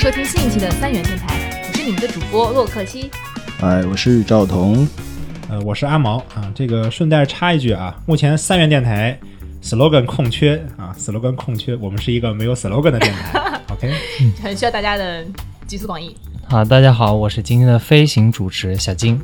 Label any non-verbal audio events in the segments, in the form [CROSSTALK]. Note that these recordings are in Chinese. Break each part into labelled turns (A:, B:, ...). A: 收听新一期的三元电台，我是你们的主播洛克西。
B: 哎，我是赵彤。
C: 呃，我是阿毛啊。这个顺带插一句啊，目前三元电台 slogan 空缺啊，slogan 空缺，我们是一个没有 slogan 的电
A: [LAUGHS]
C: 台。OK，
A: 很需要大家的集思广益。
D: 啊，大家好，我是今天的飞行主持小金。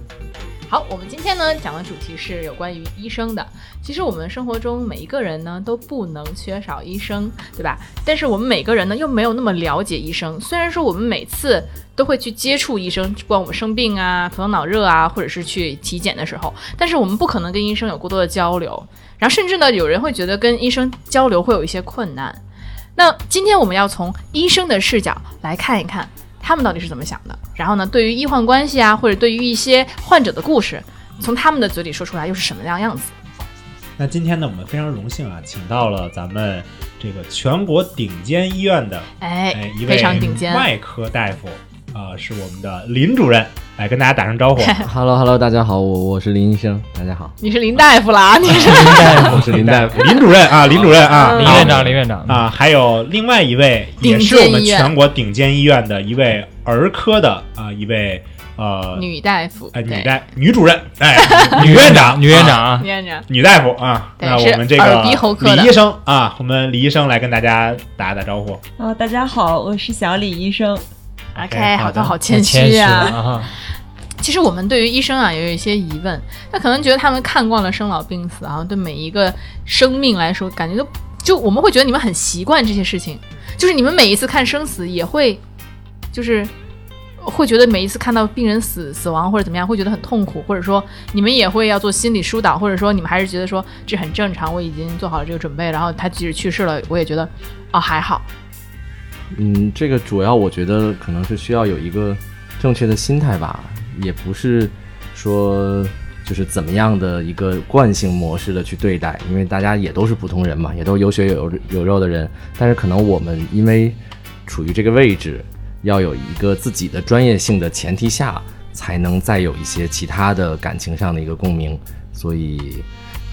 A: 好，我们今天呢讲的主题是有关于医生的。其实我们生活中每一个人呢都不能缺少医生，对吧？但是我们每个人呢又没有那么了解医生。虽然说我们每次都会去接触医生，不管我们生病啊、头疼脑热啊，或者是去体检的时候，但是我们不可能跟医生有过多的交流。然后甚至呢，有人会觉得跟医生交流会有一些困难。那今天我们要从医生的视角来看一看他们到底是怎么想的，然后呢，对于医患关系啊，或者对于一些患者的故事，从他们的嘴里说出来又是什么样样子？
C: 那今天呢，我们非常荣幸啊，请到了咱们这个全国顶尖医院的
A: 哎
C: 哎一，
A: 非
C: 位
A: 常顶尖。
C: 外科大夫啊、呃是我们的林主任，来跟大家打
A: [LAUGHS]
C: 声招呼。
E: Hello Hello，大家好，我我是林医生，大家好，
A: 你是林大夫
C: [LAUGHS]
A: 啦，你是
E: 我是林大夫。
C: 林主任啊，林主任啊，
A: 嗯
D: 林
C: 好
D: 院长，林院长，
C: 啊，还有另外一位也是我们全国顶尖医院的一位儿科的啊、一位呃
A: 女大夫，
C: 哎
A: 对
C: 女大女主任哎
D: 女
C: 院
D: 院
C: 长
E: [LAUGHS]
D: 长，女院长
C: 啊
D: 啊，
A: 你看着，
C: 女大夫啊，
A: 对
C: 那
A: 是
C: 我们这
A: 耳
C: 个
A: 鼻喉科的
C: 李医生啊，我们李医生来跟大家打打招呼。
E: 嗯
F: 啊、大家好，我是小李医生。
A: OK，好
C: 好
A: 的，
C: 的
A: 好谦
D: 谦
A: 虚
D: 了
A: 啊。
D: 啊。
A: 其实我们对于医生啊也有一些疑问，那可能觉得他们看惯了生老病死啊，对每一个生命来说，感觉都就我们会觉得你们很习惯这些事情，就是你们每一次看生死也会，就是会觉得每一次看到病人死死亡或者怎么样，会觉得很痛苦，或者说你们也会要做心理疏导，或者说你们还是觉得说这很正常，我已经做好了这个准备，然后他即使去世了，我也觉得哦还好，
E: 嗯，这个主要我觉得可能是需要有一个正确的心态吧，也不是说就是怎么样的一个惯性模式的去对待，因为大家也都是普通人嘛，也都有血有有肉的人，但是可能我们因为处于这个位置，要有一个自己的专业性的前提下，才能再有一些其他的感情上的一个共鸣，所以。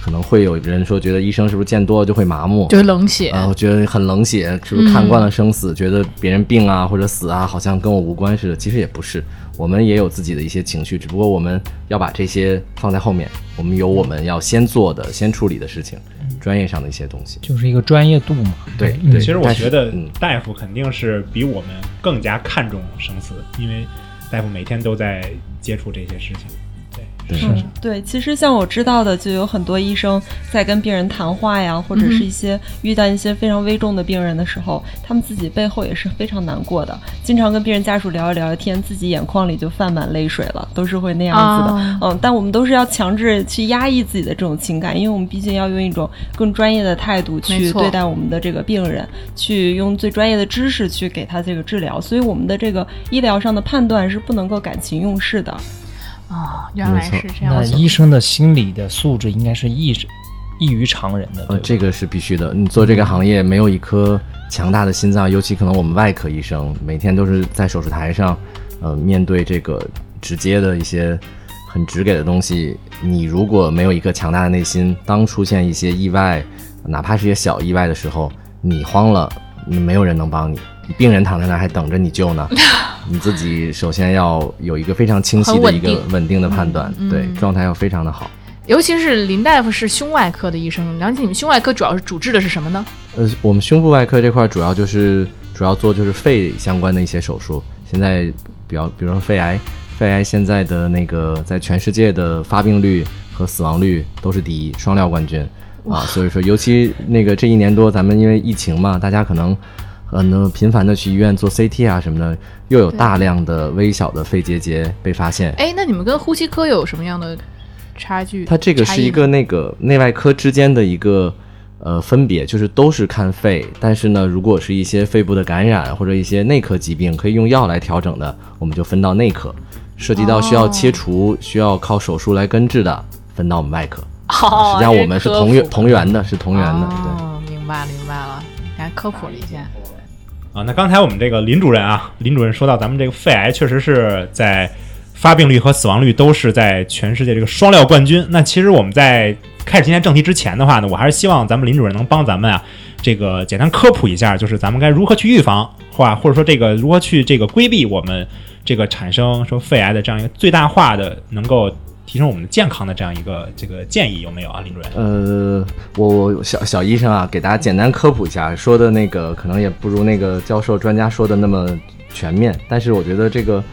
E: 可能会有人说，觉得医生是不是见多了就会麻木？
A: 就是冷血。
E: 啊，我觉得很冷血，是不是看惯了生死，觉得别人病啊或者死啊，好像跟我无关似的？其实也不是，我们也有自己的一些情绪，只不过我们要把这些放在后面，我们有我们要先做的、先处理的事情，专业上的一些东西。
D: 就是一个专业度嘛。
E: 对
D: 嗯
E: 对，
C: 其实我
E: 但是
C: 觉得
E: 嗯
C: 大夫肯定是比我们更加看重生死，因为大夫每天都在接触这些事情。对，
E: 对
C: 是
F: 嗯，对，其实像我知道的，就有很多医生在跟病人谈话呀，或者
A: 嗯
F: 是一些遇到一些非常危重的病人的时候，他们自己背后也是非常难过的，经常跟病人家属聊一聊天，自己眼眶里就泛满泪水了，都是会那样子的。
A: 啊
F: 嗯，但我们都是要强制去压抑自己的这种情感，因为我们毕竟要用一种更专业的态度
A: 没
F: 去
A: 错
F: 对待我们的这个病人，去用最专业的知识去给他这个治疗，所以我们的这个医疗上的判断是不能够感情用事的。
A: 啊、原来是这样
D: 那
A: 子。
D: 医生的心理的素质应该是异异于常人的，对
E: 呃，
D: 吧
E: 这个是必须的。你做这个行业，没有一颗强大的心脏，尤其可能我们外科医生每天都是在手术台上，呃，面对这个直接的一些很直给的东西。你如果没有一个强大的内心，当出现一些意外，哪怕是一些小意外的时候，你慌了，你没有人能帮你，病人躺在那儿还等着你救
A: [LAUGHS]
E: 呢。你自己首先要有一个非常清晰
A: 很
E: 的
A: 稳
E: 一个
A: 定
E: 稳定的判断，
A: 嗯
E: 对
A: 嗯
E: 状态要非常的好。
A: 尤其是林大夫是胸外科的医生，了解你们胸外科主要是主治的是什么呢？
E: 呃，我们胸部外科这块儿主要就是主要做就是肺相关的一些手术。现在比较，比如说肺癌，肺癌现在的那个在全世界的发病率和死亡率都是第一，双料冠军啊。所以说，尤其那个这一年多，咱们因为疫情嘛，大家可能呃那频繁的去医院做 CT 啊什么的，又有大量的微小的肺结节被发现。
A: 哎，那你们跟呼吸科有什么样的差距？
E: 它这个是一个那个内外科之间的一个呃分别，就是都是看肺，但是呢，如果是一些肺部的感染或者一些内科疾病可以用药来调整的，我们就分到内科；涉及到需要切
A: 哦
E: 除、需要靠手术来根治的，分到我们外科。
A: 差异吗
E: 实
A: 哦，
E: 际上我们是
A: 这科普
E: 同源同源的，是同源的。对，
A: 哦，明白了明白了，给大家科普了一下。
C: 啊，那刚才我们这个林主任啊，林主任说到咱们这个肺癌确实是在发病率和死亡率都是在全世界这个双料冠军。那其实我们在开始今天正题之前的话呢，我还是希望咱们林主任能帮咱们啊，这个简单科普一下，就是咱们该如何去预防，或或者说这个如何去这个规避我们这个产生说肺癌的这样一个最大化的能够提升我们的健康的这样一个这个建议有没有啊，林主任？
E: 呃，我我小小医生啊，给大家简单科普一下，说的那个可能也不如那个教授专家说的那么全面，但是我觉得这个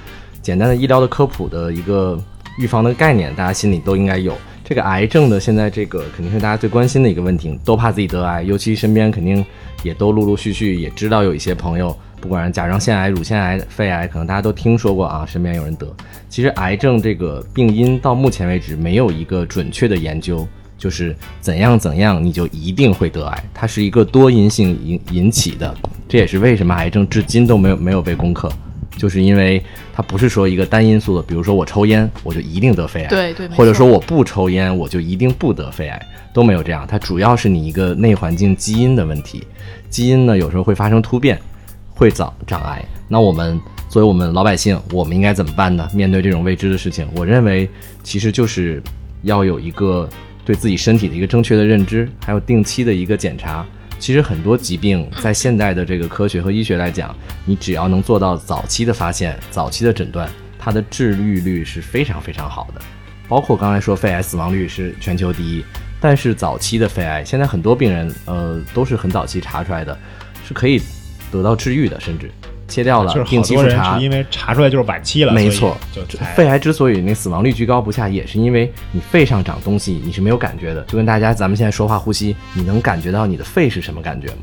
E: 简单的医疗的科普的一个预防的概念，大家心里都应该有。这个癌症的现在这个肯定是大家最关心的一个问题，都怕自己得癌，尤其身边肯定也都陆陆续续也知道有一些朋友，不管是甲状腺癌、乳腺癌、肺癌，可能大家都听说过啊，身边有人得。其实癌症这个病因到目前为止没有一个准确的研究，就是怎样怎样你就一定会得癌，它是一个多因性引引起的，这也是为什么癌症至今都没有没有被攻克，就是因为它不是说一个单因素的，比如说我抽烟我就一定得肺癌，
A: 对对没
E: 哎或者
A: 错
E: 说我不抽烟我就一定不得肺癌，都没有这样，它主要是你一个内环境基因的问题，基因呢有时候会发生突变，会长长癌。那我们作为我们老百姓，我们应该怎么办呢？面对这种未知的事情，我认为其实就是要有一个对自己身体的一个正确的认知，还有定期的一个检查。其实很多疾病在现代的这个科学和医学来讲，你只要能做到早期的发现、早期的诊断，它的治愈率是非常非常好的。包括刚才说肺癌死亡率是全球第一，但是早期的肺癌，现在很多病人呃都是很早期查出来的，是可以得到治愈的，甚至切掉了，
C: 就是
E: 定
C: 好
E: 期
C: 多
E: 复
C: 人
E: 查
C: 是。因为查出来就是晚期了，
E: 没
C: 所以
E: 错，
C: 就
E: 这
C: 才
E: 肺癌之所以那死亡率居高不下，也是因为你肺上长东西你是没有感觉的，就跟大家咱们现在说话呼吸，你能感觉到你的肺是什么感觉吗？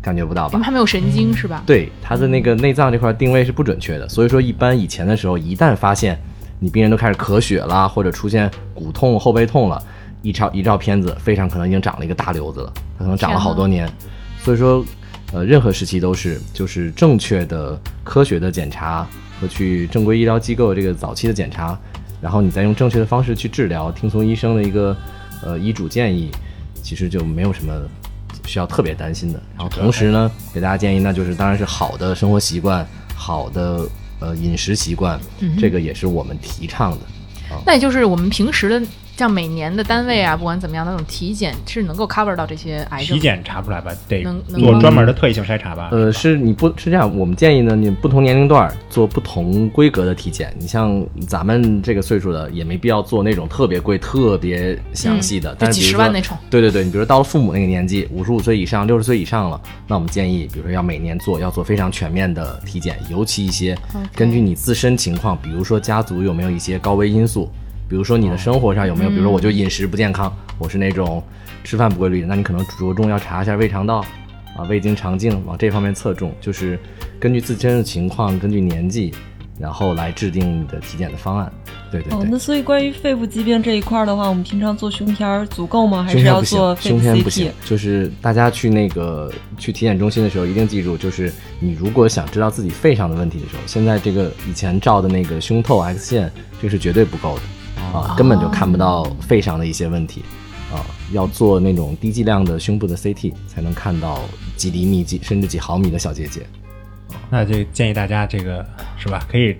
E: 感觉不到
A: 因
E: 吧
A: 为？它没有神
E: 嗯
A: 经是吧？
E: 对它的那个内脏这块定位是不准确的，所以说一般以前的时候，一旦发现你病人都开始咳血啦，或者出现骨痛、后背痛了，一照一照片子，肺上可能已经长了一个大瘤子了，它可能长了好多年。所以说，呃，任何时期都是，就是正确的、科学的检查和去正规医疗机构这个早期的检查，然后你再用正确的方式去治疗，听从医生的一个呃医嘱建议，其实就没有什么需要特别担心的。然后同时呢，给大家建议，那就是当然是好的生活习惯，好的呃饮食习惯，这个也是我们提倡的。
A: 那也就是我们平时的，像每年的单位啊，不管怎么样的那种体检是能够 cover 到这些癌症
C: 体。检查不出来吧，得
A: 能能
C: 做
A: 吗
C: 专门的特异性筛查吧。
E: 呃，是你不是这样？我们建议呢，你不同年龄段儿做不同规格的体检。你像咱们这个岁数的，也没必要做那种特别贵、特别详细的，
A: 嗯
E: 但是
A: 就
E: 比
A: 几
E: 如
A: 十
E: 说
A: 万那种。
E: 对对对，你比如说到了父母那个年纪，五十五岁以上、六十岁以上了，那我们建议，比如说要每年做，要做非常全面的体检，尤其一些
A: OK
E: 根据你自身情况，比如说家族有没有一些高危因素，比如说你的生活上有没有，比如说我就饮食不健康，我是那种吃饭不规律，那你可能着重要查一下胃肠道啊、胃经、肠镜，往这方面侧重，就是根据自身的情况，根据年纪，然后来制定你的体检的方案。对对
F: 哦，
E: 对
F: 那，所以关于肺部疾病这一块儿的话，我们平常做胸片儿足够吗？还
E: 胸
F: 是
E: 片
F: 要
E: 不行
F: 做，肺
E: 胸
F: 部
E: 片不行
F: CT？。
E: 就是大家去那个去体检中心的时候，一定记住，就是你如果想知道自己肺上的问题的时候，现在这个以前照的那个胸透 X 线，这是绝对不够的
A: 哦
E: 啊，根本就看不到肺上的一些问题啊，要做那种低剂量的胸部的 CT 才能看到几厘米、几甚至几毫米的小结节。
C: 那就建议大家这个是吧，可以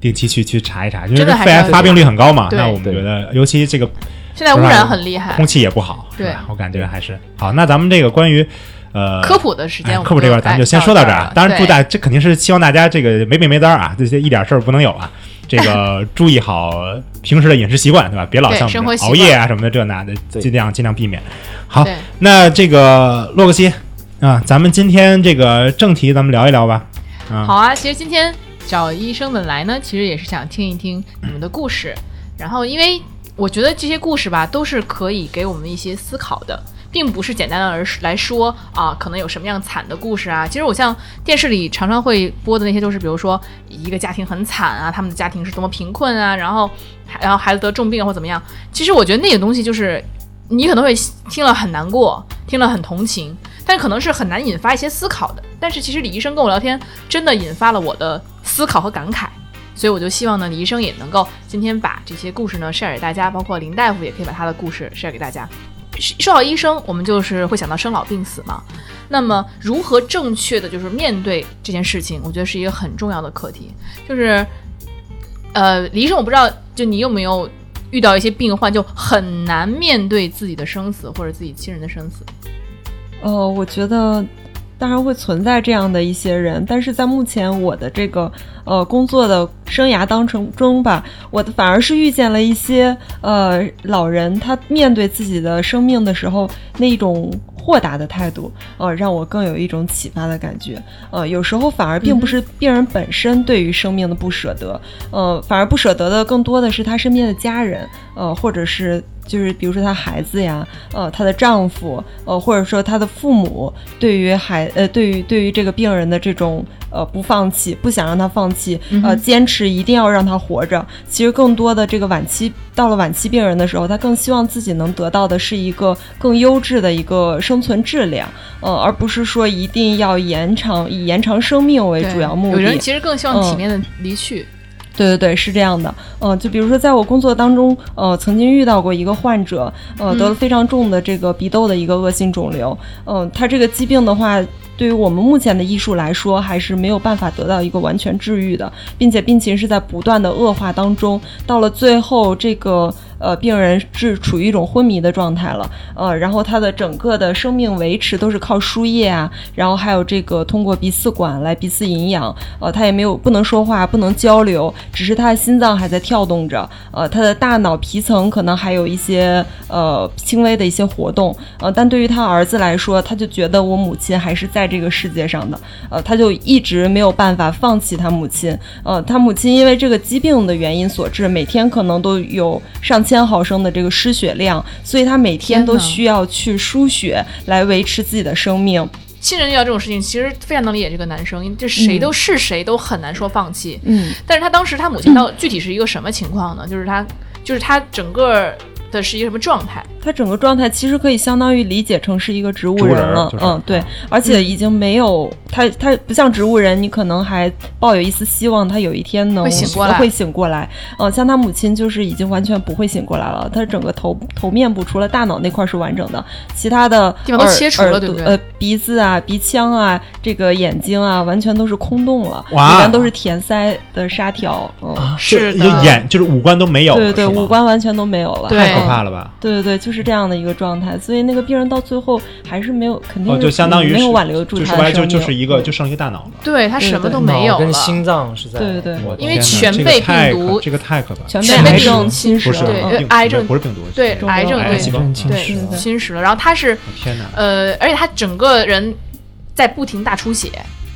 C: 定期去去查一查，因为
A: 真的还
C: 肺癌
A: 是要
C: 发病率很高嘛。
A: 对
C: 那我们觉得，尤其这个
A: 现在污染很厉害
C: 空气也不好，是
A: 对
C: 吧我感觉还是好。那咱们这个关于呃
A: 科普的时间
C: 哎
A: 我们
C: 科普这块儿咱们就先说到这儿啊
A: 哎。
C: 当然，
A: 对
C: 祝大这肯定是希望大家这个没病没灾儿啊，这些一点事儿不能有啊。这
A: [LAUGHS]
C: 个注意好平时的饮食习惯，对吧？别老
A: 对
C: 像
A: 生
C: 我
A: 活
C: 们
A: 习
C: 熬
A: 惯
C: 夜啊什么的，这那的，
E: 对
C: 尽量尽量避免。好
A: 对，
C: 那这个洛克西啊，咱们今天这个正题，咱们聊一聊吧。啊，
A: 好啊，其实今天找医生们来呢，其实也是想听一听你们的故事。然后，因为我觉得这些故事吧，都是可以给我们一些思考的，并不是简单的而来说啊，可能有什么样惨的故事啊。其实我像电视里常常会播的那些，都是比如说一个家庭很惨啊，他们的家庭是多么贫困啊，然后然后孩子得重病或怎么样。其实我觉得那些东西就是。你可能会听了很难过，听了很同情，但可能是很难引发一些思考的。但是其实李医生跟我聊天，真的引发了我的思考和感慨，所以我就希望呢，李医生也能够今天把这些故事呢 share 给大家，包括林大夫也可以把他的故事 share 给大家。说说到医生，我们就是会想到生老病死嘛。那么，如何正确的就是面对这件事情，我觉得是一个很重要的课题。就是，呃，李医生，我不知道，就你有没有遇到一些病患，就很难面对自己的生死或者自己亲人的生死？
F: 呃，我觉得当然会存在这样的一些人，但是在目前我的这个呃工作的生涯当中中吧，我的反而是遇见了一些呃老人，他面对自己的生命的时候那一种豁达的态度，呃，让我更有一种启发的感觉。呃，有时候反而并不是病人本身对于生命的不舍得，呃，反而不舍得的更多的是他身边的家人，呃，或者是就是比如说他孩子呀，呃，她的丈夫，呃，或者说她的父母对于孩呃，对于对于这个病人的这种呃不放弃，不想让他放弃，呃，坚持一定要让他活着。其实更多的这个晚期到了晚期病人的时候，他更希望自己能得到的是一个更优质的一个生存质量，呃，而不是说一定要延长以延长生命为
A: 对
F: 主要目
A: 有
F: 的。
A: 人其实更希望体
F: 嗯
A: 面的离去，
F: 对对对，是这样的。呃，就比如说在我工作当中，呃，曾经遇到过一个患者，呃，得了非常重的这个鼻窦的一个恶性肿瘤。嗯、他这个疾病的话。对于我们目前的艺术来说，还是没有办法得到一个完全治愈的，并且病情是在不断的恶化当中。到了最后，这个呃病人是处于一种昏迷的状态了，呃，然后他的整个的生命维持都是靠输液啊，然后还有这个通过鼻饲管来鼻饲营养，呃，他也没有不能说话，不能交流，只是他的心脏还在跳动着，呃，他的大脑皮层可能还有一些呃轻微的一些活动，呃，但对于他儿子来说，他就觉得我母亲还是在这个世界上的，呃，他就一直没有办法放弃他母亲，呃，他母亲因为这个疾病的原因所致，每天可能都有上千毫升的这个失血量，所以他每天都
A: 天哪
F: 需要去输血来维持自己的生命，
A: 亲人遇到这种事情，其实非常能理解这个男生，因为这谁都是谁都很难说放弃。
F: 嗯。
A: 但是他当时他母亲到具体是一个什么情况呢？就是他，就是他整个的是一个什么状态？
F: 他整个状态其实可以相当于理解成是一个植物人
C: 植物人
F: 了，
C: 就是
F: 嗯，对，而且已经没有他，他不像植物人，你可能还抱有一丝希望，他有一天能
A: 会醒过来
F: 会醒过来。嗯，像他母亲就是已经完全不会醒过来了，他整个头头面部除了大脑那块是完整的，其他的
A: 地方都
F: 耳
A: 切除了
F: 耳
A: 对不对
F: 呃，鼻子啊、鼻腔啊、这个眼睛啊，完全都是空洞了，
C: 哇
F: 里面都是填塞的沙条，嗯，
A: 是
C: 就就
A: 的，
C: 眼啊就是五官都没有，
F: 对对对，
C: 是吗
F: 五官完全都没有了，
A: 对
C: 太可怕了吧？
F: 对对对，就是这样的一个状态，所以那个病人到最后还是没有，肯定
C: 哦，
F: 是
C: 就相当于
F: 没有
C: 是
F: 挽留住
C: 就
F: 他
C: 说
F: 的
C: 白了
F: 生
C: 就
F: 命，
C: 就
F: 嗯
C: 是一个就剩一个大脑了。
A: 对他什么都
F: 对
A: 没有
D: 脑跟
A: 了。
D: 心脏是在，
F: 对对对
D: 我的
A: 因为全
D: 天哪
C: 这个
A: 被
C: 太
A: 病
C: 可
A: 毒
C: 这个太可怕了，
F: 全
A: 全
F: 被
A: 被
F: 癌
A: 病
F: 症
A: 毒
F: 侵蚀
C: 不是
A: 对
F: 了。
C: 病
A: 癌症
C: 不是病毒，是
A: 对癌症
C: 癌
A: 对
C: 哎细胞嗯
D: 癌症
A: 对
D: 侵蚀了
A: 侵蚀了，然后他是
C: 我天哪！
A: 呃，而且他整个人在不停大出血，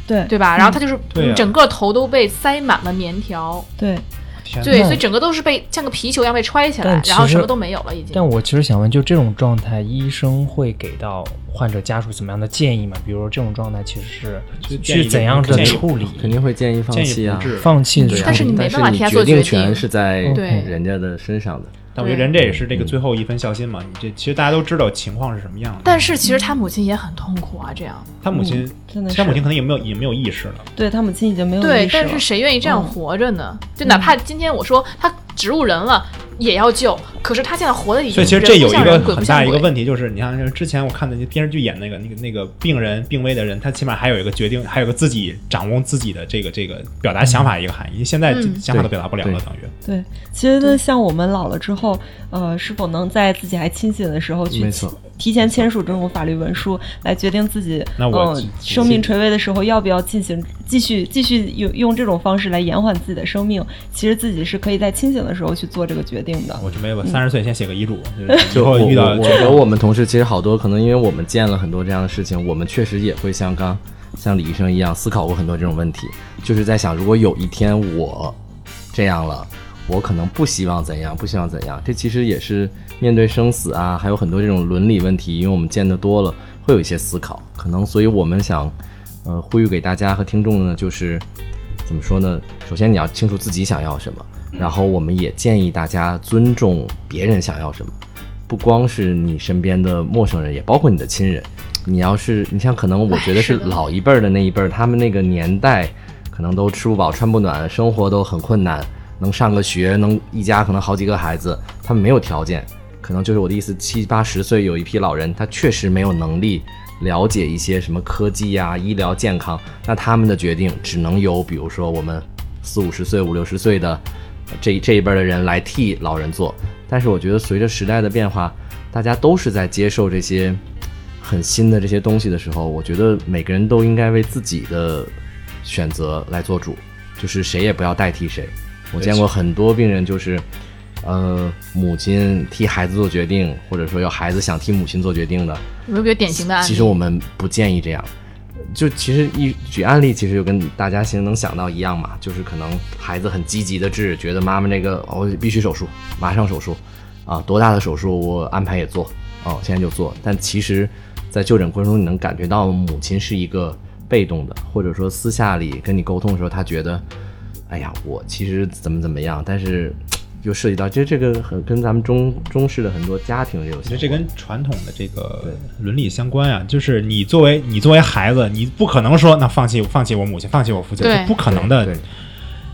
F: 对
A: 对吧？然后他就是
C: 对啊
A: 整个头都被塞满了棉条，
F: 对，
C: 天哪
A: 对，
D: 那
A: 所以整个都是被像个皮球一样被揣起来
D: 但，其
A: 然后什
D: 实
A: 么都没有了，已经。
D: 但我其实想问，就这种状态，医生会给到患者家属怎么样的建议吗？比如说这种状态其实
C: 就是
D: 是
C: 建议
D: 去怎样
C: 不
D: 的
C: 建议
D: 处理？
E: 嗯肯定会建议放
C: 建
E: 弃
C: 议
E: 啊
C: 不。治。
D: 放弃处
E: 对啊
D: 理，
A: 但是你没办法替他做
E: 决定
A: 决定
E: 权是在
A: 对
E: 人家的身上的。
C: 但我觉得人这也是这个最后一分孝心嘛。你这其实大家都知道情况是什么样的。
A: 但是其实他母亲也很痛苦啊，这样。
C: 他母亲，
F: 嗯真的
C: 他母亲
F: 是，
C: 可能也没有也没有意识了。
F: 对他母亲已经
C: 嗯
F: 没有
A: 对
F: 意，识
A: 但
C: 啊
A: 是。
F: 了
A: 谁愿意这样活着呢？就哪怕今天我说他植物人了，也要救，可是他现在活的已
C: 所
A: 经
C: 以
A: 人
C: 其实这
A: 不
C: 有一
A: 像
C: 个
A: 人鬼不
C: 很
A: 像
C: 大一个
A: 鬼
C: 问题，就是你像是之前我看的那电视剧演那个那个那个病人病危的人，他起码还有一个决定，还有个自己掌握自己的这个这个表达想法一个含义。因为现在
A: 嗯
C: 想法都表达不了了，
E: 对
C: 等于
F: 对，其实呢，像我们老了之后，呃，是否能在自己还清醒的时候去
E: 没错
F: 提前签署这种法律文书，来决定自己
C: 那我
F: 呃
C: 记
F: 生命垂危的时候要不要进行继续继续用用这种方式来延缓自己的生命？其实自己是可以在清醒的时候去做这个决定的。
C: 我准
A: 嗯
C: 备我三十岁先写个遗嘱，就是以
E: 就
C: 后
E: 我
C: 遇到
E: 我我觉得我们同事其实好多，可能因为我们见了很多这样的事情，我们确实也会像刚像李医生一样思考过很多这种问题，就是在想，如果有一天我这样了，我可能不希望怎样，不希望怎样。这其实也是面对生死啊，还有很多这种伦理问题，因为我们见得多了，会有一些思考。可能所以我们想，呃，呼吁给大家和听众呢，就是怎么说呢？首先你要清楚自己想要什么，然后我们也建议大家尊重别人想要什么。不光是你身边的陌生人，也包括你的亲人。你要是你像可能，我觉得是
A: 哎是的
E: 老一辈儿的那一辈儿，他们那个年代，可能都吃不饱穿不暖，生活都很困难，能上个学，能一家可能好几个孩子，他们没有条件。可能就是我的意思，七八十岁有一批老人，他确实没有能力了解一些什么科技呀、医疗健康，那他们的决定只能由比如说我们四五十岁、五六十岁的这这一辈儿的人来替老人做。但是我觉得随着时代的变化，大家都是在接受这些很新的这些东西的时候，我觉得每个人都应该为自己的选择来做主，就是谁也不要代替谁。我见过很多病人，就是，呃，母亲替孩子做决定，或者说有孩子想替母亲做决定的，
A: 有没有比较典型的案例？
E: 其实我们不建议这样。就其实一举案例，其实就跟大家其实能想到一样嘛，就是可能孩子很积极的治，觉得妈妈这个哦我必须手术，马上手术，啊，多大的手术我安排也做，哦，现在就做。但其实，在就诊过程中，你能感觉到母亲是一个被动的，或者说私下里跟你沟通的时候，她觉得，哎呀，我其实怎么怎么样，但是又涉及到，其实这个很跟咱们中中式的很多家庭这种，
C: 我觉得这跟传统的这个伦理相关啊，就是你作为你作为孩子，你不可能说那放弃放弃我母亲，放弃我父亲，
A: 对
C: 这不可能的
E: 对。对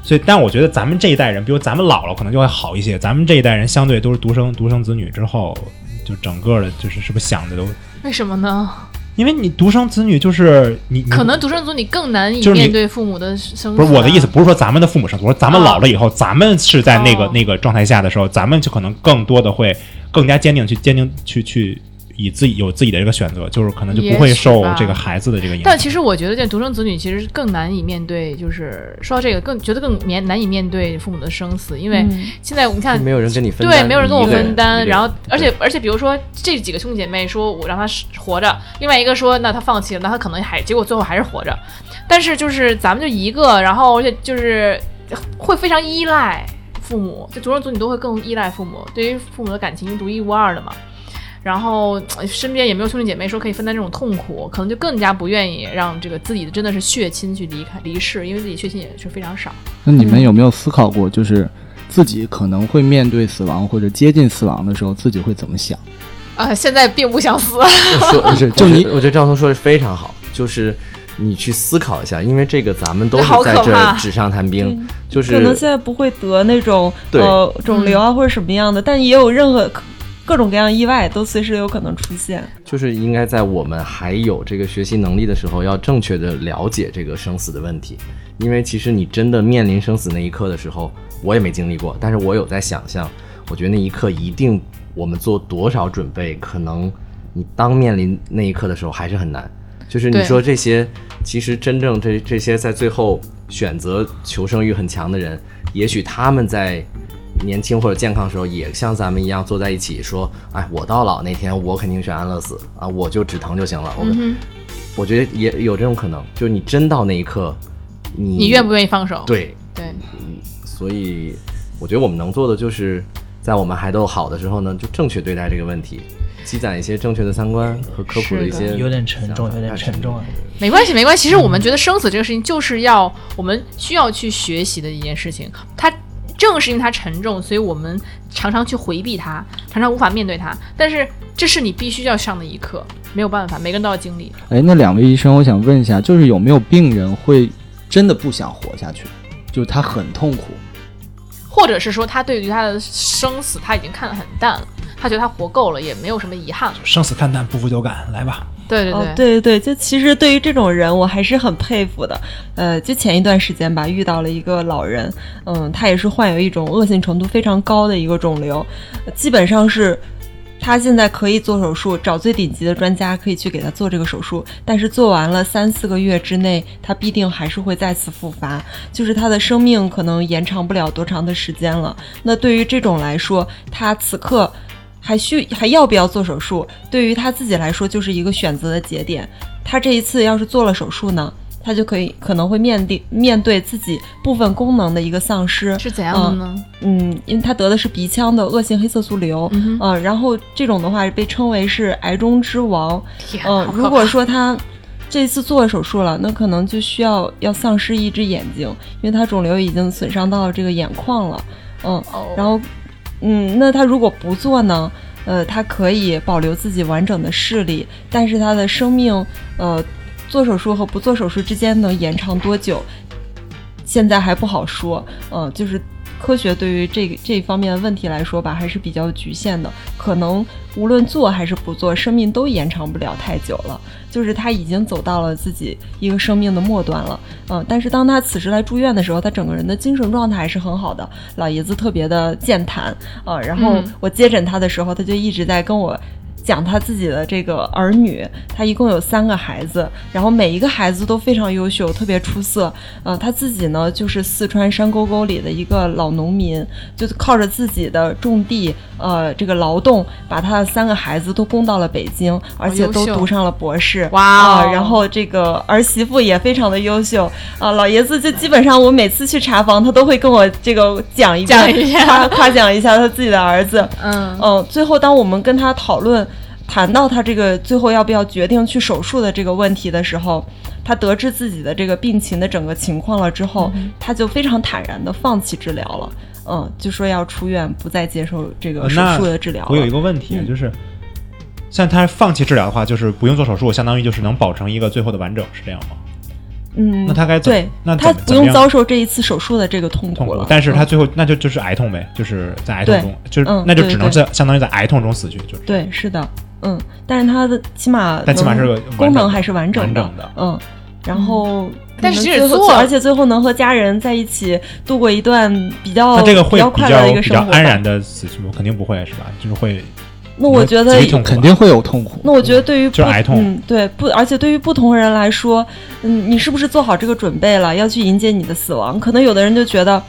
C: 所以，但我觉得咱们这一代人，比如咱们老了，可能就会好一些。咱们这一代人相对都是独生独生子女之后，就整个的，就是是不是想的都，
A: 为什么呢？
C: 因为你独生子女就是你，你
A: 可能独生子女更难以
C: 嗯就是你
A: 面对父母的生
C: 不是
A: 死
C: 我
A: 啊
C: 的意思，，不是说咱们的父母生，我说咱们
A: 哦
C: 老了以后，咱们是在那个、
A: 哦
C: 那个状态下的时候，咱们就可能更多的会更加坚定去坚定去去以自己有自己的这个选择，就是可能就
A: 也
C: 不会
A: 许
C: 受
A: 吧
C: 这个孩子的这个影响
A: 但。其实我觉得，这独生子女其实更难以面对，就是说到这个，更觉得更难难以面对父母的生死，因为
C: 嗯
A: 现在你看
E: 没有人跟你分
A: 对，
E: 担
A: 没有人跟
E: 你
A: 我
E: 一个人
A: 分担。
E: 一个
A: 然后
E: 人，
A: 而且而且，比如说这几个兄弟姐妹说我让他是活着，另外一个说那他放弃了，那他可能还结果最后还是活着。但是就是咱们就一个，然后而且就是会非常依赖父母，就独生子女都会更依赖父母，对于父母的感情独一无二的嘛。然后呃身边也没有兄弟姐妹说可以分担这种痛苦，可能就更加不愿意让这个自己的真的是血亲去离开离世，因为自己血亲也是非常少。
B: 那你们有没有思考过，就是自己可能会面对死亡或者接近死亡的时候，自己会怎么想？
A: 呃，现在并不想死，
E: [LAUGHS] 说
B: 是 [LAUGHS]
E: 我
B: 就
E: 觉
B: 你
E: 我觉得赵彤说的非常好，就是你去思考一下，因为这个咱们都是
A: 好
E: 在
A: 可
E: 这
A: 怕嗯
E: 儿纸上谈兵，就
F: 可能
E: 是
F: 现在不会得那种
E: 对
F: 呃肿瘤
A: 嗯
F: 啊或者什么样的，但也有任何各种各样意外都随时有可能出现。
E: 就是应该在我们还有这个学习能力的时候，要正确的了解这个生死的问题，因为其实你真的面临生死那一刻的时候，我也没经历过，但是我有在想象，我觉得那一刻一定我们做多少准备，可能你当面临那一刻的时候还是很难。就是你
A: 对
E: 说这些，其实真正这这些在最后选择求生欲很强的人，也许他们在年轻或者健康的时候，也像咱们一样坐在一起说，哎，我到老那天我肯定选安乐死啊，我就止疼就行了。我、
A: 嗯哼
E: 我觉得也有这种可能，就是你真到那一刻，你
A: 你愿不愿意放手？
E: 对
A: 对，
E: 所以我觉得我们能做的就是，在我们还都好的时候呢，就正确对待这个问题，积攒一些正确的三观和科普的一些。
D: 有点沉重，
E: 想法
D: 有点沉重啊。
A: 没关系，没关系。其实我们觉得生死这个事情，就是要我们需要去学习的一件事情。它正是因为它沉重，所以我们常常去回避它，常常无法面对它。但是这是你必须要上的一课，没有办法，每个人都要经历。
B: 哎，那两位医生，我想问一下，就是有没有病人会真的不想活下去，就是他很痛苦，
A: 或者是说，他对于他的生死他已经看得很淡了，他觉得他活够了，也没有什么遗憾了。
C: 生死看淡，不负有感，来吧。
A: 对对对，
F: 哦，对对对，就其实对于这种人，我还是很佩服的。呃，就前一段时间吧，遇到了一个老人，嗯，他也是患有一种恶性程度非常高的一个肿瘤，呃基本上是。他现在可以做手术，找最顶级的专家可以去给他做这个手术，但是做完了三四个月之内，他必定还是会再次复发，就是他的生命可能延长不了多长的时间了。那对于这种来说，他此刻还需还要不要做手术，对于他自己来说就是一个选择的节点。他这一次要是做了手术呢，他就可以可能会面对面对自己部分功能的一个丧失。
A: 是怎样的呢？
F: 嗯，因为他得的是鼻腔的恶性黑色素瘤，
A: 嗯哼，
F: 呃，然后这种的话被称为是癌中之王。
A: 天啊，[LAUGHS]
F: 嗯、
A: 好可
F: 如果
A: 怕
F: 说他这次做了手术了，那可能就需要要丧失一只眼睛，因为他肿瘤已经损伤到这个眼眶了。嗯，
A: 哦
F: 然后，嗯，那他如果不做呢？呃，他可以保留自己完整的视力，但是他的生命，呃，做手术和不做手术之间能延长多久，现在还不好说。呃，就是科学对于这个这方面的问题来说吧，还是比较局限的。可能无论做还是不做，生命都延长不了太久了。就是他已经走到了自己一个生命的末端了。嗯、但是当他此时来住院的时候，他整个人的精神状态还是很好的，老爷子特别的健谈啊、然后
A: 嗯
F: 我接诊他的时候，他就一直在跟我。讲他自己的这个儿女，他一共有三个孩子，然后每一个孩子都非常优秀，特别出色。呃，他自己呢就是四川山沟沟里的一个老农民，就是靠着自己的种地，呃，这个劳动，把他的三个孩子都供到了北京，而且都
A: 优秀
F: 读上了博士。
A: 哇哦
F: 啊然后这个儿媳妇也非常的优秀啊、老爷子就基本上我每次去茶房，他都会跟我这个讲一遍，
A: 讲一下
F: 夸夸奖一下他自己的儿子。
A: 嗯，
F: 嗯，最后当我们跟他讨论谈到他这个最后要不要决定去手术的这个问题的时候，他得知自己的这个病情的整个情况了之后，他就非常坦然的放弃治疗了。嗯，就说要出院，不再接受这个
C: 呃
F: 手
C: 那
F: 术的治疗了。
C: 我有一个问题啊，
F: 嗯
C: 就是像他放弃治疗的话，就是不用做手术，相当于就是能保成一个最后的完整，是这样吗？
F: 嗯，
C: 呃那他该怎
F: 对
C: 那，怎
F: 他
C: 么
F: 不
C: 怎么
F: 用
C: 样
F: 遭受这一次手术的这个痛
C: 痛
F: 苦
C: 苦
F: 了。，
C: 但是他
F: 嗯
C: 最后那就就是癌痛呗，就是在癌痛
F: 对
C: 中，就是、
F: 嗯
C: 那就
F: 对
C: 只能
F: 对
C: 在相当于在癌痛中死去，就是
F: 对，是的，嗯，但是他的起码
C: 但起码
F: 能
C: 是个完
F: 功
C: 整
F: 能
C: 的
F: 还是完
C: 完
F: 整的，
C: 整的
F: 嗯，然后。
A: 嗯但是
F: 最后
A: 做
F: 而且最后能和家人在一起度过一段比较
C: 那这个会
F: 哦比较
C: 比
F: 快乐的一
C: 较
F: 个
C: 比
F: 生
C: 较
F: 活吧。
C: 安然的死去吗？肯定不会是吧？就是会，
F: 那我觉得
C: 极痛苦吧
B: 肯定会有痛苦。
F: 那我觉得对于不
C: 就是癌痛
F: 嗯，对不，而且对于不同人来说，嗯，你是不是做好这个准备了，要去迎接你的死亡？可能有的人就觉得，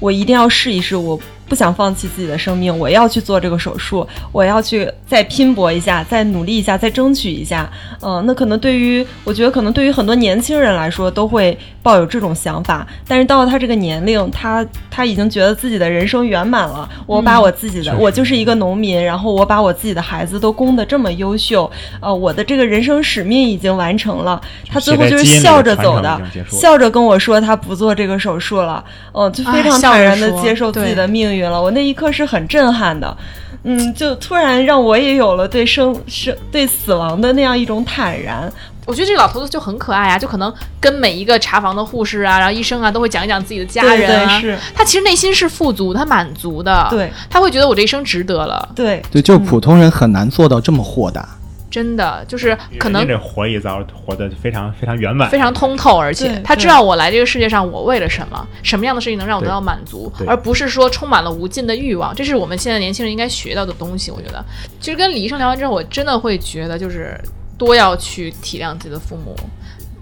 F: 我一定要试一试，我不想放弃自己的生命，我要去做这个手术，我要去再拼搏一下，再努力一下，再争取一下。嗯、那可能对于我觉得，可能对于很多年轻人来说，都会抱有这种想法。但是到了他这个年龄，他他已经觉得自己的人生圆满了，我把
A: 嗯
F: 我自己的，
C: 确实
F: 我就是一个农民，然后我把我自己的孩子都供得这么优秀，呃，我的这个人生使命已经完成了。他最后就是笑着走的，笑着跟我说他不做这个手术了，嗯，就非常
A: 啊
F: 坦然的
A: 笑着说
F: 接受自己的命运了。我那一刻是很震撼的，嗯，就突然让我也有了对生生对死亡的那样一种坦然。
A: 我觉得这个老头子就很可爱啊，就可能跟每一个茶房的护士啊，然后医生啊，都会讲一讲自己的家
F: 对
A: 人啊。
F: 对是，
A: 他其实内心是富足，他满足的，，
F: 对
A: 他会觉得我这一生值得了，
F: 对
B: 对，就是普通人很难做到这么豁达。
A: 真的就是可
C: 人
A: 能
C: 家这活一遭，活得非常非常圆满，
A: 非常通透，而且
F: 对
A: 他知道我来这个世界上我为了什么，什么样的事情能让我得到满足，
E: 对对
A: 而不是说充满了无尽的欲望。这是我们现在年轻人应该学到的东西。我觉得，其实跟李医生聊完之后，我真的会觉得，就是多要去体谅自己的父母，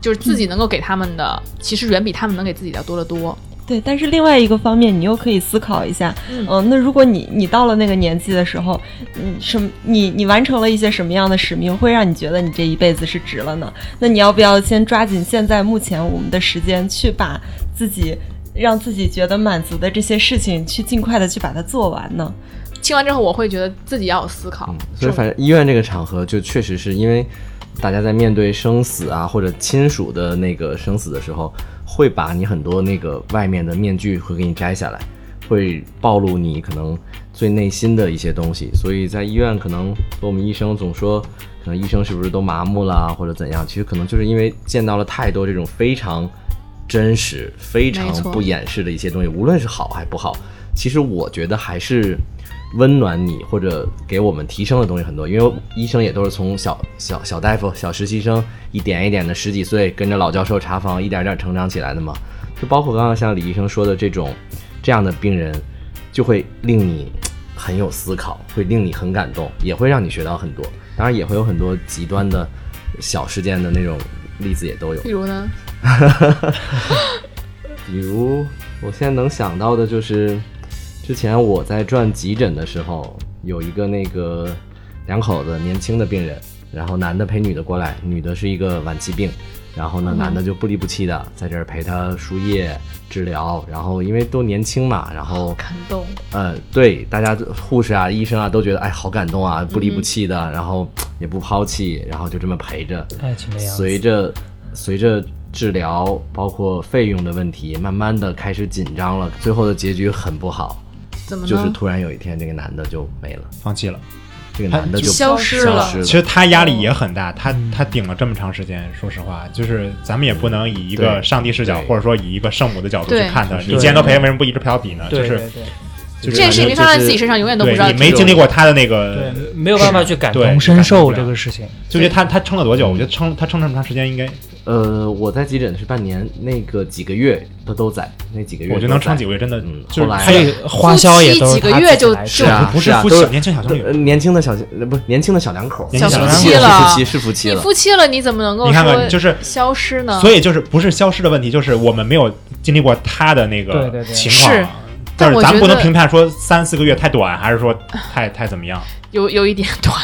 A: 就是自己能够给他们的，其实远比他们能给自己的多得多。
F: 对，但是另外一个方面，你又可以思考一下，
A: 嗯
F: 嗯、那如果你你到了那个年纪的时候，嗯，什么你你完成了一些什么样的使命，会让你觉得你这一辈子是值了呢？那你要不要先抓紧现在目前我们的时间，去把自己让自己觉得满足的这些事情，去尽快的去把它做完呢？
A: 听完之后，我会觉得自己要有思考
E: 嗯，，所以反正医院这个场合就确实是因为大家在面对生死啊或者亲属的那个生死的时候，会把你很多那个外面的面具会给你摘下来，会暴露你可能最内心的一些东西。所以在医院可能和我们医生总说，可能医生是不是都麻木了啊或者怎样？其实可能就是因为见到了太多这种非常。真实、非常
A: 没错
E: 不掩饰的一些东西，无论是好还不好，其实我觉得还是温暖你或者给我们提升的东西很多。因为医生也都是从小小小大夫、小实习生一点一点的十几岁跟着老教授查房一点点成长起来的嘛。就包括刚刚像李医生说的这种这样的病人，就会令你嘖很有思考，会令你很感动，也会让你学到很多。当然也会有很多极端的小事件的那种例子也都有。
A: 比如呢，
E: 比如我现在能想到的就是，之前我在转急诊的时候，有一个那个两口子年轻的病人，然后男的陪女的过来，女的是一个晚期病，然后
A: 嗯
E: 呢，男的就不离不弃的在这儿陪她输液治疗，然后因为都年轻嘛，然后
A: 感动，
E: 呃，对，大家护士啊、医生啊都觉得哎好感动啊，不离不弃的，然后也不抛弃，然后就这么陪着，
D: 爱情的样
E: 随
D: 子。
E: 着随着治疗，包括费用的问题，慢慢的开始紧张了，最后的结局很不好，
A: 怎么
E: 就是
A: 呢？
E: 突然有一天这个男的就没了，
C: 放弃了。
E: 这个男的就
A: 消失了
E: 消失
C: 其实他压力也很大，他他顶了这么长时间，说实话，就是咱们也不能以一个
E: 对
C: 上帝视角，
E: 对
C: 或者说以一个圣母的角度
A: 对
C: 去看他。
E: 是
C: 你既然都陪，为什么不一直陪到底呢？就
D: 对
C: 是
D: 对对
C: 就是
A: 这件事情没发生在自己身上，永远都不知道
C: 对你没经历过他的那个
A: 呃
D: 对，没有办法去感
C: 对
D: 同身
C: 感同
D: 受
C: 不了
D: 这个事情。
C: 就觉得他他撑了多久？我觉得撑他撑这么长时间，应该
E: 呃，我在急诊是半年，那个几个月他都在，那几个月
C: 我觉得
E: 都
C: 能撑
E: 在
C: 几个月真的
E: 嗯
C: 就是
E: 后来
C: 开
D: 所以花销也都是
A: 哎夫妻几个
D: 他
A: 月
D: 自己
A: 就
D: 来
A: 就
E: 啊
C: 不是
E: 是啊
C: 夫
E: 都
C: 妻，
E: 是
C: 年轻小情侣
E: 呃，年轻的小呃不是年轻的小两口，
C: 年轻小
A: 夫
C: 两
E: 是
C: 口
A: 妻
E: 夫
A: 了，
E: 妻是夫妻
A: 你
E: 了，
A: 夫妻了，你怎么能够
C: 你看
A: 说
C: 看就是
A: 消失呢？
C: 所以就是不是消失的问题，就是我们没有经历过他的那
D: 对
C: 个
D: 对对
C: 情况。
A: 是但
C: 但是
A: 我
C: 咱
A: 觉
C: 们不能
A: 得
C: 评判说三四个月太短，还是说太太怎么样？
A: 有有一
C: [LAUGHS]
A: 点短，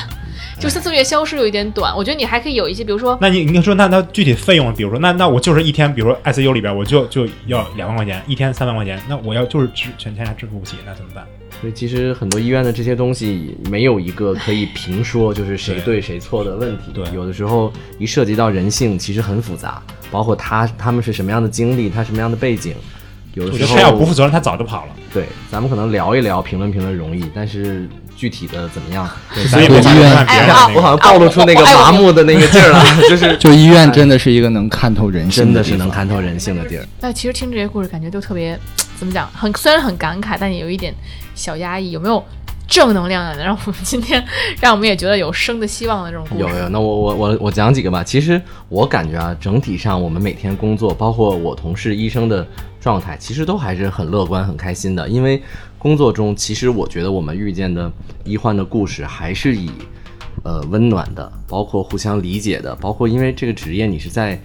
A: 就三四个月消失有一点短。我觉得你还可以有一些，比如说
C: 那你你说那那具体费用，比如说那那我就是一天，比如说 ICU 里边我就就要两万块钱，一天三万块钱，那我要就是支全天下支付不起，那怎么办？
E: 所以其实很多医院的这些东西没有一个可以评说就是谁
C: 对
E: 对谁错的问题。
C: 对
E: 有的时候一涉及到人性，其实很复杂，包括他他们是什么样的经历，他什么样的背景。有
C: 我
E: 的
C: 觉得
E: 时候
C: 他要不负责任，他早就跑了。
E: 对，咱们可能聊一聊，评论评论容易，但是具体的怎么样？
C: 对，咱也没
B: 对
C: 法
B: 医
C: 评
B: 院
C: 判别人的
A: 哎
C: 那
E: [LAUGHS]
C: 个。
E: 我啊好像暴露出那个
A: 啊我我
E: 麻木的那个劲儿了，就是
B: 就医院真的是一个能看透人性
E: 哎真的
B: 地
E: 是能
B: 方
E: 看透人性的地儿。
A: 那哎其实听这些故事，感觉都特别怎么讲，很虽然很感慨，但也有一点小压抑。有没有正能量 [LAUGHS] 的，让我们今天让我们也觉得有生的希望的这种故
E: 有
A: 事？
E: 有，那我我我我讲几个吧。其实我感觉啊，整体上我们每天工作，包括我同事医生的状态，其实都还是很乐观、很开心的。因为工作中，其实我觉得我们遇见的医患的故事，还是以呃温暖的，包括互相理解的，包括因为这个职业你是在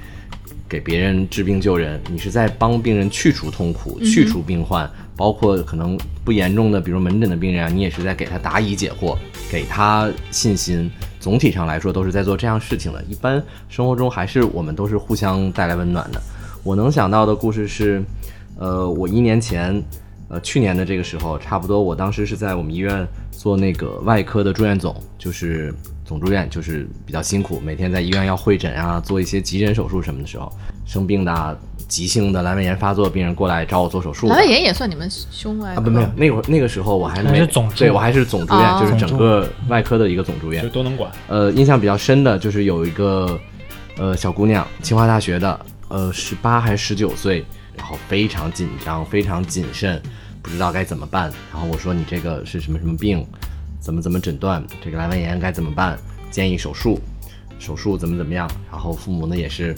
E: 给别人治病救人，你是在帮病人去除痛苦、去
A: 嗯
E: 除病患，包括可能不严重的，比如门诊的病人啊，你也是在给他答疑解惑，给他信心。总体上来说，都是在做这样事情的。一般生活中还是我们都是互相带来温暖的。我能想到的故事是，呃，我一年前，呃，去年的这个时候，差不多，我当时是在我们医院做那个外科的住院总，就是总住院，就是比较辛苦，每天在医院要会诊啊，做一些急诊手术什么的时候，生病的啊、急性的阑尾炎发作病人过来找我做手术的，
A: 阑尾炎也算你们胸外
E: 啊，不没有，那会儿那个时候我还
D: 还
E: 没
D: 是总住
E: 对我还是总住院，
A: 哦
E: 就是整个外科的一个总住院
C: 就，都能管，
E: 呃，印象比较深的就是有一个呃小姑娘，清华大学的，呃，十八还是十九岁，然后非常紧张，非常谨慎，不知道该怎么办。然后我说你这个是什么什么病，怎么怎么诊断，这个阑尾炎该怎么办，建议手术，手术怎么怎么样。然后父母呢也是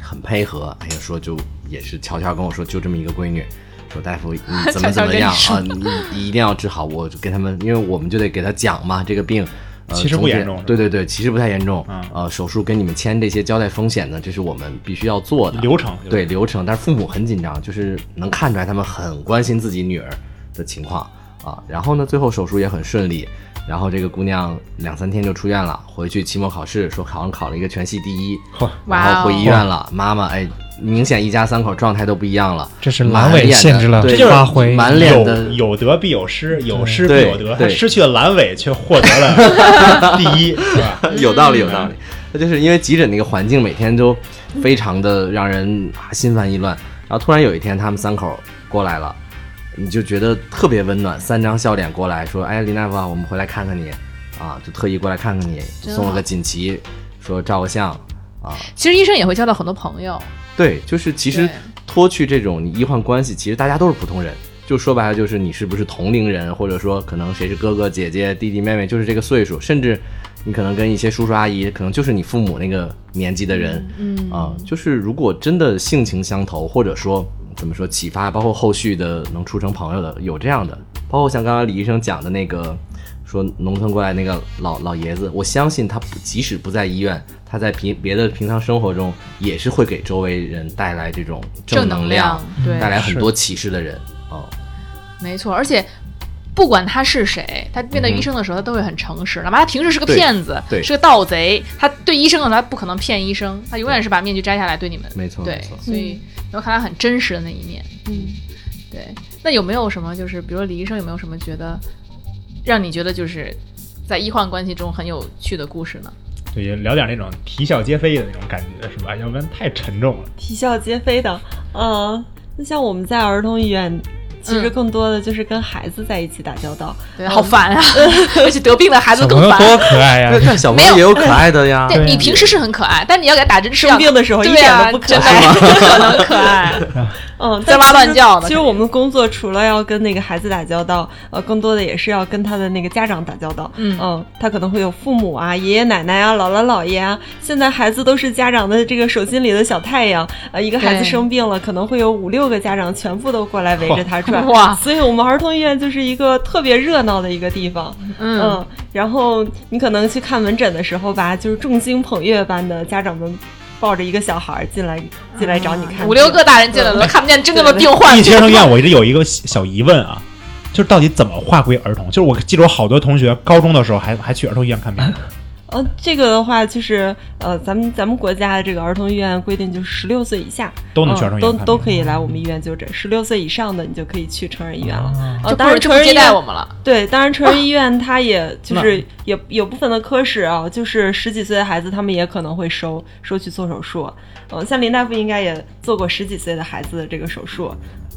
E: 很配合，哎呀说就也是悄悄跟我说就这么一个闺女。说大夫，你怎么
A: 悄悄
E: 怎么
A: 跟你
E: 样
A: 说
E: 啊？你你一定要治好，我就给他们，因为我们就得给他讲嘛，这个病，呃，
C: 其实不
E: 总体
C: 严重是吧
E: 对对对，其实不太严重。
C: 嗯
E: 呃，手术跟你们签这些交代风险呢，这是我们必须要做的
C: 流程
E: 对流程。但是父母很紧张，就是能看出来他们很关心自己女儿的情况啊。然后呢，最后手术也很顺利，然后这个姑娘两三天就出院了，回去期末考试说考上考了一个全系第一，
C: 嚯
E: 然后回医
A: 哇
E: 院了。妈妈哎，明显一家三口状态都不一样了，
D: 这是
E: 满
D: 阑尾
E: 脸的
D: 限制了
E: 对
C: 这就是
D: 发挥，
E: 满脸的
C: 有有得必有失，有失必
E: 对
C: 有得。他
E: 对
C: 失去了阑尾，却获得
E: [LAUGHS]
C: 了第一，是吧？
E: 有道理，有道理。嗯那就是因为急诊那个环境每天都非常的让人啊心烦意乱，然后突然有一天他们三口过来了，你就觉得特别温暖，三张笑脸过来说：“哎，林大夫啊，我们回来看看你啊，就特意过来看看你，
A: 真
E: 送了
A: 好
E: 个锦旗，说照个相啊。”
A: 其实医生也会交到很多朋友，
E: 对，就是其实
A: 对
E: 脱去这种你医患关系，其实大家都是普通人。就说白了，就是你是不是同龄人，或者说可能谁是哥哥姐姐、弟弟妹妹，就是这个岁数，甚至你可能跟一些叔叔阿姨，可能就是你父母那个年纪的人，
A: 嗯
E: 啊、就是如果真的性情相投，或者说怎么说启发，包括后续的能处成朋友的，有这样的，包括像刚刚李医生讲的那个，说农村过来那个老老爷子，我相信他不即使不在医院，他在平别的平常生活中，也是会给周围人带来这种
A: 正
E: 能
A: 能量
C: 嗯
A: 对
E: 带来很多启示的人啊、
A: 没错，而且。不管他是谁，他面对
E: 嗯哼
A: 医生的时候，他都会很诚实。哪怕他平时是个
E: 对
A: 骗子，
E: 对
A: 是个盗贼，他对医生的时候他不可能骗医生，他永远是把面具摘下来对你们。
E: 没错
A: 对
E: 没错，
A: 所以能看他很真实的那一面。
F: 嗯，
A: 对。那有没有什么就是，比如说李医生有没有什么觉得让你觉得就是在医患关系中很有趣的故事呢？
C: 对，也聊点那种啼笑皆非的那种感觉，是吧？要不然太沉重了。
F: 呃啼笑皆非的。嗯，那像我们在儿童医院其实更多的就是跟孩子在一起打交道。
A: 对，好烦啊！ [LAUGHS] 而且得病的孩子
C: 小朋
A: 更
C: 友
A: 烦。
C: 多可爱呀、
E: 但但小朋
A: 没有
E: 友也
A: [LAUGHS]
E: 有可爱的呀，
A: 对
C: 对
A: 你平时是很可爱，但你要给他打针吃药
F: 生，病的时候一
A: 对
F: 点
A: 啊，
F: 都不可
A: 真的
F: 爱，
A: 不可能可爱。
F: 嗯，
A: 在
F: 但
A: 哇
F: 其
A: 乱
F: 实
A: 叫呢肯
F: 其实
A: 定
F: 我们工作除了要跟那个孩子打交道，呃，更多的也是要跟他的那个家长打交道。 [LAUGHS]
A: 嗯
F: 他可能会有父母啊、爷爷奶奶啊、姥姥姥爷啊。现在孩子都是家长的这个手心里的小太阳。呃，一个孩子
A: 对
F: 生病了，可能会有五六个家长全部都过来围着他转。
A: 哇
F: 所以我们儿童医院就是一个特别热闹的一个地方。
A: 嗯，
F: 嗯，然后你可能去看门诊的时候吧，就是众星捧月般的家长们抱着一个小孩儿进来进来找你看病，
A: 啊嗯五六个大人进来了，看不见，真他妈病患。
C: 一学生院，我一直有一个小疑问啊，就是到底怎么划归儿童？就是我记得我好多同学高中的时候还还去儿童医院看病，
F: 呃，这个的话就是呃，咱们咱们国家的这个儿童医院规定，就是十六岁以下
C: 都能
F: 嗯
C: 去儿童医院
F: 都
C: 看病
F: 都可以来我们医院就诊，十六岁以上的你就可以去成人医院了。呃
A: 就不
F: 当
A: 是
F: 然
A: 就
F: 成
A: 不
F: 人医
A: 接待
F: 院
A: 我们了。
F: 对，当然成人医院它也就是也有部分的科室啊，就是十几岁的孩子他们也可能会收收去做手术。嗯、像林大夫应该也做过十几岁的孩子的这个手术。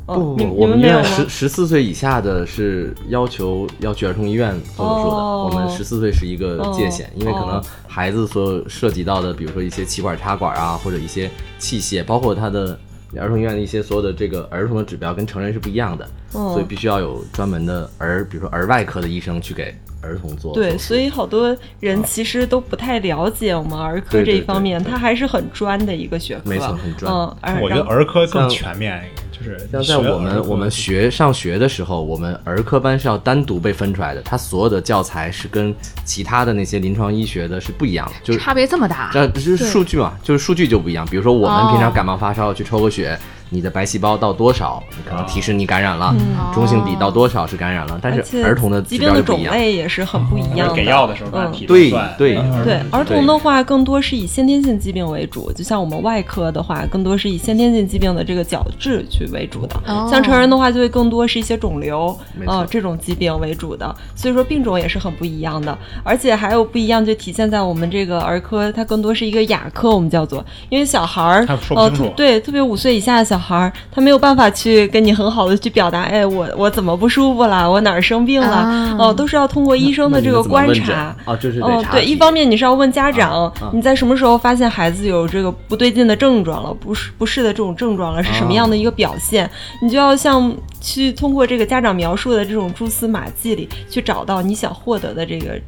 F: 嗯、
E: 不
F: 你
E: 不，
F: 你
E: 我
F: 们
E: 们医
F: 没有
E: 院
F: 吗？
E: 十十四岁以下的是要求要去儿童医院做手术的，
F: 哦
E: 我们十四岁是一个界限，
F: 哦
E: 因为可能
F: 哦
E: 孩子所涉及到的，比如说一些气管插管啊，或者一些器械，包括他的儿童医院的一些所有的这个儿童的指标跟成人是不一样的，
F: 哦
E: 所以必须要有专门的儿，比如说儿外科的医生去给儿童做手术。
F: 对，所以好多人其实都不太了解我们儿科
E: 啊对
F: 这
E: 对
F: 一方面，
E: 对对
F: 它还是很专的一个学科。
E: 没错很专
F: 嗯，而
C: 我觉得
F: 然后
C: 儿科更
E: 像
C: 全面，就是
E: 像
C: 学
E: 在
C: 儿科
E: 我
C: 嗯
E: 们我们学上学的时候，我们儿科班是要单独被分出来的，它所有的教材是跟其他的那些临床医学的是不一样的，就是
A: 差别这么大，
E: 这这就是数据嘛，就是数据就不一样。比如说我
A: 哦
E: 们平常感冒发烧去抽个血，你的白细胞到多少，你可能提示你感染了；中性比到多少是感染了，
F: 嗯
E: 但
F: 哦而
E: 是
F: 且
E: 儿童的
F: 疾
E: 指
F: 病
E: 标
F: 的
E: 就不
F: 种
E: 一样。
F: 类也是很不一样的。
C: 给药的时候按
F: 嗯
C: 体重
E: 对
C: 算
E: 对
C: 嗯
F: 对儿童
E: 对
F: 的话，更多是以先天性疾病为主，就像我们外科的话，更多是以先天性疾病的这个角质去为主的。
A: 哦
F: 像成人的话，就会更多是一些肿瘤
E: 没
F: 啊、
E: 错
F: 呃这种疾病为主的，所以说病种也是很不一样的，而且还有不一样就体现在我们这个儿科，它更多是一个亚科，我们叫做，因为小孩儿
C: 他说不
F: 呃
C: 清楚
F: 对，特别五岁以下的小孩儿，他没有办法去跟你很好的去表达，哎，我我怎么不舒服啦，我哪儿生病了，
A: 啊
F: 哦、都是要通过医生的这个观察。
E: 啊，就是得
F: 哦，
E: 查
F: 对，
E: 体
F: 一方面你是要问家长，
E: 啊啊
F: 你在什么时候发现孩子有这个不对劲的症状了，不适不适的这种症状了，是什
E: 啊
F: 么样的一个表现？你就要像去通过这个家长描述的这种蛛丝马迹里去找到你想获得的这个。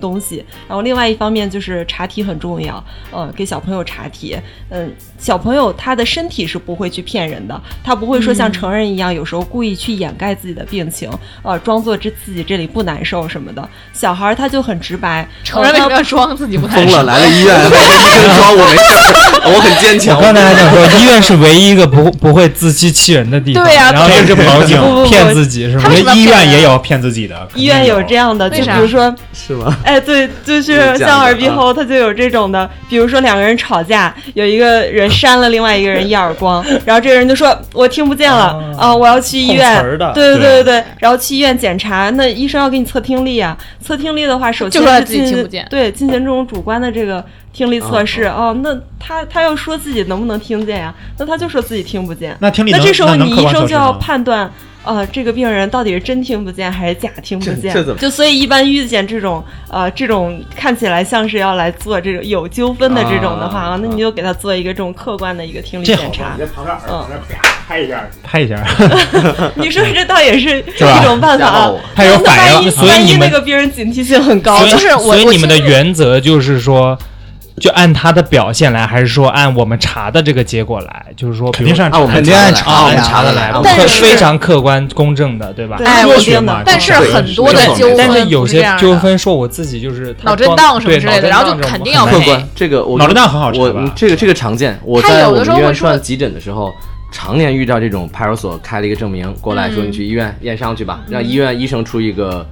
F: 东西，然后另外一方面就是查题很重要，嗯，给小朋友查题，嗯，小朋友他的身体是不会去骗人的，他不会说
A: 嗯
F: 像成人一样，有时候故意去掩盖自己的病情，呃，装作这自己这里不难受什么的。小孩儿他就很直白，
A: 成人为
F: 呃
A: 什
F: 他
A: 么要装自己不太
E: 疯
A: 舒
E: 了，
A: 服？
E: 来了医院，
F: [LAUGHS]
E: 说我没事，我很坚强。
D: 我刚才还想说，医院是唯一一个不不会自欺欺人的地方，
A: 对呀
D: 然后就是跑警
F: 不不不
D: 骗自己是
A: 他
D: 吗
A: 为什
C: 我？
A: 么要
C: 觉得医
A: 骗
C: 院
A: 人
C: 也有骗自己的，
F: 啊医院有这
C: 样。
F: 样的，
A: 为
F: 就比
A: 啥
F: 如说，
E: 是吗？
F: [LAUGHS] 哎，对，就是
E: 有这样
F: 像
D: 啊
E: 的
F: 耳鼻喉，它就有这种的，比如说两个人吵架，有一个人扇了另外一个人一
D: [LAUGHS]
F: 耳光，然后这个人就说我听不见了
D: 啊
F: 啊，我要去医院
D: 碰瓷儿的，
F: 对
C: 对
F: 对对对对，然后去医院检查，那医生要给你测听力啊，测听力的话，首先
A: 就说他
F: 是
A: 自己
F: 进
A: 听不见
F: 对，进行这种主观的这个。听力测试
D: 啊
F: 哦，那他他要说自己能不能听见呀？那他就说自己听不见。
C: 那听力
F: 那
C: 能
F: 这时候
C: 能
F: 你
C: 客
F: 医
C: 观
F: 生
C: 测
F: 就
C: 试
F: 要
C: 吗
F: 判断，呃，这个病人到底是真听不见还是假听不
E: 这
F: 见？
E: 这怎么
F: 就所以一般遇见这种呃这种看起来像是要来做这种有纠纷的这种的话
E: 啊
F: 啊，那你就给他做一个这种客观的一个听力
C: 这好
F: 检查。嗯
C: 旁边耳
F: 旁
C: 边啪拍一下，拍一下，
F: 你说这倒也是
C: [LAUGHS] 是吧
F: 一种办法
E: 吓到
F: 啊
E: 我。
C: 他有
F: 那
C: 反
F: 万
C: 应
F: 一
C: 了
D: 所以
F: 万一
D: 你
F: 那
D: 们
F: 个病人警惕性很高
D: 所以，
F: 呢，
A: 就是我
D: 所以
A: 我
D: 你们的
A: 其实
D: 原则就是说，就按他的表现来，还是说按我们查的这个结果来？就是说，
C: 肯定是按
E: 啊，我们
D: 肯定按
E: 查的来
D: 查
E: 的
D: 来，
B: 啊
E: 我们
A: 但
D: 客
A: 是
D: 非常客观公正的，对吧？
F: 对啊
A: 哎
F: 科
A: 我
F: 学
C: 嘛
F: 嘛，
A: 但是
E: 对
A: 很多
E: 没
A: 的
E: 错
A: 纠纷，
D: 但是有
A: 不是这
D: 些
A: 样
D: 纠
A: 的
D: 纷说我自己就是
A: 脑震荡什么之类的
D: 的，
A: 然后就
D: 脑震荡
A: 肯定
D: 这种
A: 要
D: 很
E: 客
A: 赔
D: 难
E: 观，这个我
C: 脑震荡很好吃
E: 我
C: 吧
E: 嗯这个这个常见，我
A: 他
E: 在
A: 有
E: 我
A: 的
E: 们
A: 时候
E: 医
A: 会
E: 院
A: 说
E: 上急诊的时候，常年遇到这种派出所开了一个证明过来
A: 嗯
E: 说你去医院验伤去吧，让医院医生出一个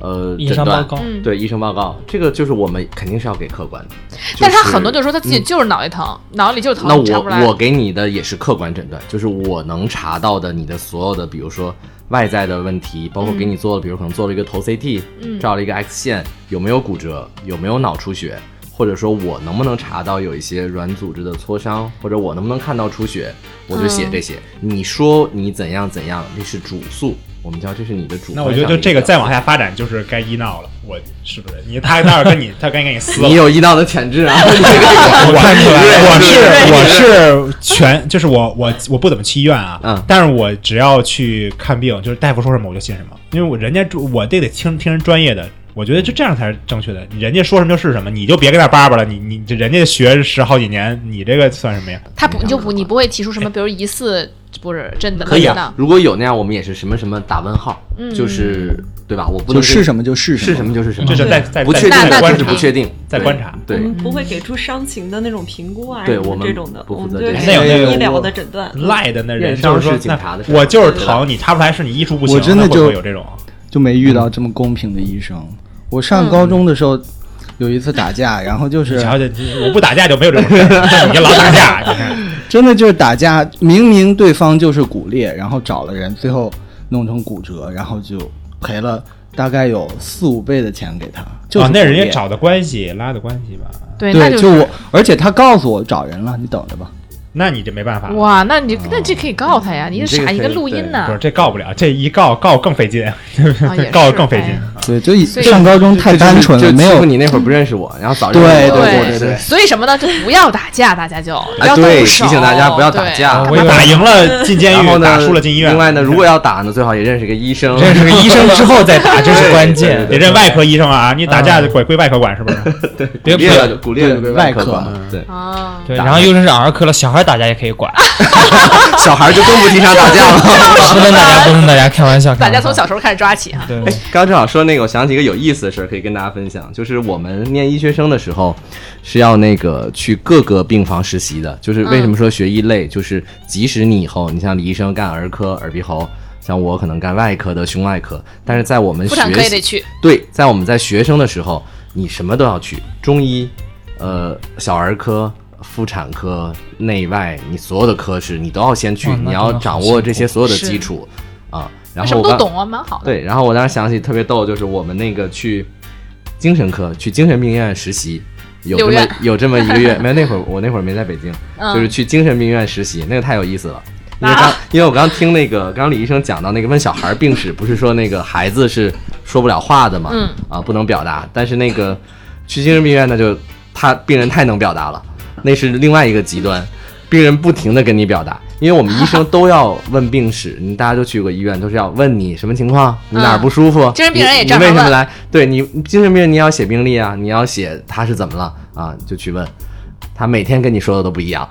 E: 呃
D: 验
E: 诊
D: 伤报
E: 断
D: 告，
A: 嗯
E: 对医生报告，这个就是我们肯定是要给客观的。
A: 但是他
E: 是嗯
A: 很多就是说他自己就是脑袋疼，脑子里就是疼，
E: 那
A: 查不出来
E: 我我给你的也是客观诊断，就是我能查到的你的所有的，比如说外在的问题，包括给你做了，比如可能做了一个头 CT，、
A: 嗯
E: 照了一个 X 线，有没有骨折，有没有脑出血，或者说我能不能查到有一些软组织的挫伤，或者我能不能看到出血，我就写这些。
A: 嗯
E: 你说你怎样怎样，这是主诉，我们叫这是你的主。
C: 那我觉得就这个再往下，发展就是该医闹了，我是不是？你他待会儿跟你他该跟你撕了
E: 你。有医闹的潜质啊！ [LAUGHS] 你这个
C: [LAUGHS] 我看出来了，我
E: 对
C: 是我是全，就是我我我不怎么去医院啊，
E: 嗯
C: 但是我只要去看病，就是大夫说什么我就信什么，因为我人家我这得听听人专业的，我觉得就这样才是正确的，人家说什么就是什么，你就别跟那叭叭了，你你这人家学十好几年，你这个算什么呀？
A: 他不你就不你不会提出什么，比如疑似不是真的
E: 嗯可以
A: 真的
E: 啊，如果有那样，我们也是什么什么打问号，
A: 嗯
E: 就是对吧？我
B: 就
E: 不能
B: 是什么就是是什么，
E: 什么就是什么，嗯
C: 这是在
F: 对
C: 在
E: 不确定
A: 那
E: 的
A: 那
E: 观
A: 就
E: 不确定，
C: 在
E: 对
C: 观察嗯
E: 对
F: 我。们不会给出伤情的那种评估啊，
E: 对
F: 什么
E: 我们
F: 这种的，
E: 不
F: 我
E: 负
F: 们
E: 责
F: 对
E: 这
C: 些那有那个
F: 医疗的诊断。
C: 赖的那人
E: 验
C: 就
E: 伤
C: 是说
E: 是，警
C: 那
E: 察的事儿
C: 我就是
E: 对的
C: 疼，你查不出来是你医术不行，
B: 我真的
C: 那会不会
B: 就
C: 有这种，
B: 就没遇
E: 嗯
B: 到这么公平的医生。我上
F: 嗯
B: 高中的时候有一次打架，然后就是
C: 你瞧瞧，我不打架就没有这种事
B: [LAUGHS]
C: 儿，你就老打架，你看
B: 真的就是打架，明明对方就是骨裂，然后找了人，最后呃弄成骨折，然后就赔了大概有四五倍的钱给他。就是、
C: 啊，那人家。找的关系拉的关系吧，
A: 对，那
B: 对，
A: 是
B: 我，而且他告诉我找人了，你等着吧。
C: 那你这没办法了。
A: 哇，那你那这可以告他呀，你这
E: 这个
A: 傻，
E: 可以
A: 你跟录音
C: 不是
A: 呢？
C: 这告不了，这一告告更费劲，
A: 啊也是
C: [LAUGHS] 告更费劲
A: 哎。
B: 对，就以
A: 所以
B: 上高中太单纯
E: 就
B: 了，没
E: 欺负
B: 有
E: 你那会儿不认识我，然后早
B: 对
E: 认识我
A: 对
E: 对对。
A: 所以什么呢？就不要打架，大家就不
E: 哎，
A: 要
E: 对，
A: 动
E: 提
A: 手
E: 醒大家不要打
A: 对
E: 架。
C: 啊我打赢了进监
E: 啊然后
C: 狱，
E: 呢，
C: 打输了进医院
E: 另，外
C: [LAUGHS]
E: 呢，如果要打呢，最好也认识个医生。
D: 认识个医生之后再打，这是关
E: 对对
D: 键。
E: 对
C: 得认外科医生啊！你打架就归归外科管是不
E: [LAUGHS]
C: 是？
E: 骨裂了，骨裂了
B: 对
E: 归
B: 外
E: 科
B: 科
E: 管
B: 嘛。
E: 对，
A: 啊，
D: 对，然后又是儿科了，小孩打架也可以
A: [LAUGHS]
D: 管。
E: 小孩就更不提倡打架了。
D: 不能打架，不能打架，开玩
A: [LAUGHS]
D: 笑。
A: 大
D: 开
A: 家
D: 玩
A: 从
D: 笑
A: 小时候开始抓起啊。
D: 对
E: 哎，刚正好说那个，我想起一个有意思的事儿，可以跟大家分享，就是我们念医学生的时候是要那个去各个病房实习的。就是为什么说学医累，就是即使你以后，你像李医生干儿科、耳鼻喉，像我可能干外科的胸外科，但是在我们
A: 妇
E: [LAUGHS] 学
A: 产科也
E: 习
A: 得去，
E: 对，在我们在学生的时候，你什么都要去，中医，呃，小儿科、妇产科、内外，你所有的科室你都要先去
D: 哇，那
E: 你
D: 真的
E: 要
D: 好
E: 掌
D: 辛
E: 握
D: 苦
E: 这些所有的
A: 是
E: 基础啊。然
A: 什
E: 后
A: 么
E: 我
A: 都
E: 刚
A: 懂啊，蛮好的。
E: 对，然后我当时想起特别逗，就是我们那个去精神科、去精神病院实习，有
A: 六
E: 这么
A: 院
E: 有这么一
A: [LAUGHS]
E: 个月，没有那会儿我那会儿没在北京，
A: 嗯
E: 就是去精神病院实习，那个太有意思了。因为刚，因为我刚听那个，刚刚李医生讲到那个问小孩病史，不是说那个孩子是说不了话的嘛，
A: 嗯
E: 啊，不能表达。但是那个去精神病院那就他病人太能表达了，那是另外一个极端，病人不停的跟你表达，因为我们医生都要问病史，你大家都去过医院，都是要问你什么情况，你哪儿不舒服，
A: 嗯精神病人也
E: 你
A: 正常
E: 你为什么
A: 问
E: 来？对你精神病人你要写病历啊，你要写他是怎么了啊，就去问。他每天跟你说的都
A: [LAUGHS]
E: 不一样，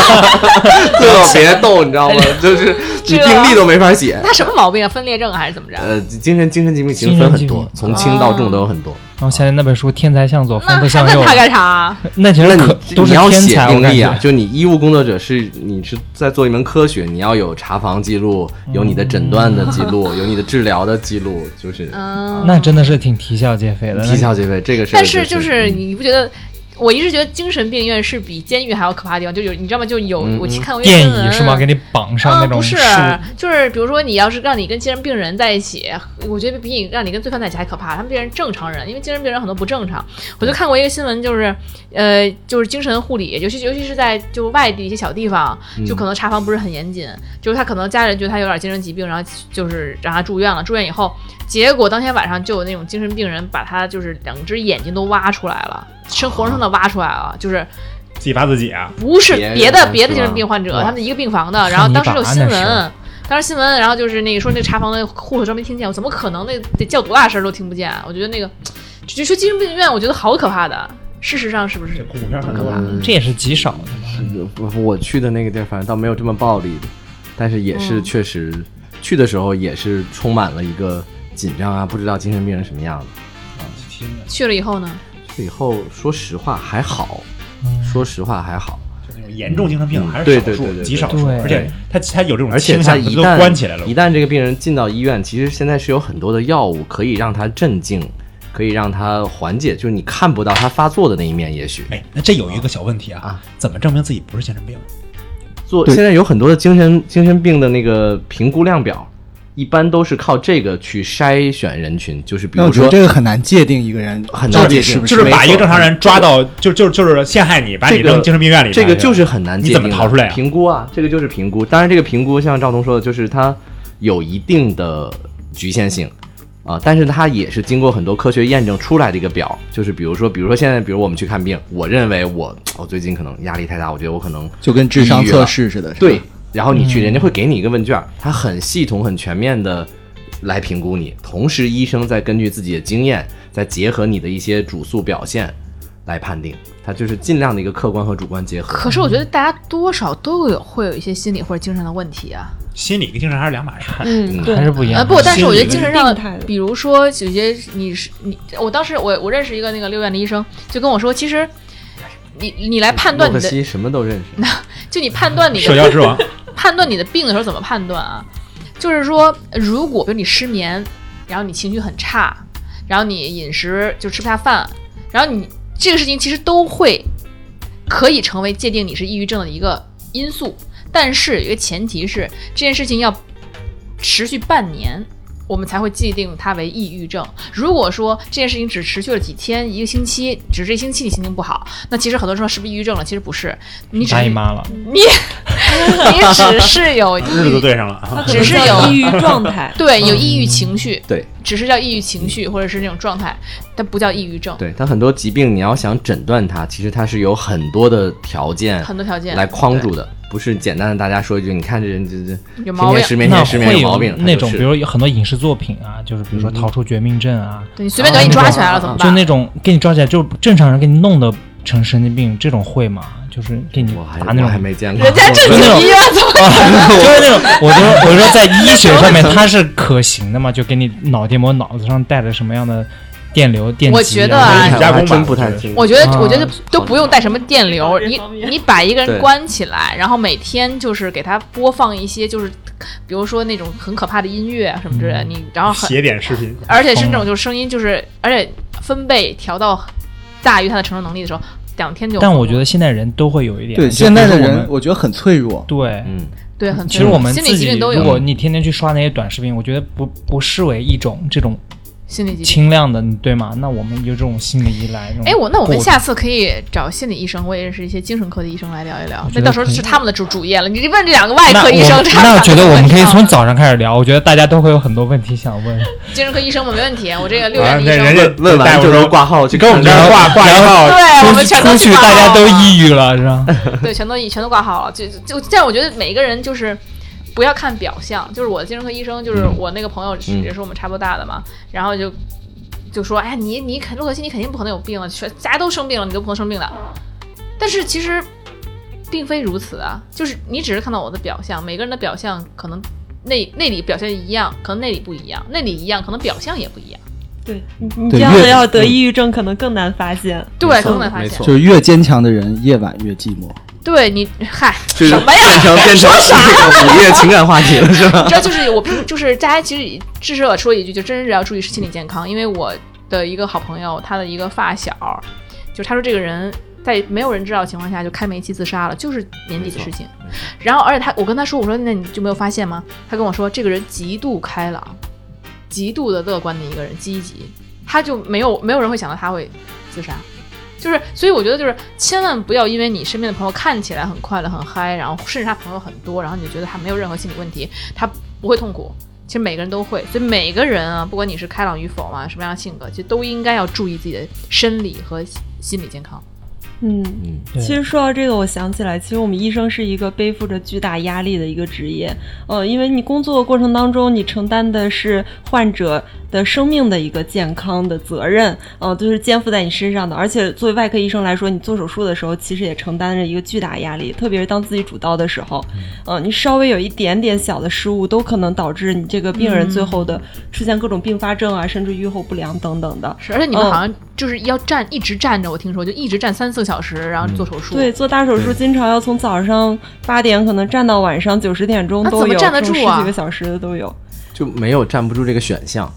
E: 特别逗，你知道
A: [LAUGHS]
E: 吗？就是你病历都没法写。
A: 他什么毛病啊？分裂症啊还是怎么着？
E: 呃，精神精神疾病其实
D: 精
E: 分
D: 神
E: 很
D: 疾
E: 多
D: 病，
E: 从轻到重都有很多。
D: 然后想起那本书《天才向左，
A: 那
D: 方
A: 还
D: 克向
A: 问
D: 右
A: 他》，干啥？啊
D: 那其
E: 那
D: 实可
E: 你
D: 都
E: 你
D: 是
E: 要
D: 天
E: 写
D: 才，我
E: 病
D: 感
E: 历啊，
D: 觉。
E: 就你医务工作者是你是在做一门科学，你要有查房记录，有你的诊断的记录，有你的治疗的记录，就是啊
A: 嗯，
D: 那真的是挺啼笑皆非的。
E: 啼笑皆非。这个事儿
A: 但是就
E: 就是
A: 你不觉得？我一直觉得精神病院是比监狱还要可怕的地方，就有你知道吗？就有
E: 嗯
A: 我去看过一个
D: 电
A: 新闻
D: 椅是吗？给你绑上那
A: 啊、不
D: 种
A: 是
D: 树，，
A: 就是比如说你要是让你跟精神病人在一起，我觉得比你让你跟罪犯在一起还可怕。他们变成正常人，因为精神病人很多不正常。我就看过一个新闻，就是呃，就是精神护理，尤其尤其是在就外地一些小地方，就可能查房不是很严谨，就是他可能家人觉得他有点精神疾病，然后就是让他住院了。住院以后，结果当天晚上就有那种精神病人把他就是两只眼睛都挖出来了，生活生生的挖出来了，就是。
C: 自己罚自己啊！
A: 不是
E: 别人
A: 别的别的
E: 是吧
A: 精神病患者，
D: 哇
A: 他们一个病房的，
D: 汉
A: 然后
D: 尼
A: 当时
D: 拔
A: 有新
D: 那
A: 闻
D: 是，
A: 当时新闻，然后就是那个说那个查房的护士都没听见，我怎么可能那得叫多大声都听不见？我觉得那个，就说精神病院，我觉得好可怕的。事实上是不
C: 这
A: 是
C: 恐怖片很
A: 可
C: 多啊
A: 怕？
E: 嗯
D: 这也是极少的嘛。
E: 我嗯我去的那个地儿，反正倒没有这么暴力的，但是也是
A: 嗯
E: 确实、去的时候也是充满了一个紧张啊，不知道精神病人什么样子。
A: 去了以后呢？
E: 以后说实话还好，说实话还好，
C: 就那种严重精神病
E: 嗯
C: 还是
E: 对
C: 少
E: 对对
C: 数，
E: 对
C: 极
E: 对
C: 少数，
D: 对
C: 而且他他有这种
E: 而且
C: 倾
E: 他
C: 向，他
E: 一
C: 都
E: 旦
C: 关起来了
E: 一。旦这个病人进到医院，其实现在是有很多的药物可以让他镇静，可以让他缓解，就是你看不到他发作的那一面，也许。
C: 哎，那这有一个小问题啊
E: 啊，
C: 怎么证明自己不是精神病？
E: 做
B: 对
E: 现在有很多的精神精神病的那个评估量表，一般都是靠这个去筛选人群，就是比
B: 那我
E: 如
B: 觉得
E: 说
B: 这个很难界定一个人
E: 很
B: 到
E: 难
B: 底
E: 界定
B: 是不
C: 就是是
B: 没
C: 把一个
B: 错
C: 正常人抓到，就就就是陷害你，把你
E: 嗯这个
C: 扔精神病院里，
E: 这个就是很难
C: 你
E: 界
C: 怎
E: 定
C: 么
E: 的，
C: 逃出来啊？
E: 评估啊，这个就是评估。当然，这个评估像赵彤说的，就是它有一定的局限性啊，但是它也是经过很多科学验证出来的一个表。就是比如说，比如说现在，比如我们去看病，我认为我我最近可能压力太大，我觉得我可能
B: 就跟智商
E: 抑郁了
B: 测试似的，是吧
A: 嗯
E: 对，然后你去，人家会给你一个问卷儿，他很系统、很全面的来评估你。同时，医生再根据自己的经验，再结合你的一些主诉表现来判定，他就是尽量的一个客观和主观结合。
A: 可是我觉得大家多少都有会有一些心理或者精神的问题啊。
C: 心理跟精神还是两码事。
A: [LAUGHS]
F: 嗯，
D: 还
F: 对
D: 是。不一样。
A: 呃，不，但是我觉得精神上的
F: 病态的，
A: 比如说有些你是你，我当时我我认识一个那个六院的医生，就跟我说，其实你你来判断
E: 洛
A: 你的，
E: 克西什么都认识，
A: 就你判断你
C: 社
A: 的
C: 交之王，
A: 判断你的病的时候怎么判断啊？就是说，如果比如你失眠，然后你情绪很差，然后你饮食就吃不下饭，然后你这个事情其实都会可以成为界定你是抑郁症的一个因素，但是有一个前提是这件事情要持续半年。我们才会界定它为抑郁症。如果说这件事情只持续了几天、一个星期，只是这星期你心情不好，那其实很多人说是不是抑郁症了？其实不是，你只
D: 大姨
A: 是
D: 妈了，
A: 你你只是有抑
C: 日子都
A: 郁，
C: 对上了。
F: 它
A: 只是
F: 叫
A: 有，
F: 抑郁状态
A: 对，有抑郁情绪，
E: 对，
A: 只是叫抑郁情绪或者是那种状态，但不叫抑郁症，
E: 对他很多疾病，你要想诊断它，其实它是有很多的条件
A: 很多条件
E: 来框住的，不是简单的大家说一句，你看这人这这
A: 对有
E: 天
A: 毛
E: 天
A: 病。
E: 失眠，天
D: 那
E: 天失眠
D: 会
E: 有毛
D: 有
E: 病，它
D: 那
E: 就
D: 种，
E: 是嗯
D: 比如有很多影视作品啊，就是比如说《逃出绝命镇》啊，
A: 对你随便给你抓起来了怎么
D: 就
A: 办？
D: 那种给你抓起来，就正常人给你弄的成神经病，这种会吗？就是给你
E: 我还
D: 打那
E: 我还
D: 种，
E: 没见过，
A: 人家正
E: 我
A: 经
E: 没有
A: 医院怎么？
D: 就是那种，我说我说在医学上面它是可行的嘛，就给你脑电波，脑子上带着什么样的电流电极啊，
A: 我觉得啊
C: 加
E: 我还
C: 工吧
E: 真不太
C: 就是
E: 清楚。
A: 我觉得，
D: 啊
A: 我觉得都不用带什么电流，
F: 这
A: 你
F: 方面
A: 你把一个人
E: 对
A: 关起来，然后每天就是给他播放一些，就是比如说那种很可怕的音乐啊什么之类的，你然后很
C: 写点视频，
A: 而且是那种就是声音就是，而且分贝调到大于他的承受能力的时候，两天就有
D: 但
A: 疯
D: 我
A: 了
D: 觉得现在人都会有一点，
B: [LAUGHS] 对，
D: 就
B: 现在的
D: 比如说我
B: 人
D: 们
B: 我觉得很脆弱，
D: 对。
E: 嗯，
A: 对很
D: 其实我们
A: 心
D: 自
A: 理疾
D: 己，
A: 病都
D: 如
A: 有
D: 果你天天去刷那些短视频，我觉得不不视为一种这种
A: 心理疾病。
D: 轻量的，对吗？那我们有这种心理依赖。这种
A: 哎，我那我
D: 过
A: 们
D: 度
A: 下次可以找心理医生，我也认识一些精神科的医生来聊一聊
D: 我。觉
A: 那
D: 得
A: 到时候
D: 可以
A: 是他们的主主业了。你问这两个外
D: 那
A: 科医生
D: 我，
A: 他
D: 那
A: 们
D: 我
A: 俩
D: 觉得
A: 都
D: 我们可以
A: 问啊
D: 从
A: 上
D: 早上开始聊，我觉得大家都会有很多问题想问。
A: 精神科医生嘛，没问题。我这个六
C: 啊
A: 院的
C: 那
A: 医
C: 人
A: 生，
C: 家
E: 问
C: 大
E: 完
C: 夫
E: 就能
C: 说
E: 挂号去
C: 跟我们这儿挂挂一号，
A: 对我们
D: 出
A: 全都
D: 出去
A: 挂
D: 大家
A: 号
D: 都
A: 了
D: 抑郁了，是吧？
E: [LAUGHS]
A: 对，全都已全都挂号了。就就这样，我觉得每一个人就是不要看表象。就是我的精神科医生，就是我那个朋友是
E: 嗯
A: 也是我们差不多大的嘛，然后就就说：“哎，你你肯陆可欣，你肯定不可能有病了，全大家都生病了，你都不能生病的。”但是其实并非如此啊，就是你只是看到我的表象，每个人的表象可能内内里表现一样，可能内里不一样，内里一样，可能表象也不一样。
F: 对你你这
B: 对
F: 样的
B: 越嗯
F: 要得抑郁症可能更难发现。
A: 对，可能能发
E: 没
A: 现
E: 错，
B: 就是越坚强的人夜晚越寂寞。
A: 对你，嗨，
E: 就是
A: 什么呀？
E: 变成变成午夜情感话题了，是
B: [LAUGHS]
E: 吧？
A: 这就是我平就是大家其实也至少我说一句，就真是要注意心理健康，因为我的一个好朋友，他的一个发小，就他说这个人在没有人知道的情况下就开煤气自杀了，就是年底的事情。然后而且他我跟他说，我说那你就没有发现吗？他跟我说这个人极度开朗，极度的乐观的一个人，积极，他就没有没有人会想到他会自杀。就是，所以我觉得就是千万不要因为你身边的朋友看起来很快乐、很嗨，然后甚至他朋友很多，然后你就觉得他没有任何心理问题，他不会痛苦。其实每个人都会，所以每个人啊，不管你是开朗与否啊，什么样的性格，其实都应该要注意自己的生理和心理健康。
F: 嗯，
E: 嗯，
D: 对
F: 其实说到这个，我想起来，其实我们医生是一个背负着巨大压力的一个职业。呃，因为你工作的过程当中，你承担的是患者的生命的一个健康的责任，呃，就是肩负在你身上的。而且作为外科医生来说，你做手术的时候，其实也承担着一个巨大压力，特别是当自己主刀的时候，
B: 嗯
F: 呃，你稍微有一点点小的失误，都可能导致你这个病人最后的出现各种并发症啊，甚至预后不良等等的。
A: 是，而且你们
F: 嗯
A: 好像就是要站，一直站着，我听说就一直站三四个小时，然后做手术。
F: 对，，做大手术经常要从早上八点可能站到晚上九十点钟
A: 那
F: 都有，
A: 怎么站得住啊
F: 十几个小时的都有，
E: 就没有站不住这个选项，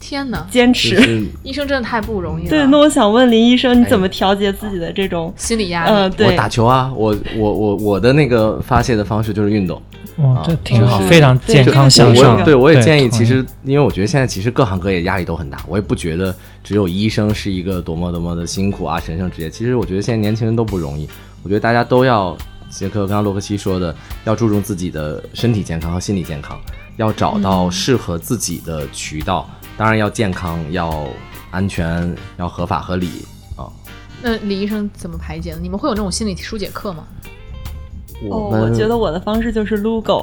A: 天哪，
F: 坚
E: 就
F: 持。
E: 是
A: 医生真的太不容易了。
F: 对，那我想问林医生，
A: 哎
F: 你怎么调节自己的这种？
A: 心理压力，
F: 呃，
E: 我
F: 对，
E: 打球啊，我我我我的那个发泄的方式就是运动，
D: 哇，这挺好，
E: 就是
D: 非常健康向
E: 我
D: 上。
E: 也对，我也建议，
D: 同
E: 其实因为我觉得现在其实各行各业压力都很大，我也不觉得只有医生是一个多么多么的辛苦啊，神圣职业。其实我觉得现在年轻人都不容易，我觉得大家都要，杰克刚刚洛克西说的，要注重自己的身体健康和心理健康，要找到
D: 嗯
E: 适合自己的渠道，当然要健康，要安全，要合法合理啊。
A: 那李医生怎么排解呢？你们会有那种心理疏解课
F: [LAUGHS]
A: 吗？
F: 哦，
E: 们
F: 我觉得我的方式就是 logo，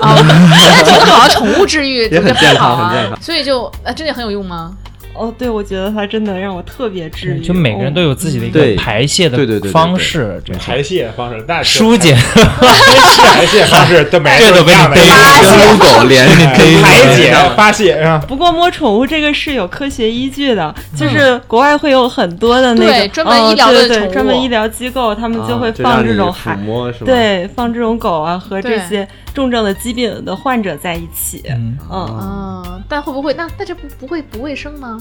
A: 啊，那挺好，宠物治愈
E: [LAUGHS] 也很
A: 就
E: 健
A: 好
E: 康
A: 啊
E: 很健康
A: 所以就啊，真的很有用吗？
F: 哦，对，我觉得它真的让我特别治
D: 对
F: 愈。
D: 嗯就每个人都
F: 哦
D: 有自己的一
E: 对
D: 个排泄的
E: 对对对对对
D: 方式，这
C: 排泄方式，那是
D: 疏解，
C: 排泄方式，对， [LAUGHS] 每个人
D: 这都
C: 一
D: 被你
C: 样的
D: 逮
E: 跟 logo
F: [LAUGHS]
E: 连啊
C: 哎排解发泄是吧？
F: 不过摸宠物这个是有科学依据的，
E: 嗯
F: 就是国外会有很多的那个
A: 对专门医疗的
F: 哦对对
A: 宠物
F: 专门医疗机构，他们
E: 啊
F: 就会放这种孩
E: 抚摸是吗？，
F: 对，放这种狗啊和
A: 对
F: 这些重症的疾病的患者在一起。
D: 嗯，
F: 嗯，
E: 啊
A: 嗯，但会不会那那这不不会不卫生吗？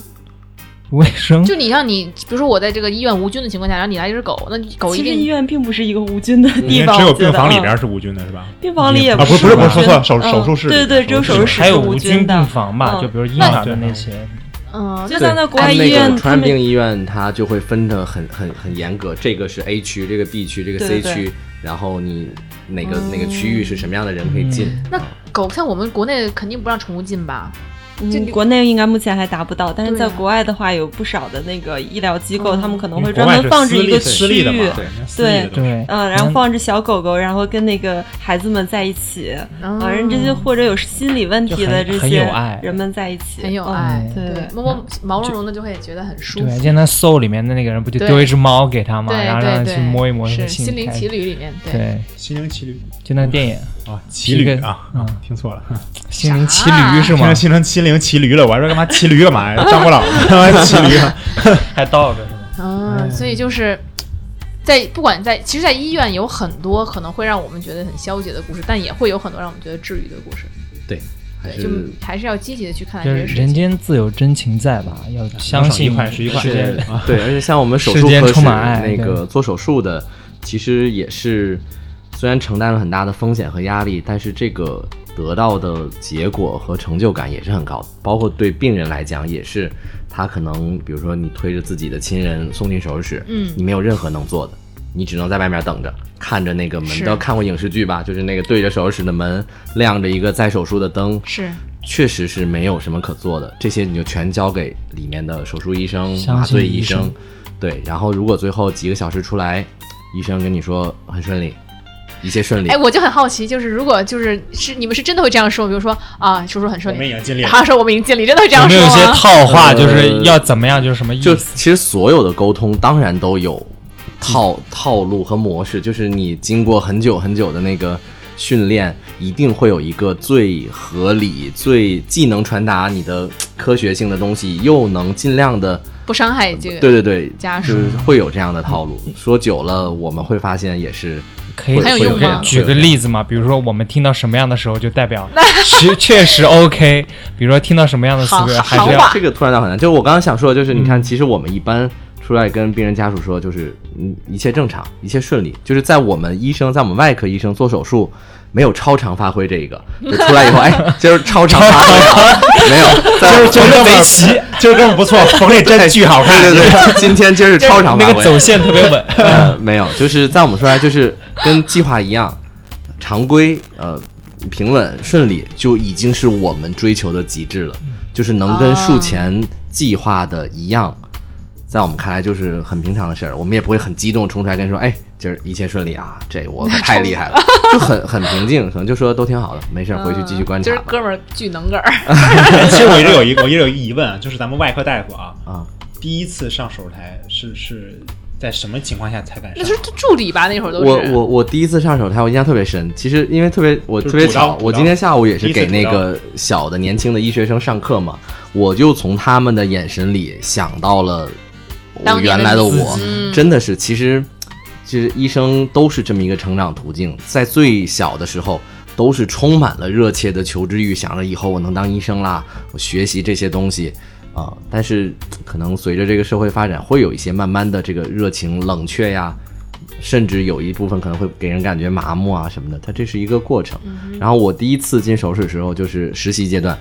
D: 卫生
A: 就你让你，比如说我在这个医院无菌的情况下，然后你来一只狗，那狗一
F: 其实医
A: 定
F: 院并不是一个无菌的地方，
C: 只有
F: 我觉
C: 病
F: 得
C: 房里
F: 嗯
C: 边是无菌的是吧？
F: 病房里也
C: 啊不是
F: 是
C: 不是
F: 无菌
C: 说错了手手
F: 嗯
C: 术室
F: 对
C: 里
F: 对，
C: 手
F: 只
C: 术
F: 有手术
C: 室
F: 室
D: 还
F: 是
D: 有
F: 无
D: 无
F: 菌
D: 菌
F: 的
D: 病。房吧，
F: 嗯
D: 就比如婴儿的那些，
A: 嗯，
F: 就像在国外
E: 按
F: 医
E: 那
F: 院，
E: 个
F: 他
E: 传染病
F: 们
E: 医院它就会分得很很很严格，这个是 A 区，这个 B 区，这个 C
F: 对对嗯
E: 区，
F: 对
E: 然后你哪个、哪个区域是什么样的人可以进？
A: 那狗像我们国内肯定不让宠物进吧？就
F: 嗯
A: 你
F: 国内应该目前还达不到，但是
A: 对
F: 在
A: 啊
F: 国外的话，有不少的那个医疗机构，
A: 嗯
F: 他们可能
C: 因
F: 会
C: 为嗯
F: 专
C: 国外
F: 门
C: 是
F: 放置
C: 私
F: 一
C: 立
F: 个
C: 私
F: 区
C: 立的
F: 域
C: 嘛，，对，私立的都是
D: 对，
F: 嗯，然后放置小狗狗，然后跟那个孩子们在一起，
A: 嗯
F: 啊，人这些或者有心理问题的
D: 就
F: 这
D: 很很
F: 些
D: 有爱
F: 人们在一起，
A: 很有
F: 嗯
A: 爱，
F: 对
A: 对，摸摸毛茸茸的就会觉得很舒服。
D: 对，像那 Soul 里面的那个人不就
A: 对
D: 丢一只猫给他嘛，
A: 对
D: 然后
A: 对
D: 让他
A: 对
D: 去摸一摸，
A: 是《
D: 心
A: 心灵
D: 开
A: 奇旅》里面对。
D: 对，
C: 心灵奇旅
D: 就那电影
C: 啊，骑驴
D: 一个
C: 啊，
D: 嗯
C: 啊听错了，
D: 《心灵奇旅》是
C: 听
D: 吗
C: [LAUGHS] 成？心灵心灵骑驴了，我还说干嘛骑驴干嘛呀？张果老他妈骑驴，啊
D: 还倒着是吗？
A: 嗯，所以就是在不管在，其实，在医院有很多可能会让我们觉得很消极的故事，但也会有很多让我们觉得治愈的故事。
E: 还
A: 对，就是还是要积极的去看待
D: 就
A: 这
D: 是
A: 些事情
D: 人。间自有真情在吧，要相信
C: 一块是一块
D: 世
E: 对
D: 界
E: 对，而且像我们手
D: 世
E: 术
D: 啊间
E: 科室
D: 充满爱
E: 那个做手术的，其实也是虽然承担了很大的风险和压力，但是这个得到的结果和成就感也是很高的。包括对病人来讲，也是他可能比如说你推着自己的亲人送进手术室，
A: 嗯
E: 你没有任何能做的。你只能在外面等着，看着那个门。
A: 是
E: 都看过影视剧吧？就是那个对着手术室的门，亮着一个在手术的灯，
A: 是，
E: 确实是没有什么可做的，这些你就全交给里面的手术医生、
D: 相
E: 嗯麻
D: 信
E: 醉
D: 医
E: 医
D: 生
E: 生，对。然后如果最后几个小时出来，医生跟你说很顺利，一切顺利
A: 哎，，我就很好奇，就是如果就是是你们是真的会这样说，比如说啊，叔叔很顺
C: 我们
A: 利，
C: 已经尽力了
A: 然。
C: [LAUGHS]
A: 后说我们已经尽力，真的会这样
D: 有没
A: 说
D: 有一些
A: 吗？
D: 套话，
E: 呃
D: 就是要怎么样，就是什么意
E: 就
D: 思？
E: 其实所有的沟通当然都有
D: 嗯
E: 套套路和模式，就是你经过很久很久的那个训练，一定会有一个最合理、最既能传达你的科学性的东西，又能尽量的。
A: 不伤害这个，
E: 对对对，
A: 家属
E: 就是会有这样的套路。说久了，我们会发现也是
D: 可以
E: 会
A: 还有
E: 会
A: 用
E: 这
A: 吗
E: 样
A: 啊
E: 的
D: 举个例子嘛，比如说我们听到什么样的时候，就
A: [LAUGHS]
D: 代表确确实 OK。比如说听到什么样的词
A: 好
D: 汇，还
A: 好
D: 是
A: 话
D: 要
E: 这个突然倒很难。就是我刚刚想说的，就是你看，其实我们一般出来跟病人家属说，就是嗯，一切正常，一切顺利。就是在我们医生，在我们外科医生做手术。没有超常发挥这一 [LAUGHS] 个，就出来以后，哎，今儿超常发挥 [LAUGHS] 没有，就是
C: 今儿
D: 围
C: 棋， [LAUGHS] 今儿哥们不错，缝这针巨好看。
E: 对对对，今天今儿是
C: [LAUGHS]
E: 超常发
D: 那
E: 挥，
D: 个走线特别稳。
E: [LAUGHS] 呃，没有，就是在我们说来，就是跟计划一样，常规呃平稳顺利，就已经是我们追求的极致了，
C: 嗯
E: 就是能跟
A: 哦
E: 术前计划的一样，在我们看来就是很平常的事儿，我们也不会很激动冲出来跟你说，哎，今儿一切顺利啊，这我可太厉害了，就很很平静，可能就说都挺好的，没事
A: 嗯
E: 儿，回去继续观察
A: 今儿
E: 吧。
A: 哥们儿巨能梗儿， [LAUGHS]
C: 其实我一直有一个，我一直有一个疑问啊，就是咱们外科大夫啊，
E: 啊，
C: 第一次上手术台是是在什么情况下才敢
A: 那
C: 上
A: 是？助理吧？那会儿都是。
E: 我我我第一次上手台，我印象特别深。其实因为特别我
C: 就
E: 特
C: 是
E: 别
C: 主刀
E: 巧，
C: 主
E: 我
C: 刀
E: 今天下午也是
C: 第一次
E: 给
C: 主
E: 那
C: 刀
E: 个小的年轻的医学生上课嘛，我就从他们的眼神里想到了我
A: 当年的
E: 原来的
A: 你
E: 我，
A: 嗯
E: 真的是其实其实医生都是这么一个成长途径，在最小的时候。都是充满了热切的求知欲，想着以后我能当医生啦，我学习这些东西，啊，但是可能随着这个社会发展，会有一些慢慢的这个热情冷却呀，甚至有一部分可能会给人感觉麻木啊什么的，它这是一个过程。然后我第一次进手术的时候就是实习阶段，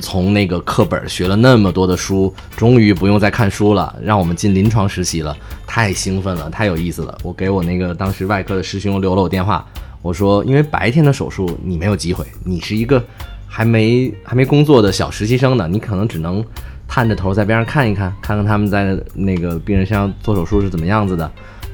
E: 从那个课本学了那么多的书，终于不用再看书了，让我们进临床实习了，太兴奋了，太有意思了。我给我那个当时外科的师兄留了我电话，我说因为白天的手术你没有机会，你是一个还没还没工作的小实习生呢，你可能只能探着头在边上看一看，看看他们在那个病人身上做手术是怎么样子的。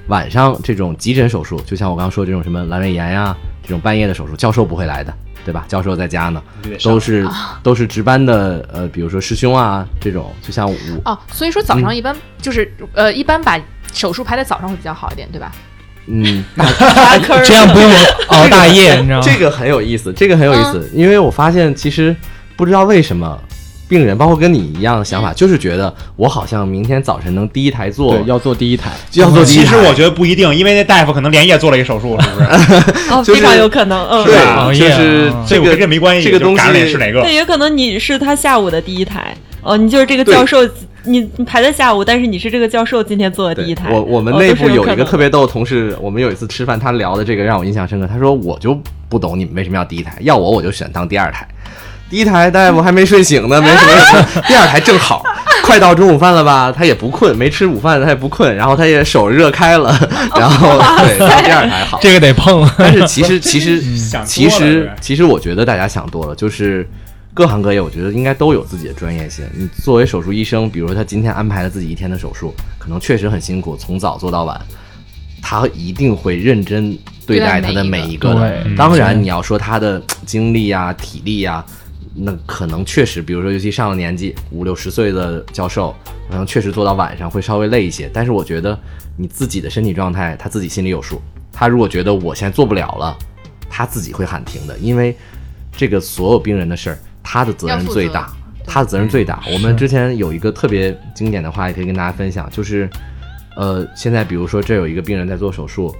E: 晚上这种急诊手术，就像我刚刚说这种什么阑尾炎呀、这种半夜的手术，教授不会来的，对吧？教授在家呢，都是都是值班的，呃，比如说师兄啊这种，就像我
A: 哦，所以说早
E: 嗯
A: 上一般就是、呃，一般把手术排在早上会比较好一点，对吧？
E: 嗯，
A: 拉坑儿
D: 这样不用
E: [LAUGHS]
D: 熬大夜，你知道吗？
E: 这个很有意思，这个很有意思，因为我发现其实不知道为什么，病人包括跟你一样的想法，就是觉得我好像明天早晨能第一台做，
B: 对，要做第一台，
E: 要做第一
C: 其
E: 台。
C: 实我觉得不一定，因为那大夫可能连夜做了一手术，是
E: [LAUGHS]
C: 不是？
F: [LAUGHS] 哦，
E: 就是
F: 非常有可能，嗯，
E: 对
C: 吧
D: 熬，
E: 就
D: 夜
E: 是
D: 啊
E: 啊这
C: 这我
E: 个
C: 跟这没关系，
E: 这个东西
C: 就感染是哪个？
F: 对，有可能你是他下午的第一台，哦，你就是这个
E: 对
F: 教授，你你排在下午，但是你是这个教授今天做的第一台。
E: 我我们
F: 哦
E: 内
F: 都是
E: 部有
F: 可
E: 一个
F: 能
E: 特别逗的同事，我们有一次吃饭，他聊的这个让我印象深刻。他说我就不懂你们为什么要第一台，要我我就选当第二台。第一台大夫还没睡醒呢，没什么事儿第二台正好，快到中午饭了吧？他也不困，没吃午饭他也不困，然后他也手热开了，
F: 哦
E: 然后对，当第二台好。
D: 这个得碰，
E: 但是其
C: [LAUGHS]
E: 实其实
C: 嗯想多
E: 其
C: 了是
E: 实
C: 吧
E: 其实我觉得大家想多了，就是各行各业，我觉得应该都有自己的专业性。你作为手术医生，比如他今天安排了自己一天的手术，可能确实很辛苦，从早做到晚，他一定会认真对待他的每一个的。
D: 对
E: 当然，
D: 嗯
E: 你要说他的精力呀、体力呀、那可能确实，比如说，尤其上了年纪，五六十岁的教授，可能确实做到晚上会稍微累一些。但是我觉得你自己的身体状态，他自己心里有数。他如果觉得我现在做不了了，他自己会喊停的，因为这个所有病人的事儿，他的责任最
A: 要
E: 大
A: 负，
E: 他的责任
C: 嗯
E: 最大。我们之前有一个特别经典的话，也可以跟大家分享，就是，呃，现在比如说这有一个病人在做手术，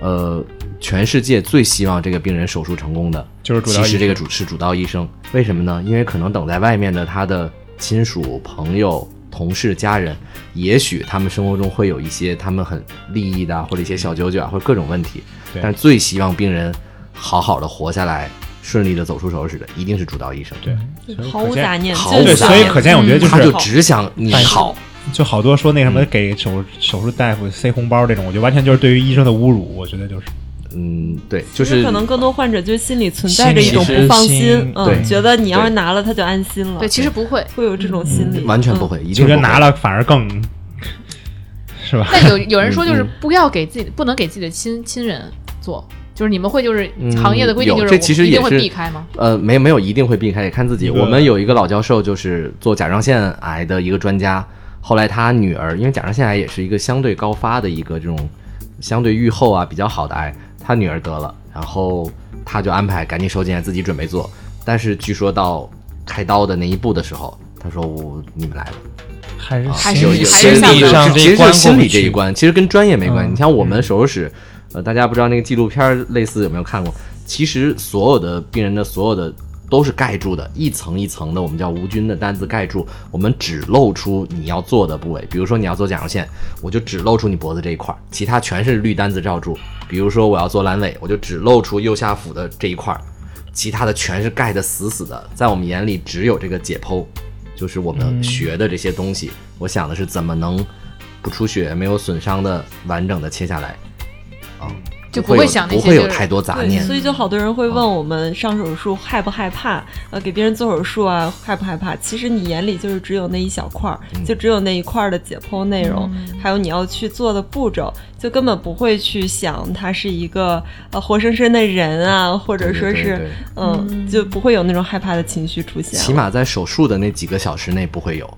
E: 呃，全世界最希望这个病人手术成功的，
C: 就是主刀
E: 其
C: 医
E: 实
C: 生
E: 这个主是主刀医生，为什么呢？因为可能等在外面的他的亲属、朋友、同事、家人，也许他们生活中会有一些他们很利益的啊，或者一些小九九啊，或者各种问题，
C: 对
E: 但是最希望病人好好的活下来，顺利的走出手术室的，一定是主刀医生。
C: 对
F: 毫无杂念，
E: 毫
F: 就是
E: 无
C: 对，
E: 杂
C: 所以
E: 念
C: 可见我
F: 嗯
A: 嗯
C: 觉得就
E: 他
C: 是
E: 就只想你好，
C: 就好多说那什
E: 嗯
C: 么给手手术大夫塞红包这种，我觉得完全就是对于医生的侮辱。我觉得就是
E: 嗯，对，
F: 就
E: 就
F: 是可能更多患者就是心里存在着一种
E: 心里
F: 不放心
D: 心，
E: 对
F: 嗯，觉得你要
E: 对
F: 是拿了他就安心了，
A: 对，其实不会。
F: 会有这种心理，
E: 完全不
F: 嗯。
E: 会，一定
C: 就
E: 不
C: 觉
E: 会
C: 得拿了反而更是吧？
E: [LAUGHS]
A: 但有有人说就是
E: 嗯
A: 不要给自己不能给自己的亲亲人做，就是你们会就是
E: 嗯
A: 行业的规定
E: 有
A: 就是
E: 这
A: 我
E: 其实
A: 一
E: 也
A: 定会
E: 是
A: 避开吗？
E: 呃，没没有一定会避开，也看自己。
C: 一个
E: 我们有一个老教授，就是做甲状腺癌的一个专家，后来他女儿，因为甲状腺癌也是一个相对高发的一个这种相对预后啊比较好的癌，他女儿得了，然后他就安排赶紧收进来，自己准备做。但是据说到开刀的那一步的时候，他说我你们来了。
D: [LAUGHS] 还是
A: 还
D: 心
E: 有
D: 理
E: 有
A: 还是
D: 心
A: 下
D: 理
A: 不了
D: 上这
E: 其
D: 一
E: 实就
D: 关
E: 是心
D: 过
E: 理
D: 不
E: 这一
D: 去
E: 关，其实跟专业没关
D: 嗯
E: 系。你像我们手术室，呃，大家不知道那个纪录片儿类似有没有看过？其实所有的病人的所有的都是盖住的，一层一层的，我们叫无菌的单子盖住，我们只露出你要做的部位。比如说你要做甲状腺，我就只露出你脖子这一块儿，其他全是绿单子罩住。比如说我要做阑尾，我就只露出右下腹的这一块儿，其他的全是盖得死死的，在我们眼里只有这个解剖，就是我们学的这些东西。我想的是怎么能不出血、没有损伤的完整的切下来，啊，
A: 就
E: 不
A: 不会
E: 有
A: 想那
E: 不
A: 些
E: 会
A: 就
E: 有
A: 是
E: 太多杂
F: 对，
E: 念。啊
F: 所以就好多人会问我们上手术害不害怕？呃，给别人做手术啊，害不害怕？其实你眼里就是只有那一小块儿，
E: 嗯
F: 就只有那一块儿的解剖内容，还有你要去做的步骤，就根本不会去想他是一个呃活生生的人啊，或者
E: 对
F: 说
E: 对
F: 是
E: 对
F: 嗯，就不会有那种害怕的情绪出现了。
E: 起码在手术的那几个小时内不会有。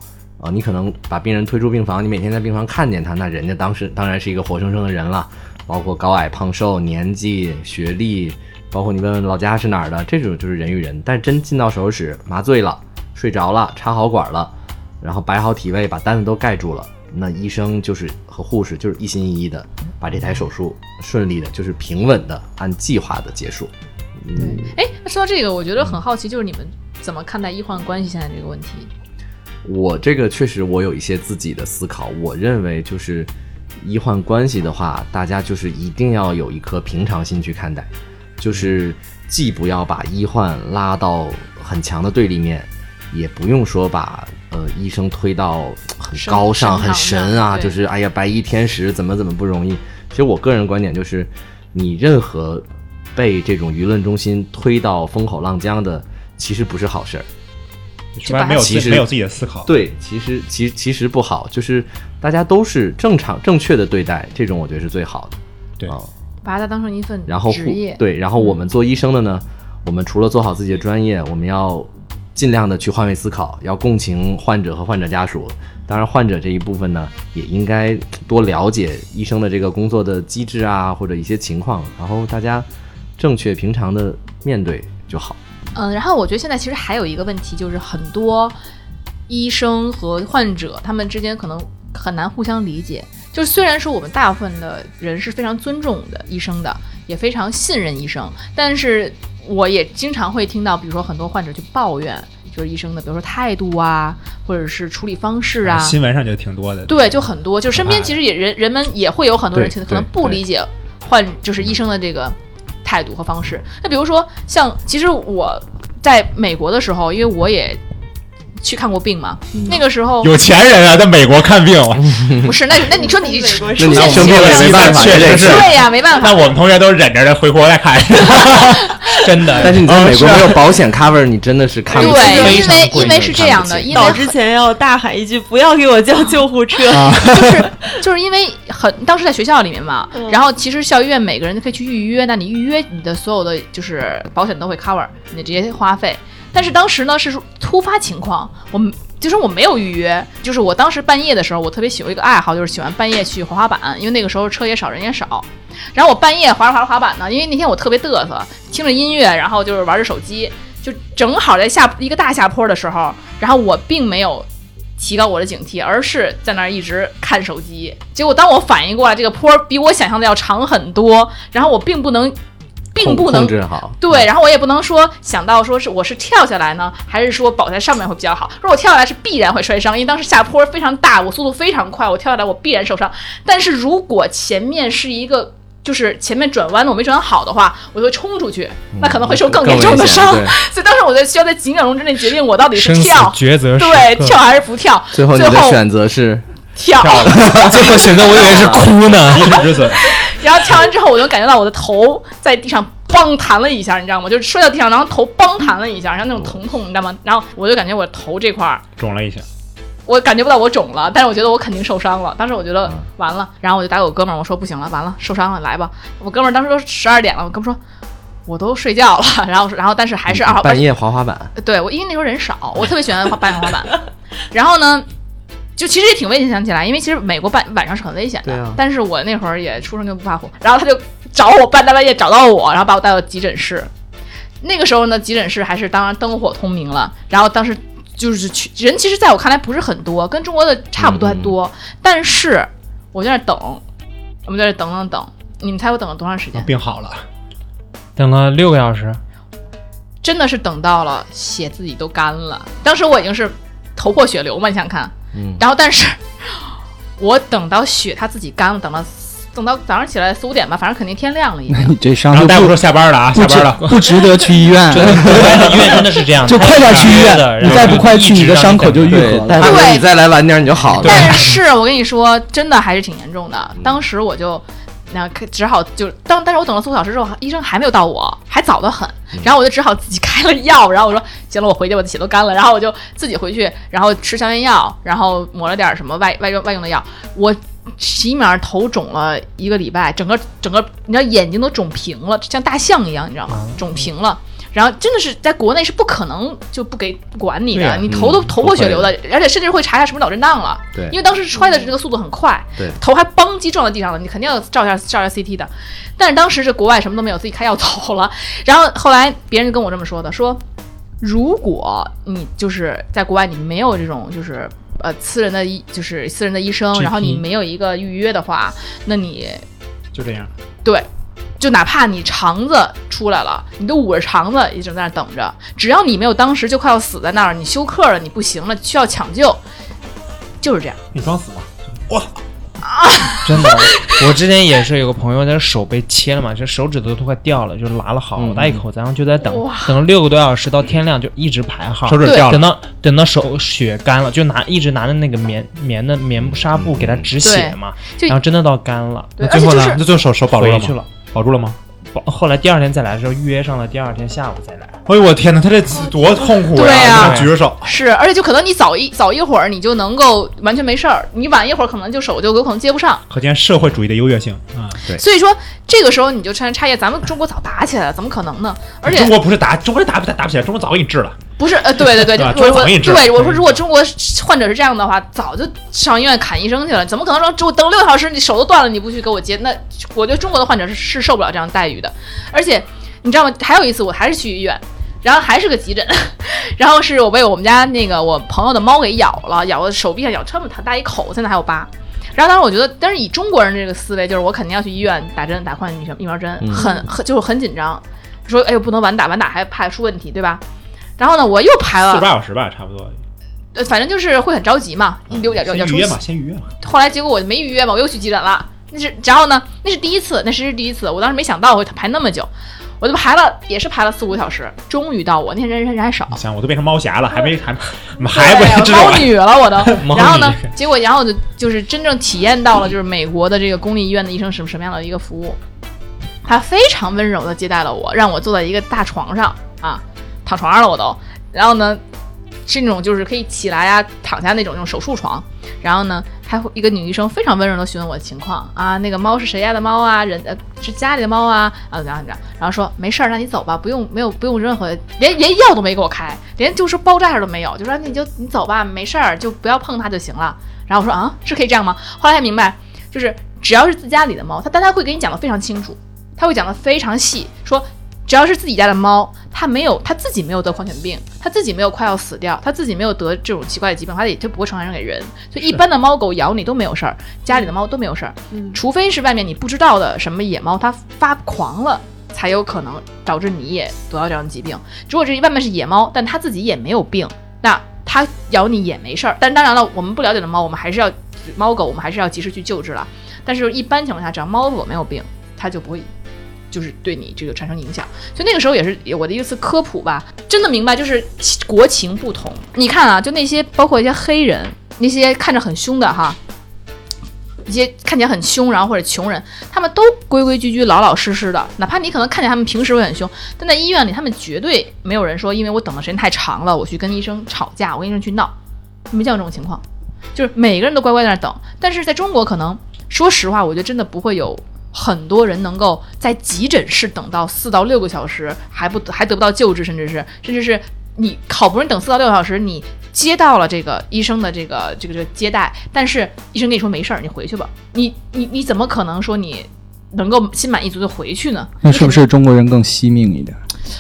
E: 啊，你可能把病人推出病房，你每天在病房看见他，那人家当时当然是一个活生生的人了，包括高矮胖瘦、年纪、学历，包括你问问老家是哪儿的，这种就是人与人。但真进到手术室，麻醉了，睡着了，插好管了，然后摆好体位，把单子都盖住了，那医生就是和护士就是一心一意的把这台手术顺利的，就是平稳的按计划的结束。嗯，
A: 哎，那说到这个，我觉得很好奇，就是你们怎么看待医患关系现在这个问题？
E: 我这个确实我有一些自己的思考，我认为就是医患关系的话，大家就是一定要有一颗平常心去看待，
A: 嗯
E: 就是既不要把医患拉到很强的对立面，也不用说把呃医生推到很
A: 神
E: 高
A: 神
E: 尚、很
A: 堂的
E: 神啊，
A: 对
E: 就是哎呀白衣天使怎么怎么不容易。其实我个人观点就是，你任何被这种舆论中心推到风口浪尖的，其实不是好事儿。
C: 说白没有
E: 其实
C: 自没有自己的思考，
E: 对，其实其其实不好，就是大家都是正常正确的对待，这种我觉得是最好的。
C: 对
E: 啊，
A: 把它当成一份
E: 然后
A: 职
E: 互
A: 业，嗯
E: 对，然后我们做医生的呢，我们除了做好自己的专业，我们要尽量的去换位思考，要共情患者和患者家属。当然，患者这一部分呢，也应该多了解医生的这个工作的机制啊，或者一些情况，然后大家正确平常的面对就好。
A: 嗯，然后我觉得现在其实还有一个问题，就是很多医生和患者他们之间可能很难互相理解。就是虽然说我们大部分的人是非常尊重的医生的，也非常信任医生，但是我也经常会听到，比如说很多患者去抱怨，就是医生的，比如说态度啊，或者是处理方式啊，
C: 新闻上就挺多的。
A: 对，就很多，就身边其实也人人们也会有很多人
E: 对
A: 其实可能
E: 对
A: 不
E: 对
A: 理解患就是医生的这个态度和方式。那比如说像，其实我在美国的时候，因为我也去看过病嘛，那个时候
C: 有钱人啊，在美国看
E: [LAUGHS]
C: 病，
A: 不是那那你说你出
E: 那你
A: 现
E: 生病了
A: 这样
E: 也没办法，
C: 确实是
A: 对呀、没办法。
C: 那我们同学都忍着这回国来看， [LAUGHS] 真的。
E: 但是你在美国
C: 哦
E: 没有保险 cover，你真的是看不起。
A: 对，
D: 非
A: 因
D: 常
A: 为
D: 贵
A: 因为是这样的，因为
F: 倒之前要大喊一句：“不要给我叫救护车
A: [LAUGHS]
E: 啊 [LAUGHS]
A: 就是因为很当时在学校里面嘛，
F: 嗯
A: 然后其实校医院每个人都可以去预约，那你预约你的所有的就是保险都会 cover 你的这些花费。但是当时呢是突发情况，我们就是我没有预约，就是我当时半夜的时候，我特别喜有一个爱好，就是喜欢半夜去滑滑板，因为那个时候车也少，人也少。然后我半夜滑着滑着滑板呢，因为那天我特别嘚瑟，听着音乐，然后就是玩着手机，就正好在下一个大下坡的时候，然后我并没有提高我的警惕，而是在那儿一直看手机。结果当我反应过来，这个坡比我想象的要长很多，然后我并不能， [LAUGHS] 并
E: 控
A: 不能
E: 控。制好。
A: 对，然后我也不能说想到说是我是跳下来呢，还是说保在上面会比较好。如果我跳下来是必然会摔伤，因为当时下坡非常大，我速度非常快，我跳下来我必然受伤。但是如果前面是一个就是前面转弯的我没转好的话，我就会冲出去，嗯那可能会受更严重的伤。 [LAUGHS]
E: 更危险对
A: 所以当时我就需要在几秒钟之内决定我到底是
D: 生死
A: 跳，
D: 抉择
A: [LAUGHS]
D: 时
A: 对，
D: 刻
A: 跳还是不跳。
E: 最后你的选择是
A: 跳，
D: 最后选择我以为是哭呢，
C: 及时止损，
A: 然后跳完之后，我就感觉到我的头在地上梆弹了一下，你知道吗？就是摔到地上，然后头梆弹了一下，然后那种疼痛，你知道吗？然后我就感觉我头这块儿，
C: 肿了一下，
A: 我感觉不到我肿了，但是我觉得我肯定受伤了。当时我觉得完了，然后我就打给我哥们儿，我说不行了，完了，受伤了，来吧。我哥们儿当时都十二点了，我哥们儿说我都睡觉了， [LAUGHS] 然后然后但是还是啊二号
E: 嗯半夜滑滑板，
A: 对我，因为那时候人少，我特别喜欢滑半夜滑板。然后呢，就其实也挺危险，想起来，因为其实美国半晚上是很危险的。
E: 对啊
A: 但是我那会儿也出生就不怕虎，然后他就找我半大半夜找到我，然后把我带到急诊室。那个时候呢，急诊室还是当然灯火通明了，然后当时就是去人，其实在我看来不是很多，跟中国的差不多
E: 嗯
A: 还多，但是我在那儿等，我们在那儿等等等，你们猜我等了多长时间？
C: 病好了，
D: [LAUGHS] 等了六个小时，
A: 真的是等到了血自己都干了，当时我已经是头破血流嘛，你想看，
E: 嗯
A: 然后但是我等到血它自己干了，等到等到早上起来四五点吧，反正肯定天亮了已
B: 那
A: 经。
B: 你这伤
C: 然后
B: 就
C: 大夫
B: 不
C: 说下班了啊，下
B: 不值
C: 班了，
B: 不值得去医院，
A: [LAUGHS]
D: 医院真的是这样，
B: 就快点去医院
D: 的，，
B: 你
D: 然后
B: 再不快去，
D: 一直
B: 你的
D: 让
B: 伤口
D: 等
B: 就愈
E: 对，
B: 合
E: 大
B: 了。
E: 夫说
A: 对
E: 你再来晚点你就好了。
A: 但是我跟你说，真的还是挺严重
E: 嗯
A: 的。当时我就那可只好就当，但是我等了四五小时之后，医生还没有到我，还早得很。
E: 嗯
A: 然后我就只好自己 [LAUGHS] 开了药，然后我说行了，我回去，我的血都干了，然后我就自己回去，然后吃消炎药，然后抹了点什么外外用外用的药，我。起码头肿了一个礼拜，整个整个，你知道眼睛都肿平了，像大象一样，你知道吗？[LAUGHS]
E: 嗯
A: 肿平了，然后真的是在国内是不可能就不给不管你的，
D: 对啊
A: 你头都头
E: 嗯不
A: 破
E: 会
A: 血流
E: 的
A: 的，而且甚至会查一下是不是脑震荡了。
E: 对
A: 因为当时摔的这个速度很快，
E: 对
A: 头还邦击撞到地上了，你肯定要照一下照一下 CT 的。但是当时这国外什么都没有，自己开药走了。然后后来别人就跟我这么说的，说如果你就是在国外你没有这种就是呃私人的医就是私人的医生，
D: GP
A: 然后你没有一个预约的话，那你
C: 就这样。
A: 对。就哪怕你肠子出来了，你都捂着肠子一直在那儿等着，只要你没有当时就快要死在那儿，你休克了，你不行了，需要抢救，就是这样。
C: 你装死吗？我操！
D: 真的，我之前也是有个朋友，他手被切了嘛，这手指头都快掉了，就拉了好大一口子，然后就在等
A: 哇，
D: 等了六个多小时，到天亮就一直排号，
C: 啊手指
A: 对
C: 掉了
D: 等，到等到手血干了，就拿一直拿着那个棉棉的棉布纱布给它止血嘛，
A: 嗯对就
D: 然后真的到干了，
A: 对
D: 那
A: 而
D: 最
A: 且
D: 后
A: 就
D: 呢
A: 是
C: 那最后手手保住了
D: 回去
C: 吗？
D: 了。
C: 保住了吗？
D: 保后来第二天再来的时候约上了，第二天下午再来。
C: 哎呦我天哪，他这多痛苦
A: 对
C: 呀！
A: 啊
C: 你看举着手，
A: 是，而且就可能你早一早一会儿你就能够完全没事儿，你晚一会儿可能就手就有可能接不上。
C: 可见社会主义的优越性啊！对，
A: 所以说这个时候你就穿插业，咱们中国早打起来了，怎么可能呢？而且
C: 中国不是打，中国人打不打打不起来，中国早给你治了。
A: 不是，呃，对对对，
C: 对吧
A: 我
C: 中国
A: 我
C: 早给你治
A: 对我说，如果中国患者是这样的话，早就上医院砍医生去了，怎么可能说只我等六个小时，你手都断了，你不去给我接？那我觉得中国的患者是是受不了这样待遇的。而且你知道吗？还有一次，我还是去医院，然后还是个急诊，然后是我被我们家那个我朋友的猫给咬了，咬了手臂上咬这么大一口，现在还有疤。然后当时我觉得，但是以中国人这个思维，就是我肯定要去医院打针、打抗疫疫苗针，
E: 嗯
A: 很很就是很紧张，说哎呦不能晚打，晚打还怕出问题，对吧？然后呢，我又排
C: 四十
A: 了，
C: 八小时吧，差不多。
A: 呃反正就是会很着急嘛，有点有
C: 嗯
A: 点
C: 先预
A: 出
C: 约
A: 息。
C: 嘛，先预约嘛。
A: 后来结果我没预约嘛，我又去急诊了。那是然后呢，那是第一次，那是第一次，我当时没想到会排那么久，我就排了也是排了四五个小时，终于到我那天人人还少
C: 你，想，我都变成猫侠了，还没还 [LAUGHS] 还不
A: 对啊
C: 知道
A: 猫女了我都
D: 猫。女
A: 然后呢，结果然后就就是真正体验到了就是美国的这个公立医院的医生什么什么样的一个服务，他非常温柔的接待了我，让我坐在一个大床上啊，躺床上了我都。然后呢，是那种就是可以起来啊、躺下那种那种手术床。然后呢，还会一个女医生非常温柔的询问我的情况啊，那个猫是谁家的猫啊，人呃是家里的猫啊，啊怎么样怎么样，然后说没事儿，让你走吧，不用没有不用任何连连药都没给我开，连就是包扎都没有，就说那你就你走吧，没事儿，就不要碰它就行了。然后我说啊，是可以这样吗？后来才明白，就是只要是自家里的猫，它但它会给你讲的非常清楚，它会讲的非常细，说只要是自己家的猫，它没有它自己没有得狂犬病，它自己没有快要死掉，它自己没有得这种奇怪的疾病，它也就不会传染给人。所以一般的猫狗咬你都没有事儿，家里的猫都没有事儿，除非是外面你不知道的什么野猫它发狂了。才有可能导致你也得到这样的疾病。如果这外面是野猫，但它自己也没有病，那它咬你也没事儿。但当然了，我们不了解的猫，我们还是要猫狗，我们还是要及时去救治了。但是，一般情况下，只要猫狗没有病，它就不会就是对你这个产生影响。所以那个时候也是我的一次科普吧，真的明白就是国情不同。你看啊，就那些包括一些黑人，那些看着很凶的哈。一些看起来很凶，然后或者穷人，他们都规规矩矩、老老实实的。哪怕你可能看见他们平时会很凶，但在医院里，他们绝对没有人说，因为我等的时间太长了，我去跟医生吵架，我跟医生去闹，没见过这种情况。就是每个人都乖乖在那儿等。但是在中国，可能说实话，我觉得真的不会有很多人能够在急诊室等到四到六个小时，还不还得不到救治，甚至是甚至是你好不容易等四到六个小时，你接到了这个医生的这个这个这个接待，但是医生跟你说没事儿，你回去吧。你你你怎么可能说你能够心满意足的回去呢？
B: 那是不是中国人更惜命一点？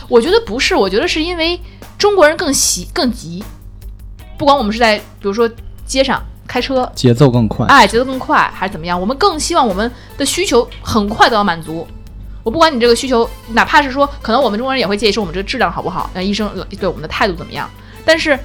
A: 我觉得不是，我觉得是因为中国人更急更急，不管我们是在比如说街上开车，
B: 节奏更快？
F: 啊
A: 哎，节奏更快还是怎么样？我们更希望我们的需求很快得到满足。我不管你这个需求，哪怕是说，可能我们中国人也会介意说我们这个质量好不好，那医生呃对我们的态度怎么样？但是，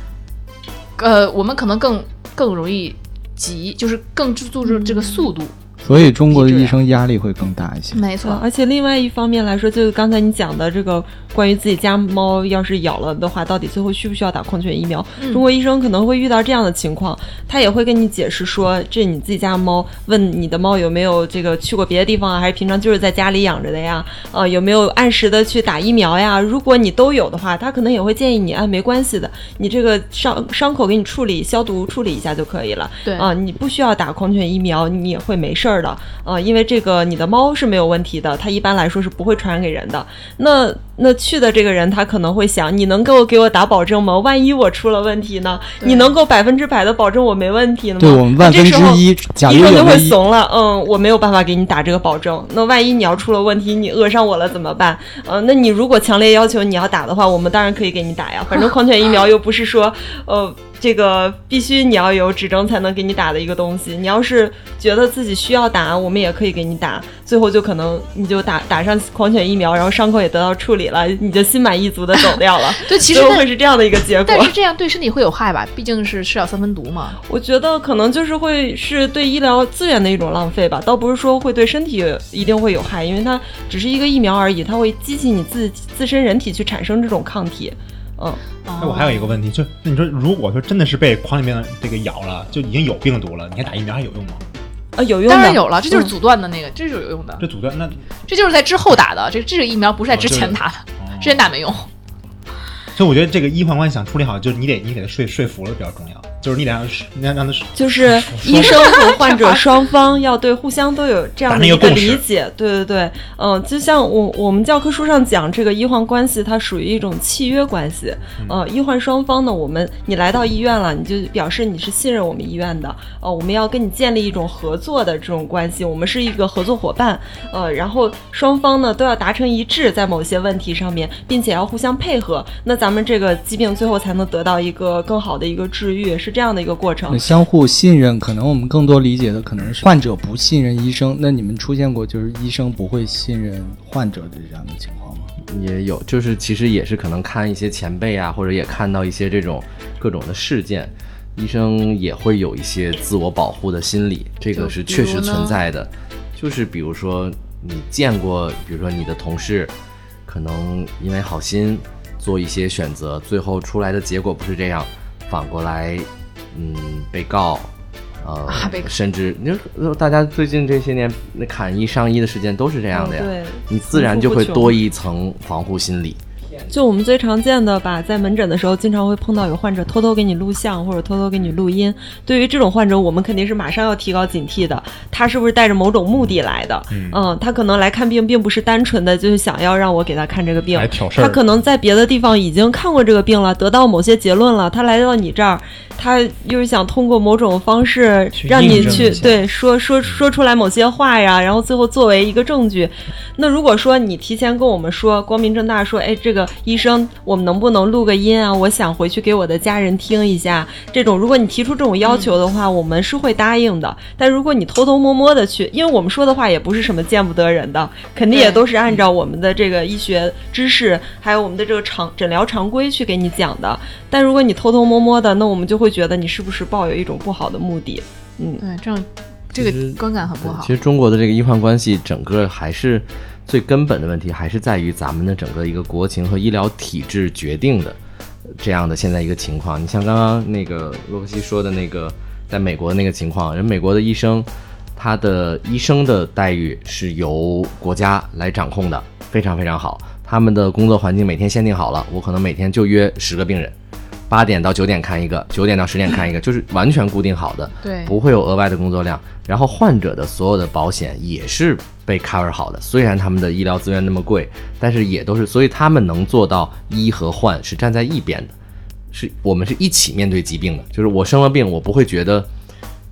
A: 呃，我们可能更更容易急，就是更注注重这个速度。啊
B: 所以中国的医
F: 啊
B: 生压力会更大一些。
A: 没
F: 对，而且另外一方面来说，就是刚才你讲的这个关于自己家猫要是咬了的话，到底最后需不需要打狂犬疫苗？
A: 嗯
F: 中国医生可能会遇到这样的情况，他也会跟你解释说，这你自己家的猫，问你的猫有没有这个去过别的地方啊，还是平常就是在家里养着的呀？呃，有没有按时的去打疫苗呀？如果你都有的话，他可能也会建议你，啊，没关系的，你这个伤伤口给你处理消毒处理一下就可以了。
A: 对
F: 啊、你不需要打狂犬疫苗，你也会没事儿的。呃，因为这个你的猫是没有问题的，它一般来说是不会传染给人的。那那去的这个人，他可能会想，你能给我给我打保证吗？万一我出了问题呢？
A: 对
F: 你能够百分之百的保证我没问题吗？
B: 对我们
F: 那
B: 万分
F: 这时
B: 之
F: 候
B: 一，假如
F: 医生
B: 有
F: 就
B: 个
F: 会
B: 一
F: 怂了，嗯，我没有办法给你打这个保证。那万一你要出了问题，你讹上我了怎么办？呃，那你如果强烈要求你要打的话，我们当然可以给你打呀。反正狂犬疫苗又不是说，呃，这个必须你要有指征才能给你打的一个东西。你要是觉得自己需要打，我们也可以给你打。最后就可能你就打打上狂犬疫苗，然后伤口也得到处理了，你就心满意足的走掉了。
A: [LAUGHS] 对，其实
F: 最后
A: 但
F: 会是这样的一个结果。
A: 但是这样对身体会有害吧？毕竟是吃了三分毒嘛。
F: 我觉得可能就是会是对医疗资源的一种浪费吧，倒不是说会对身体一定会有害，因为它只是一个疫苗而已，它会激起你自自身人体去产生这种抗体。嗯，
A: 哦
C: 那哎我还有一个问题，就那你说，如果说真的是被狂犬病这个咬了，就已经有病毒了，你还打疫苗还有用吗？
F: 啊，有用的，
A: 当然有了，这就是
F: 嗯
A: 阻断的那个，这就是有用的
C: 这，哦阻断那
A: 这就是在之后打的，这这个疫苗不是在之前打的，之前
C: 打，
A: 打没用。
C: 所以我觉得这个医患关系想处理好，就是你得你给他说说服了比较重要，就是你得让你得让他
F: 就是医生和患者双方要对互相都有这样的一个理解，对对对，嗯，就像我我们教科书上讲这个医患关系，它属于一种契约关系，呃，医患双方呢，我们你来到医院了，你就表示你是信任我们医院的，呃，我们要跟你建立一种合作的这种关系，我们是一个合作伙伴，呃，然后双方呢都要达成一致在某些问题上面，并且要互相配合，那咱们这个疾病最后才能得到一个更好的一个治愈，是这样的一个过程
B: 那。相互信任，可能我们更多理解的可能是患者不信任医生。那你们出现过就是医生不会信任患者的这样的情况吗？
E: 也有，就是其实也是可能看一些前辈啊，或者也看到一些这种各种的事件，医生也会有一些自我保护的心理，这个是确实存在的。就是比如说你见过，比如说你的同事，可能因为好心做一些选择，最后出来的结果不是这样，反过来，嗯，被告。呃，
A: 啊被告
E: 甚至你说呃大家最近这些年那砍一上一的事件都是这样的
A: 哦
E: 呀，
F: 嗯对
E: 你自然就会多一层防护心理。
F: 就我们最常见的吧，在门诊的时候，经常会碰到有患者偷偷给你录像或者偷偷给你录音。对于这种患者，我们肯定是马上要提高警惕的，他是不是带着某种目的来的？
C: 嗯
F: 他可能来看病，并不是单纯的就是想要让我给他看这个病
C: 来，挑事
F: 他
C: 儿，
F: 可能在别的地方已经看过这个病了，得到某些结论了，他来到你这儿，他又是想通过某种方式
D: 去
F: 让
D: 印
F: 你
D: 证
F: 去
D: 一下嗯
F: 对说说说出来某些话呀，然后最后作为一个证据。那如果说你提前跟我们说，光明正大说，哎，这个医生，我们能不能录个音啊？我想回去给我的家人听一下。这种，如果你提出这种要求的话，
D: 嗯
F: 我们是会答应的。但如果你偷偷摸摸的去，因为我们说的话也不是什么见不得人的，肯定也
A: 对
F: 都是
D: 嗯
F: 按照我们的这个医学知识，还有我们的这个常诊疗常规去给你讲的。但如果你偷偷摸摸的，那我们就会觉得你是不是抱有一种不好的目的？嗯，
A: 对，这样这个观感很不好
E: 其。实中国的这个医患关系，整个还是最根本的问题，还是在于咱们的整个一个国情和医疗体制决定的呃这样的现在一个情况。你像刚刚那个洛克西说的那个，在美国那个情况，人美国的医生，他的医生的待遇是由国家来掌控的，非常非常好。他们的工作环境每天限定好了，我可能每天就约十个病人，八点到九点看一个，九点到十点看一个，就是完全固定好的。
A: 对，
E: 不会有额外的工作量。然后患者的所有的保险也是被 cover 好的，虽然他们的医疗资源那么贵，但是也都是，所以他们能做到医和患是站在一边的，是我们是一起面对疾病的。就是我生了病，我不会觉得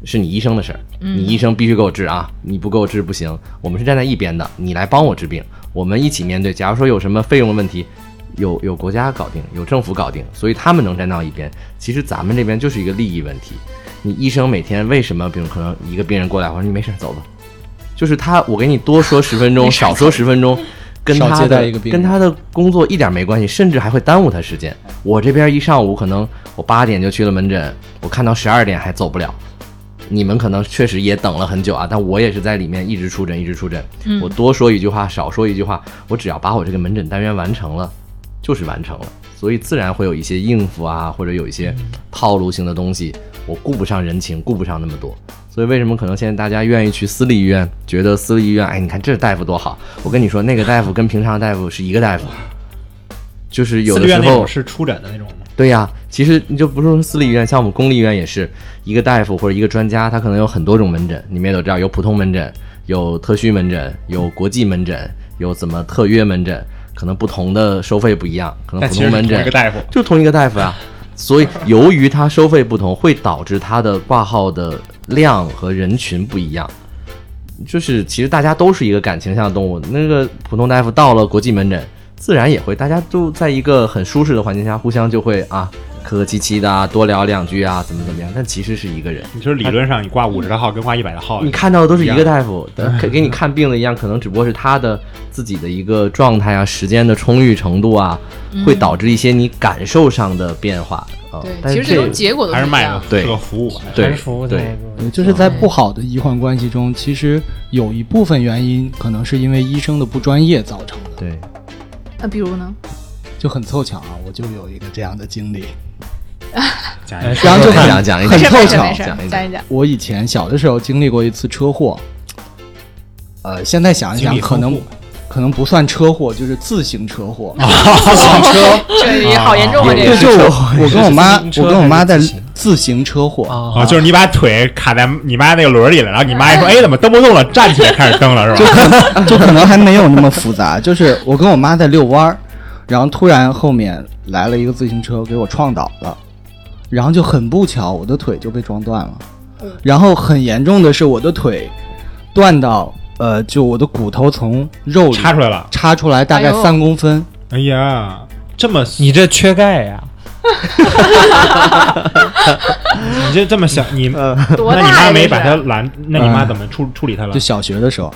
E: 是你医生的事儿，你医生必须给我治啊，你不给我治不行。我们是站在一边的，你来帮我治病，我们一起面对。假如说有什么费用的问题，有有国家搞定，有政府搞定，所以他们能站到一边。其实咱们这边就是一个利益问题。你医生每天为什么，比如可能一个病人过来，我说你没事儿走吧，就是他，我给你多说十分
B: [LAUGHS]
E: 钟，少说十分钟，跟
B: 少
E: 他
B: 接待
E: 的
B: 一个病
E: 跟
B: 人
E: 他的工作一点没关系，甚至还会耽误他时间。我这边一上午可能我八点就去了门诊，我看到十二点还走不了。你们可能确实也等了很久啊，但我也是在里面一直出诊，一直出诊。
B: 嗯
E: 我多说一句话，少说一句话，我只要把我这个门诊单元完成了，就是完成了。所以自然会有一些应付啊，或者有一些
C: 嗯
E: 套路性的东西，我顾不上人情，顾不上那么多。所以为什么可能现在大家愿意去私立医院，觉得私立医院，哎，你看这大夫多好，我跟你说，那个大夫跟平常大夫是一个大夫，就是有
C: 私
E: 的
C: 立
E: 时
C: 院那
E: 候
C: 种是出诊的那种吗？
E: 对呀、其实你就不是说私立医院，像我们公立医院也是一个大夫或者一个专家，他可能有很多种门诊，你们也都知道，有普通门诊，有特需门诊，有国际门诊，有怎么特约门诊，可能不同的收费不一样，可能
C: 但
E: 普
C: 其实
E: 通
C: 是
E: 门
C: 同
E: 诊
C: 一个大夫，
E: 就同一个大夫啊。所以，由于它收费不同，会导致它的挂号的量和人群不一样。就是其实大家都是一个感情向的动物。那个普通大夫到了国际门诊，自然也会，大家都在一个很舒适的环境下，互相就会啊客客气气的、啊、多聊两句啊，怎么怎么样。但其实是一个人，
C: 你说理论上你挂五十的号跟挂一百的号
E: 你，看到的都是一个大夫，
C: 嗯
E: 给给你看病的一样，可能只不过是他的自己的一个状态啊、时间的充裕程度啊，会导致一些你感受上的变化啊。
A: 嗯对，
E: 但
A: 其
E: 是
A: 实最
E: 这
A: 终结果都
C: 还是
A: 一
C: 卖
A: 样
C: 了
A: 的。
E: 对
C: 这个服务吧。
E: 对
D: 还是服务态
E: 对
D: 度
B: 对，就是
E: 哦
B: 在不好的医患关系中，其实有一部分原因可能是因为医生的不专业造成的，
E: 对，
A: 那比如呢？
B: 就很凑巧啊，我就有一个这样的经历。
C: 讲一下
B: 然后就
E: [LAUGHS] 讲
B: 很
E: 讲一
B: 很
A: 没事
E: 讲
B: 凑
A: 没事
B: 巧
A: 没事，
E: 讲一讲
A: 讲一讲。
B: 我以前小的时候经历过一次车祸，呃，现在想一
C: 经
B: 想，
C: 历
B: 可
C: 丰
B: 能
C: 富
B: 可能不算车祸，就是自行车祸。
A: 这也好严重啊！
E: 也
A: 这个
B: 对，
E: 也是
B: 就
E: 车
B: 我
E: 祸
B: 我跟我妈，
D: 是自行车
B: 我跟我妈在
D: 还是自行
B: 自行车祸，
D: 啊
C: 啊，就是你把腿卡在你妈那个轮儿里了，然后你妈一说：“哎，怎么蹬不动了？”站起来开始蹬了，是 [LAUGHS] 吧？
B: 就可能还没有那么复杂。 [LAUGHS] 就是我跟我妈在遛弯儿，然后突然后面来了一个自行车给我撞倒了，然后就很不巧，我的腿就被撞断了。
A: 嗯
B: 然后很严重的是，我的腿断到呃，就我的骨头从肉里
C: 插出来了。
B: 插出来大概
A: 哎呦
B: 三公分。
C: 哎呀，这么
D: 你这缺钙呀、
C: 你这这么想，你那
A: 多
C: 你
A: 大呀？
C: 妈没
A: 这
C: 把
A: 是
C: 他拦，那你妈怎么处处理他了
B: 就？小学的时候，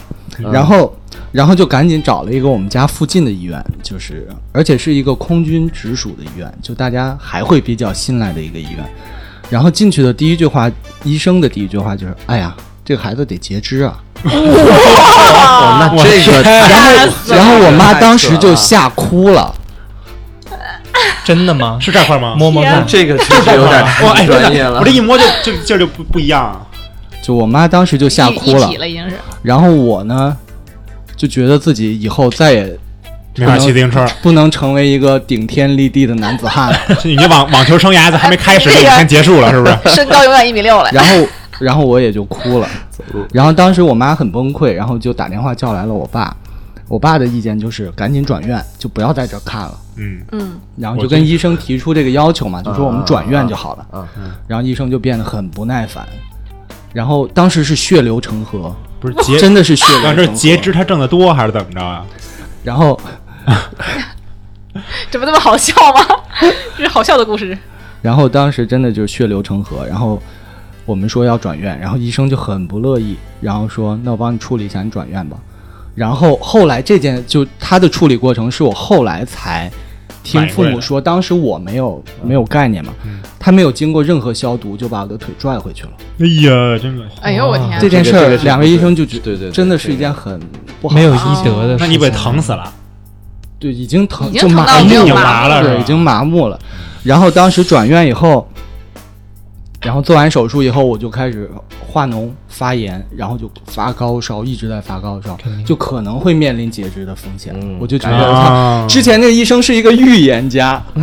B: 然后然后就赶紧找了一个我们家附近的医院，就是而且是一个空军直属的医院，就大家还会比较信赖的一个医院。然后进去的第一句话，医生的第一句话就是：“哎呀，这个孩子得截肢啊
E: 哦，那
C: 我啊
E: 这个！”
B: 然后然后我妈当时就吓哭了。
D: 真的吗？
C: 是这块吗？
D: 摸摸看，
E: 这个确实有点
C: 哇，哎，
E: 太
C: 真
E: 专业
C: 的，[LAUGHS]
E: 了
C: 我这。一摸就就劲儿就不不一样啊。
B: 就我妈当时就吓
A: 一
B: 哭
A: 一
B: 了
A: 体，了已经是。
B: 然后我呢，就觉得自己以后再也
C: 没法骑自行车，
B: 不能成为一个顶天立地的男子汉了。
C: [LAUGHS] 是你这网网球生涯还没开始就已经结束了，是不 [LAUGHS] 是？
A: 身高永远一米六了。
B: 然后，然后我也就哭了。然后当时我妈很崩溃，然后就打电话叫来了我爸。我爸的意见就是赶紧转院，就不要在这儿看了。
C: 嗯，
A: 嗯，
B: 然后就跟医生提出这个要求嘛，就说我们转院就好了。
E: 啊，
B: 然后医生就变得很不耐烦。然后当时是血流成河，
C: 不是截，
B: 真的是血流
C: 当
B: 成
C: 时
B: 河。
C: 截肢他挣得多还是怎么着啊？
B: 然后，
A: 这不那么好笑吗？ [LAUGHS] 这是好笑的故事。
B: 然后当时真的就是血流成河。然后我们说要转院，然后医生就很不乐意，然后说那我帮你处理一下，你转院吧。然后后来这件就他的处理过程是我后来才听父母说，当时我没有没有概念嘛，他没有经过任何消毒就把我的腿拽回去了。
C: 哎呀，真恶心！
A: 哎呦我天啊！
B: 这件事
E: 哦这
B: 儿
E: 个是
B: 两位医生就觉
E: 对对对
B: 真的是一件很不好
D: 没
B: 的
D: 有
B: 事
D: 医德的事情。
C: 那你被疼死了，
B: 对，已经疼
A: 已经
B: 就
A: 疼
B: 哦麻
A: 到
B: 木
A: 没有
C: 已经
A: 麻
C: 麻了，是
B: 对，
C: 吧
B: 已经麻木了。然后当时转院以后，然后做完手术以后，我就开始化脓发炎，然后就发高烧，一直在发高烧，就可能会面临截肢的风险。
E: 嗯
B: 我就觉得他、 [LAUGHS]
C: 啊，
B: 之前那个医生是一个预言家，
C: 就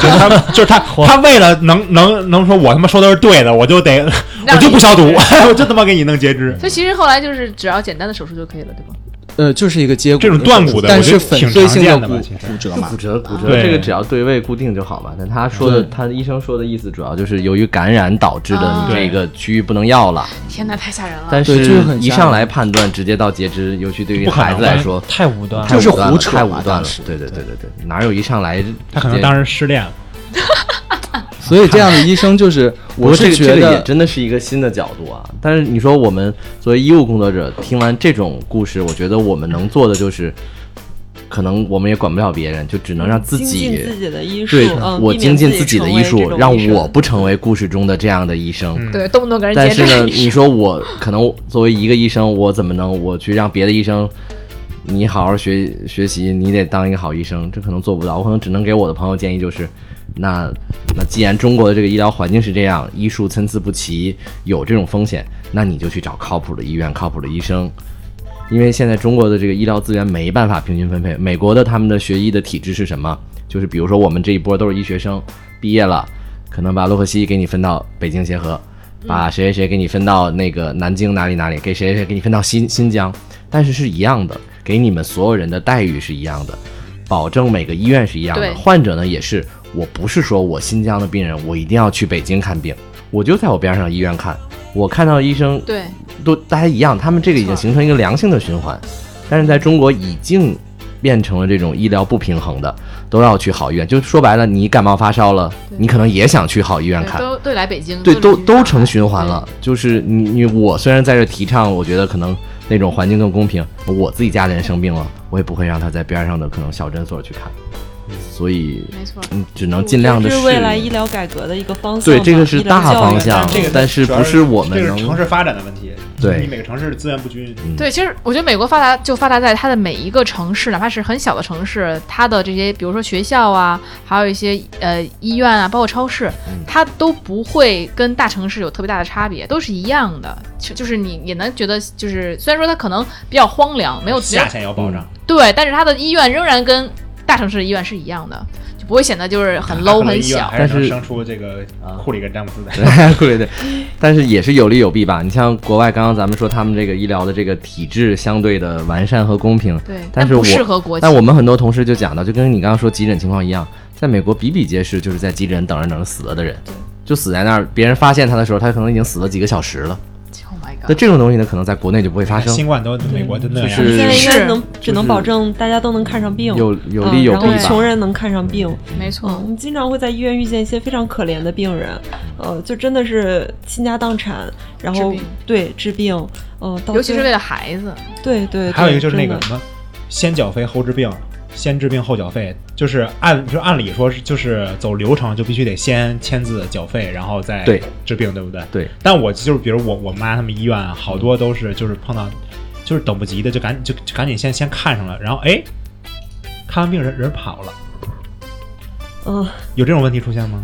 C: 是他，就是他，他为了能能能说我他妈说的是对的，我就得，
A: 让
C: 我就
A: 你
C: 不消毒， [LAUGHS] 我就他妈给你弄截肢。
A: 所以其实后来就是只要简单的手术就可以了，对吧？
B: 呃，就是一个接骨
C: 这种断骨的
B: 但
C: 我觉
B: 是
C: 得
B: 粉
C: 挺
B: 碎
C: 常
B: 性
C: 见的
B: 骨
C: 吧其实
B: 骨折嘛
E: 骨。折，骨折，
C: 对
E: 这个只要对位固定就好嘛。但他说的，他医生说的意思，主要就是由于感染导致的
A: 啊，
E: 你这个区域不能要了。
A: 天哪，太吓人了！
E: 但
B: 对这
E: 是
B: 个很吓人
E: 一上来判断直接到截肢，尤其对于
C: 不可能
E: 孩子来说，
D: 太武断
E: 太
D: 了
B: 啊就。是
E: 武断了
B: 胡扯
E: 太
B: 嘛
E: 武断
B: 当
E: 了
B: 时。
E: 对对对对对，哪有一上来
C: 他可能当时失恋了，
B: 所以这样的医生就是，我
E: 我这
B: 是
E: 个
B: 觉
E: 这个也
B: 得
E: 真的是一个新的角度啊。但是你说我们作为医务工作者，听完这种故事，我觉得我们能做的就是，可能我们也管不了别人，就只能让自
F: 精进
E: 己
F: 自己的医术，
E: 对
F: 嗯，
E: 我
F: 避
E: 精
F: 免
E: 进
F: 自
E: 己的
F: 成
E: 医
F: 为这
E: 术，
F: 种
E: 让
F: 医生
E: 我不成为故事中的这样的医生。
C: 嗯
A: 对，动不动给人
E: 但
A: 截
E: 是呢，
A: 肢，
E: 你说我可能作为一个医生，我怎么能我去让别的医生，你好好学学习，你得当一个好医生，这可能做不到。我可能只能给我的朋友建议就是，那那既然中国的这个医疗环境是这样，医术参差不齐，有这种风险，那你就去找靠谱的医院、靠谱的医生。因为现在中国的这个医疗资源没办法平均分配。美国的他们的学医的体制是什么？就是比如说我们这一波都是医学生，毕业了，可能把洛克希给你分到北京协和，把谁谁谁给你分到那个南京哪里哪里，给谁谁谁给你分到新新疆，但是是一样的，给你们所有人的待遇是一样的，保证每个医院是一样的
A: 对，
E: 患者呢也是。我不是说我新疆的病人，我一定要去北京看病，我就在我边上医院看，我看到医生
A: 对，
E: 都大家一样，他们这个已经形成一个良性的循环，但是在中国已经变成了这种医疗不平衡的，都要去好医院。就说白了，你感冒发烧了，
A: 对
E: 你可能也想去好医院看。
A: 都都来北京，
E: 对，都
A: 是
E: 都成循环了。就是你你我虽然在这提倡，我觉得可能那种环境更公平。我自己家里人生病了，我也不会让他在边上的可能小诊所去看，所以
A: 对，没错。
E: 嗯，只能尽量的
F: 这是
E: 适应。
F: 未来医疗改革的一个方向吧。
E: 对，这个是
F: 医疗教
E: 大
F: 育啊
E: 方向
F: 改革
C: 这个，
E: 但是
C: 主要
E: 不是我们
C: 这是
E: 能
C: 城市发展的问题，
E: 对
C: 你每个城市资源不均，
A: 对，其实我觉得美国发达就发达在它的每一个城市，哪怕是很小的城市，它的这些比如说学校啊，还有一些呃医院啊，包括超市，
E: 嗯
A: 它都不会跟大城市有特别大的差别，都是一样的。就就是你也能觉得，就是虽然说它可能比较荒凉，没有
C: 下限要保障，
A: 对，但是它的医院仍然跟大城市的医院是一样的，就不会显得就是很嗯 low
C: 可能
A: 很
C: 医院
A: 小。
C: 还是
E: 但
C: 能
E: 是啊
C: 生出这个呃库里跟詹姆斯的。
E: 对 [LAUGHS] 对对，但是也是有利有弊吧。你像国外，刚刚咱们说他们这个医疗的这个体制相对的完善和公平，
A: 对，
E: 但是
A: 不
E: 我
A: 适合国
E: 但
A: 情
E: 我们很多同事就讲到，就跟你刚刚说急诊情况一样，在美国比比皆是，就是在急诊等着等着死了的人，就死在那儿，别人发现他的时候，他可能已经死了几个小时了。
A: Oh my
E: 那
A: god！
E: 这种东西呢，可能在国内就不会发生
C: 新。冠都美国都那样，
E: 就是
F: 现在应该
A: 是
F: 能只能
E: 是
F: 保证大家都能看上病，
E: 有有利
F: 嗯
E: 有
F: 然
E: 弊
F: 后穷
E: 吧。
F: 人能看上病。
A: 没错
F: 嗯，，我们经常会在医院遇见一些非常可怜的病人，呃，就真的是倾家荡产，然后
A: 治病
F: 对治病，呃，到
A: 尤其是
F: 最
A: 为了孩子，
F: 对对，
C: 还有一
F: 对
C: 个就是那个
F: 真的
C: 什么，先缴费后治病，先治病后缴费，就是按就按理说是就是走流程就必须得先签字缴费，然后再
E: 对
C: 治病，对不对？
E: 对。
C: 但我就是比如我我妈他们医院啊好多都是就是碰到就是等不及的，就赶就就赶紧先先看上了，然后哎，看完病人人跑了，
F: 嗯。
C: 有这种问题出现吗？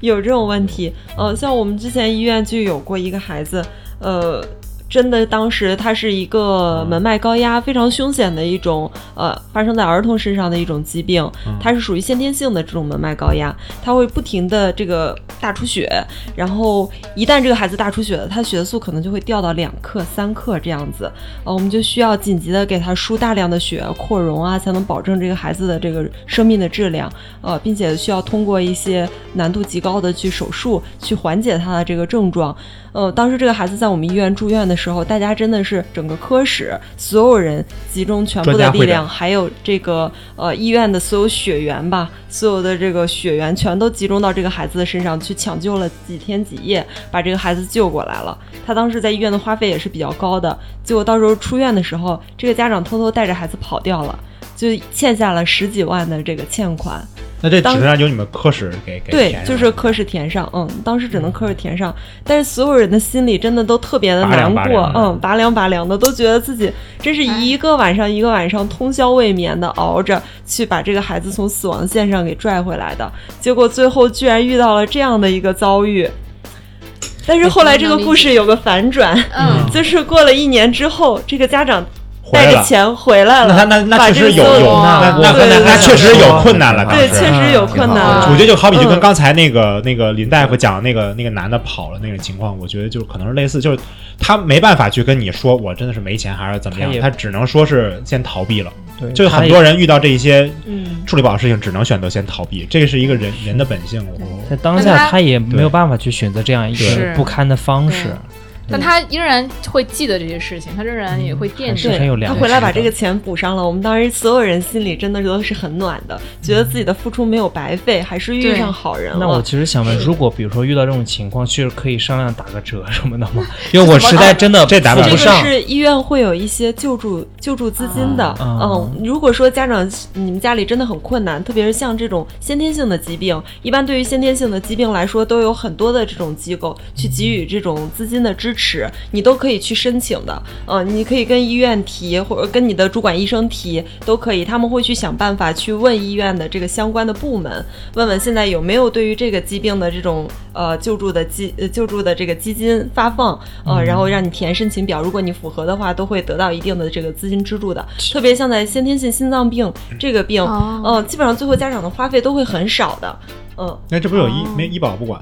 F: 有这种问题。呃，像我们之前医院就有过一个孩子，呃，真的当时他是一个门脉高压非常凶险的一种，呃，发生在儿童身上的一种疾病，它是属于先天性的这种门脉高压，它会不停的这个大出血，然后一旦这个孩子大出血了，他血素可能就会掉到两克、三克这样子，呃，我们就需要紧急的给他输大量的血扩容啊，才能保证这个孩子的这个生命的质量。呃，并且需要通过一些难度极高的去手术去缓解他的这个症状。呃，当时这个孩子在我们医院住院的时候，大家真的是整个科室所有人集中全部
C: 专家
F: 的
C: 会
F: 力
C: 诊
F: 量，还有这个呃医院的所有血源吧，所有的这个血源全都集中到这个孩子的身上去抢救了几天几夜，把这个孩子救过来了。他当时在医院的花费也是比较高的，结果到时候出院的时候，这个家长偷偷带着孩子跑掉了。就欠下了十几万的这个欠款，
C: 那这
F: 当
C: 只能由你们科室给给
F: 对
C: 填，上
F: 就是科室填上，嗯，当时只能科室填上，但是所有人的心里真的都特别的
C: 拔
F: 难
C: 凉拔
F: 过
C: 凉，的
F: 嗯，拔凉拔凉的，都觉得自己真是一个晚上一个晚上通宵未眠的熬着去把这个孩子从死亡线上给拽回来的，结果最后居然遇到了这样的一个遭遇。但是后来这个故事有个反转，
A: 嗯，
F: 就是过了一年之后，这个家长
C: 回
F: 带
C: 来
F: 着
C: 了。
F: 钱回来
C: 那
F: 了，
C: 他那那
F: 把
C: 确
F: 这个
C: 实有
F: 所
C: 有
A: 的
C: 那那
F: 对
C: 那那
F: 对对
C: 确实有困难了，
F: 对，
C: 当时
F: 确实有困难了。
C: 我觉得就好比就跟
F: 嗯
C: 刚才那个、那个林大夫讲那个那个男的跑了那个情况，我觉得就可能是类似，就是他没办法去跟你说我真的是没钱还是怎么样
D: 他，也
C: 他只能说是先逃避了。
D: 对
C: 就
D: 他
C: 很
D: 也
C: 多人遇到这些
F: 嗯
C: 处理不好的事情，只能选择先逃避，这个是一个人人的本性。我
D: 在当
A: 但
D: 下
A: 他
D: 他也没有办法去选择这样一
A: 是
D: 个不堪的方式
A: 对，但他仍然会记得这些事情，他仍然也会惦记
D: 还是。很有良
F: 他
D: 心
F: 回来把
D: 的
F: 这个钱补上了，我们当时所有人心里真的都是很暖的，觉得自己的付出没有白费，还是遇上好人了。
D: 那我其实想问，如果比如说遇到这种情况，是可以商量打个折什么的
A: [LAUGHS]
D: 吗？因为我实
A: 啊
D: 在真的
C: 这打不
D: 扶不
F: 这个
D: 上。
F: 是医院会有一些救助救助资金的，
D: 啊
F: 嗯，如果说家长你们家里真的很困难，特别是像这种先天性的疾病，一般对于先天性的疾病来说，都有很多的这种机构去给予这种资金的支持，你都可以去申请的，嗯，你可以跟医院提，或者跟你的主管医生提都可以，他们会去想办法去问医院的这个相关的部门，问问现在有没有对于这个疾病的这种呃救助的基呃救助的这个基金发放，
D: 嗯
F: 呃，然后让你填申请表，如果你符合的话，都会得到一定的这个资金支柱的。特别像在先天性心脏病
C: 嗯
F: 这个病，
A: 哦
F: 呃，基本上最后家长的花费都会很少的，嗯、
C: 那这不是有医
A: 哦
C: 没医保不管，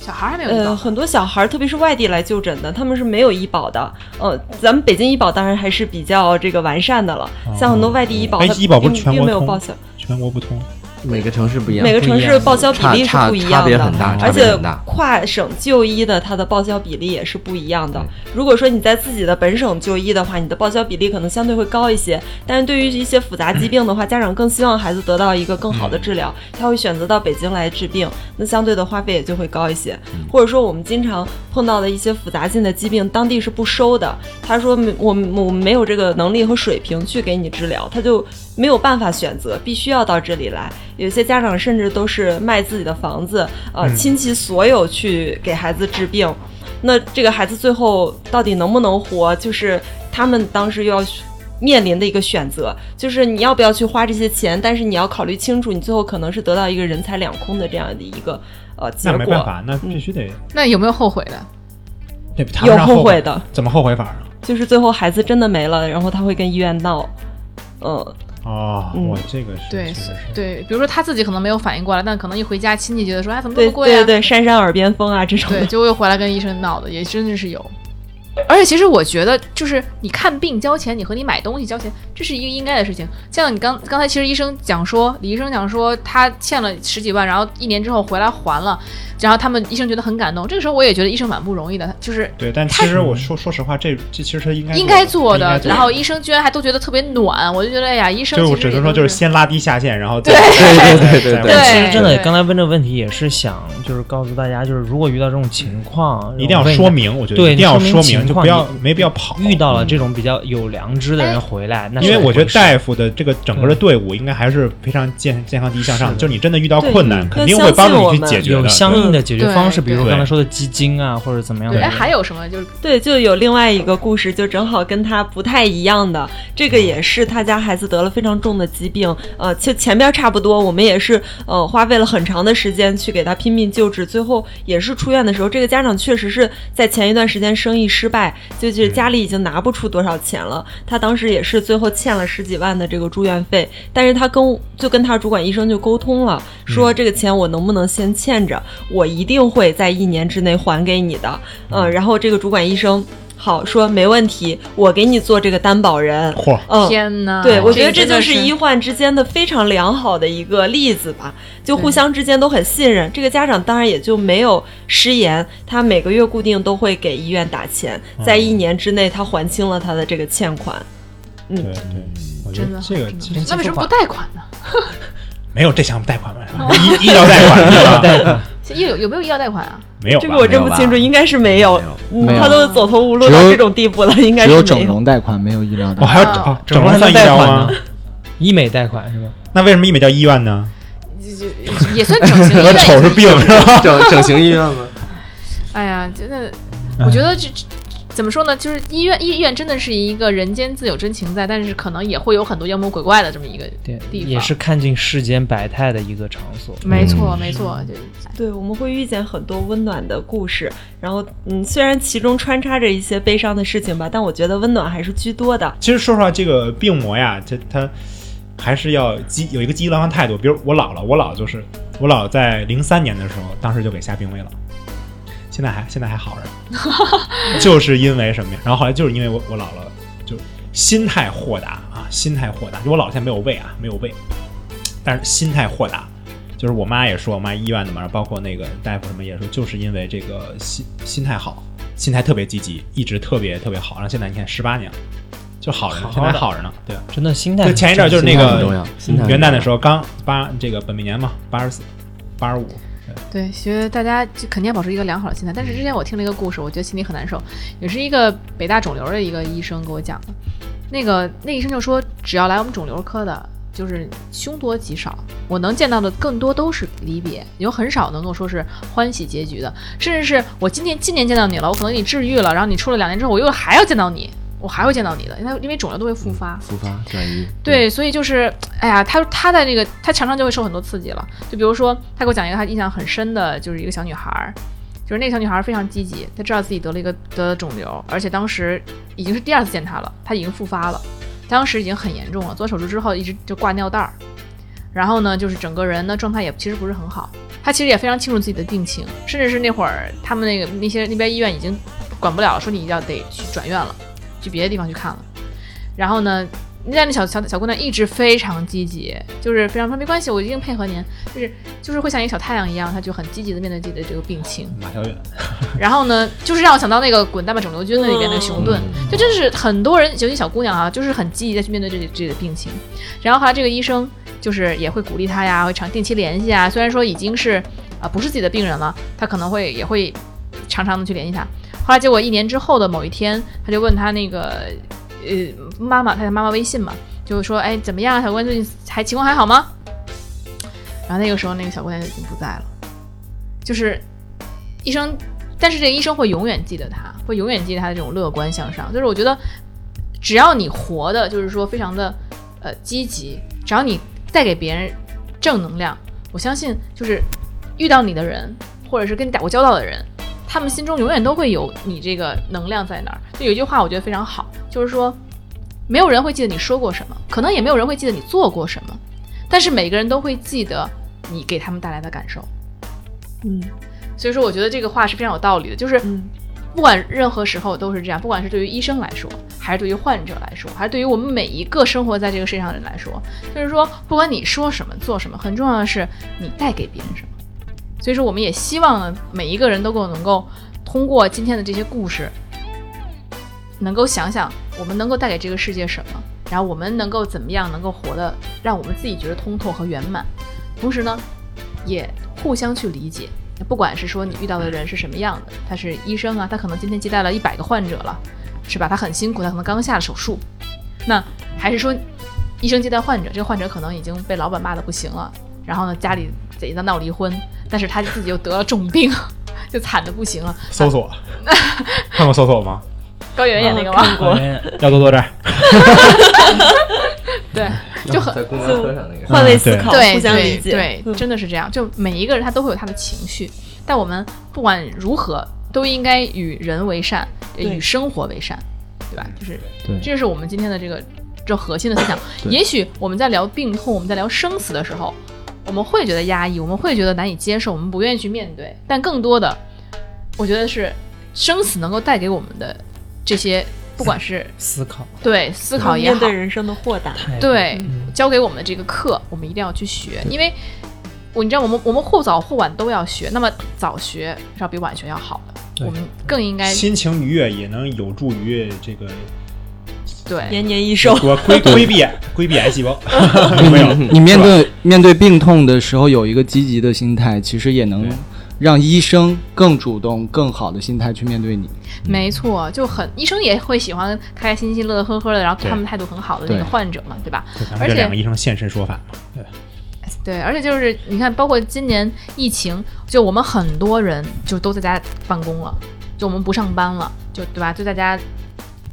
A: 小孩还没有遇
F: 呃，
A: 到，
F: 很多小孩儿，特别是外地来就诊的，他们是没有医保的。呃，咱们北京医保当然还是比较这个完善的了，像很多外地医保，
C: 哎
F: 它
C: 医保不是
F: 并
C: 全国
F: 并没有
C: 通
F: 报销。
C: 全国不通，
E: 每个城市不一样，
F: 每个城市报销比例是
E: 差
F: 不一
E: 差差
F: 样
E: 别
F: 的，
E: 很大，
F: 而
E: 差别
F: 且
E: 很大。
F: 跨省就医的它的报销比例也是不一样的
E: 嗯。
F: 如果说你在自己的本省就医的话，你的报销比例可能相对会高一些。但是对于一些复杂疾病的
E: 嗯
F: 话，家长更希望孩子得到一个更好的治疗，他会选择到北京来治病，那相对的花费也就会高一些。或者说我们经常碰到的一些复杂性的疾病，当地是不收的。他说没我们我们没有这个能力和水平去给你治疗，他就没有办法选择，必须要到这里来。有些家长甚至都是卖自己的房子，呃，倾其所有去给孩子治病。那这个孩子最后到底能不能活，就是他们当时又要面临的一个选择，就是你要不要去花这些钱，但是你要考虑清楚，你最后可能是得到一个人财两空的这样的一个呃结
C: 那
F: 果。
C: 没办法，那必须得
A: 那有没有后悔的？
C: 得他
F: 有
C: 们让
F: 后
C: 后
F: 悔，的，
C: 怎么后悔法啊？
F: 就是最后孩子真的没了，然后他会跟医院闹，嗯，
C: 哦，
F: 嗯
C: 我这个是
A: 对
C: 确实是
A: 对，比如说他自己可能没有反应过来，但可能一回家，亲戚觉得说，哎，怎么这
F: 对
A: 么贵啊？
F: 对对，扇扇耳边风啊这种的
A: 对，就又回来跟医生闹的，也真的是有。而且其实我觉得，就是你看病交钱，你和你买东西交钱，这是一个应该的事情。像你刚刚才，其实医生讲说，李医生讲说他欠了十几万，然后一年之后回来还了，然后他们医生觉得很感动。这个时候我也觉得医生蛮不容易的，就是
C: 对，但其实我说说实话，这这其实他应该
A: 应
C: 该
A: 该做的。，
C: 的他应
A: 然后医生居然还都觉得特别暖，我就觉得哎呀，医生
C: 就是我
A: 其实
C: 只
A: 也
C: 能
A: 就
C: 说就是是先拉低下限，然后对
E: 对对对
C: 对
A: 对
D: 其实真的
A: 对
D: 刚才问这个问题也是想就是告诉大家，就是如果遇到这种情况，
C: 一定要
D: 然后问
C: 说
D: 下
C: 明，我觉得
D: 对
C: 一定要
D: 你
C: 说
D: 说明
C: 明，
D: 情
C: 就
D: 况
C: 不要
D: 你
C: 没必要跑。嗯
D: 遇到了这种比较有良知的人
A: 哎
D: 回来，那是
C: 因为我觉得
D: 一回事嗯
C: 大夫的这个整个的队伍应该还是非常健健康、积极向
D: 是
C: 上。
D: 的
C: 就是你真的遇到
F: 对
C: 困难，
F: 嗯
C: 肯定会帮助你去
F: 那相信我们
C: 解决的。
D: 有相应的解决
A: 对
D: 方式，比如说
C: 对
D: 刚才说的基金啊，或者怎么样的
A: 对。。哎，还有什么就是
F: 对，就有另外一个故事，就正好跟他不太一样的。这个也是他家孩子得了非常重的疾病，呃，就前边差不多，我们也是呃花费了很长的时间去给他拼命救治，最后也是出院的时候，这个家长确实是在前一段时间生意失败，就是家里已经拿不出多少钱了，他当时也是最后欠了十几万的这个住院费，但是他跟就跟他主管医生就沟通了，说这个钱我能不能先欠着，我一定会在一年之内还给你的。嗯，然后这个主管医生好说没问题，我给你做这个担保人。
C: 嚯，
F: 嗯，
A: 天呐，
F: 对，我觉得
A: 个
F: 这
A: 真的
F: 就是医患之间的非常良好的一个例子吧，就互
A: 对
F: 相之间都很信任。这个家长当然也就没有失言，他每个月固定都会给医院打钱，
A: 嗯
F: 在一年之内他还清了他的这个欠款。
C: 对对，我觉
A: 真的
C: 得
A: 好
C: 这个
A: 真的
C: 其
A: 好
C: 实
A: 那为什么不贷款呢？
C: 没有这项目贷款吗？医医疗贷款，医疗贷款
A: 现在有有没有医药贷款啊？
C: [LAUGHS] 没有吧？
F: 这个我真不清楚，应该是没有，嗯
B: 没有
F: 他都走投无路
B: 只
F: 到
B: 有
F: 这种地步了，应该
B: 只有
F: 是
B: 整
F: 没有。
B: 容贷款，没有医疗贷
C: 我
B: 款。
C: 还要
A: 啊
C: 哦
D: 整
C: 整容
D: 容
C: 算医
D: 贷
C: 疗
D: 款
C: 吗？
D: 呢？医美贷款是吧？
C: 那为什么医美叫医院呢？
A: 也也算整
C: [LAUGHS]
A: 形医
C: 和
A: 院。
C: 丑是病是吧？
E: 整整形医院吗？
A: 哎呀，真的，
C: 哎
A: 我觉得这。这怎么说呢？就是医院，医院真的是一个人间自有真情在，但是可能也会有很多妖魔鬼怪的这么一个
D: 对，
A: 地方。
D: 也是看尽世间百态的一个场所。
C: 嗯
A: 没错，没错，就
F: 对，我们会遇见很多温暖的故事，然后嗯，虽然其中穿插着一些悲伤的事情吧，但我觉得温暖还是居多的。
C: 其实说实话，这个病魔呀，它它还是要积有一个积极乐观态度。比如我姥姥，我姥就是我姥在零三年的时候，当时就给下病危了，现在还现在还好着， [LAUGHS] 就是因为什么呀？然后后来就是因为我我姥姥就心态豁达啊，心态豁达。就我姥姥现在没有胃啊，没有胃，但是心态豁达。就是我妈也说，我妈医院的嘛，包括那个大夫什么也说，就是因为这个心心态好，心态特别积极，一直特别特别好。然后现在你看十八年了，就好着呢，现在还好着呢。对，
D: 真的心态
C: 就
D: 很正。
C: 前一阵儿就是那
E: 哎心态很重
C: 个
E: 要心态很重要
C: 元旦的时候，刚八这个本命年嘛，八十四、八十五，
A: 对，觉得大家就肯定要保持一个良好的心态。但是之前我听了一个故事，我觉得心里很难受，也是一个北大肿瘤的一个医生给我讲的。那个那医生就说，只要来我们肿瘤科的，就是凶多吉少。我能见到的更多都是离别，有很少能够说是欢喜结局的。甚至是我今天今年见到你了，我可能你治愈了，然后你出了两年之后，我又还要见到你，我还会见到你的，因为因为肿瘤都会复发。
E: 复发转移，
A: 对，所以就是，哎呀，他他在那个他常常就会受很多刺激了。就比如说，他给我讲一个他印象很深的，就是一个小女孩儿，就是那个小女孩儿非常积极，她知道自己得了一个得了肿瘤，而且当时已经是第二次见她了，她已经复发了，当时已经很严重了，做手术之后一直就挂尿袋儿，然后呢，就是整个人呢状态也其实不是很好，她其实也非常清楚自己的病情，甚至是那会儿他们那个那些那边医院已经管不了了，说你要得去转院了，去别的地方去看了。然后呢，那那小小小姑娘一直非常积极，就是非常说没关系，我一定配合您，就是就是会像一个小太阳一样，她就很积极的面对自己的这个病情。
C: 马小远，
A: 然后呢，就是让我想到那个《滚蛋吧肿瘤君》的里边那个熊顿，就真是很多人，尤其小姑娘啊，就是很积极的去面对自己自己的病情。然后后来这个医生就是也会鼓励她呀，会常定期联系啊。虽然说已经是啊、呃不是自己的病人了，她可能会也会常常的去联系她。后来结果一年之后的某一天，她就问她那个呃妈妈，她的妈妈微信嘛，就说哎怎么样啊，小关最近还情况还好吗？然后那个时候那个小姑娘就已经不在了，就是医生，但是这个医生会永远记得她，会永远记得她的这种乐观向上。就是我觉得，只要你活的，就是说非常的呃积极，只要你带给别人正能量，我相信就是遇到你的人，或者是跟你打过交道的人，他们心中永远都会有你这个能量在那儿。就有一句话我觉得非常好，就是说，没有人会记得你说过什么，可能也没有人会记得你做过什么，但是每个人都会记得你给他们带来的感受。
F: 嗯
A: 所以说，我觉得这个话是非常有道理的，就是
F: 嗯
A: 不管任何时候都是这样，不管是对于医生来说，还是对于患者来说，还是对于我们每一个生活在这个世上的人来说，就是说，不管你说什么、做什么，很重要的是你带给别人什么。所以说，我们也希望每一个人都够能够通过今天的这些故事，能够想想我们能够带给这个世界什么，然后我们能够怎么样能够活得让我们自己觉得通透和圆满。同时呢，也互相去理解。不管是说你遇到的人是什么样的，他是医生啊，他可能今天接待了一百个患者了，是吧？他很辛苦，他可能刚下了手术。那还是说，医生接待患者，这个患者可能已经被老板骂的不行了，然后呢，家里贼的闹离婚，但是他自己又得了重病， [LAUGHS] 就惨的不行了。
C: 搜索，
A: [LAUGHS]
C: 看过搜索吗？
A: 高圆圆那个吗？
C: 要多多这儿，
A: 对，就很
E: 在公交车上那个。
F: 换位思考，
A: 对，
F: 互相
A: 对
F: 理解，
A: 对，
F: 嗯
A: 真的是这样。就每一个人他都会有他的情绪，但我们不管如何都应该与人为善，呃
F: 对
A: 与生活为善，对吧？就是
E: 对
A: 这是我们今天的这个这核心的思想。
E: 对
A: 也许我们在聊病痛，我们在聊生死的时候，我们会觉得压抑，我们会觉得难以接受，我们不愿意去面对。但更多的，我觉得是生死能够带给我们的这些，不管是
D: 思考，
A: 对思考也
F: 面
A: 好
F: 对，人生的豁达，
A: 对，
D: 嗯
A: 教给我们的这个课，我们一定要去学，因为我你知道，我们我们或早或晚都要学，那么早学是要比晚学要好的，
D: 对
A: 我们更应该
C: 心情愉悦也能有助于这个
A: 对
F: 延年益寿。
C: 我
A: [LAUGHS]
C: 规规避规避癌细胞，没有
A: 嗯
E: 嗯
B: 你面对面对病痛的时候，有一个积极的心态，其实也能
C: 对
B: 让医生更主动、更好的心态去面对你。
A: 没错，就很医生也会喜欢开开心心、乐乐呵呵的，然后
C: 对
A: 他们态度很好的那个
B: 对
A: 患者嘛，对吧？
C: 咱们这两个医生现身说法嘛，对，
A: 对，而且就是你看，包括今年疫情，就我们很多人就都在家办公了，就我们不上班了，就对吧？就在家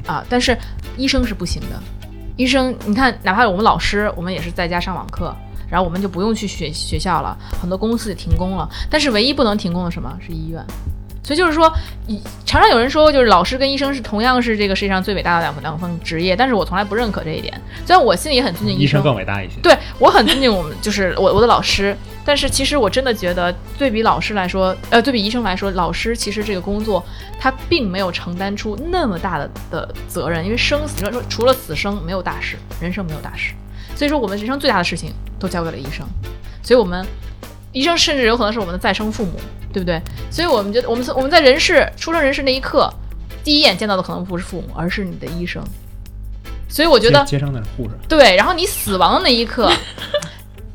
A: 啊，但是医生是不行的。医生，你看，哪怕我们老师，我们也是在家上网课，然后我们就不用去学学校了，很多公司也停工了。但是唯一不能停工的是什么是医院。所以就是说，以常常有人说，就是老师跟医生是同样是这个世界上最伟大的两两份职业，但是我从来不认可这一点。虽然我心里也很尊敬
C: 医生更伟大一些。
A: 对嗯我很尊敬我们，就是我我的老师，但是其实我真的觉得，对比老师来说，呃，对比医生来说，老师其实这个工作他并没有承担出那么大的的责任，因为生死说除了死生没有大事，人生没有大事，所以说我们人生最大的事情都交给了医生，所以我们医生甚至有可能是我们的再生父母，对不对？所以我们觉得我们我们在人世出生人世那一刻，第一眼见到的可能不是父母，而是你的医生。所以我觉得
C: 接生的是护士，
A: 对，然后你死亡的那一
F: [LAUGHS]
A: 刻，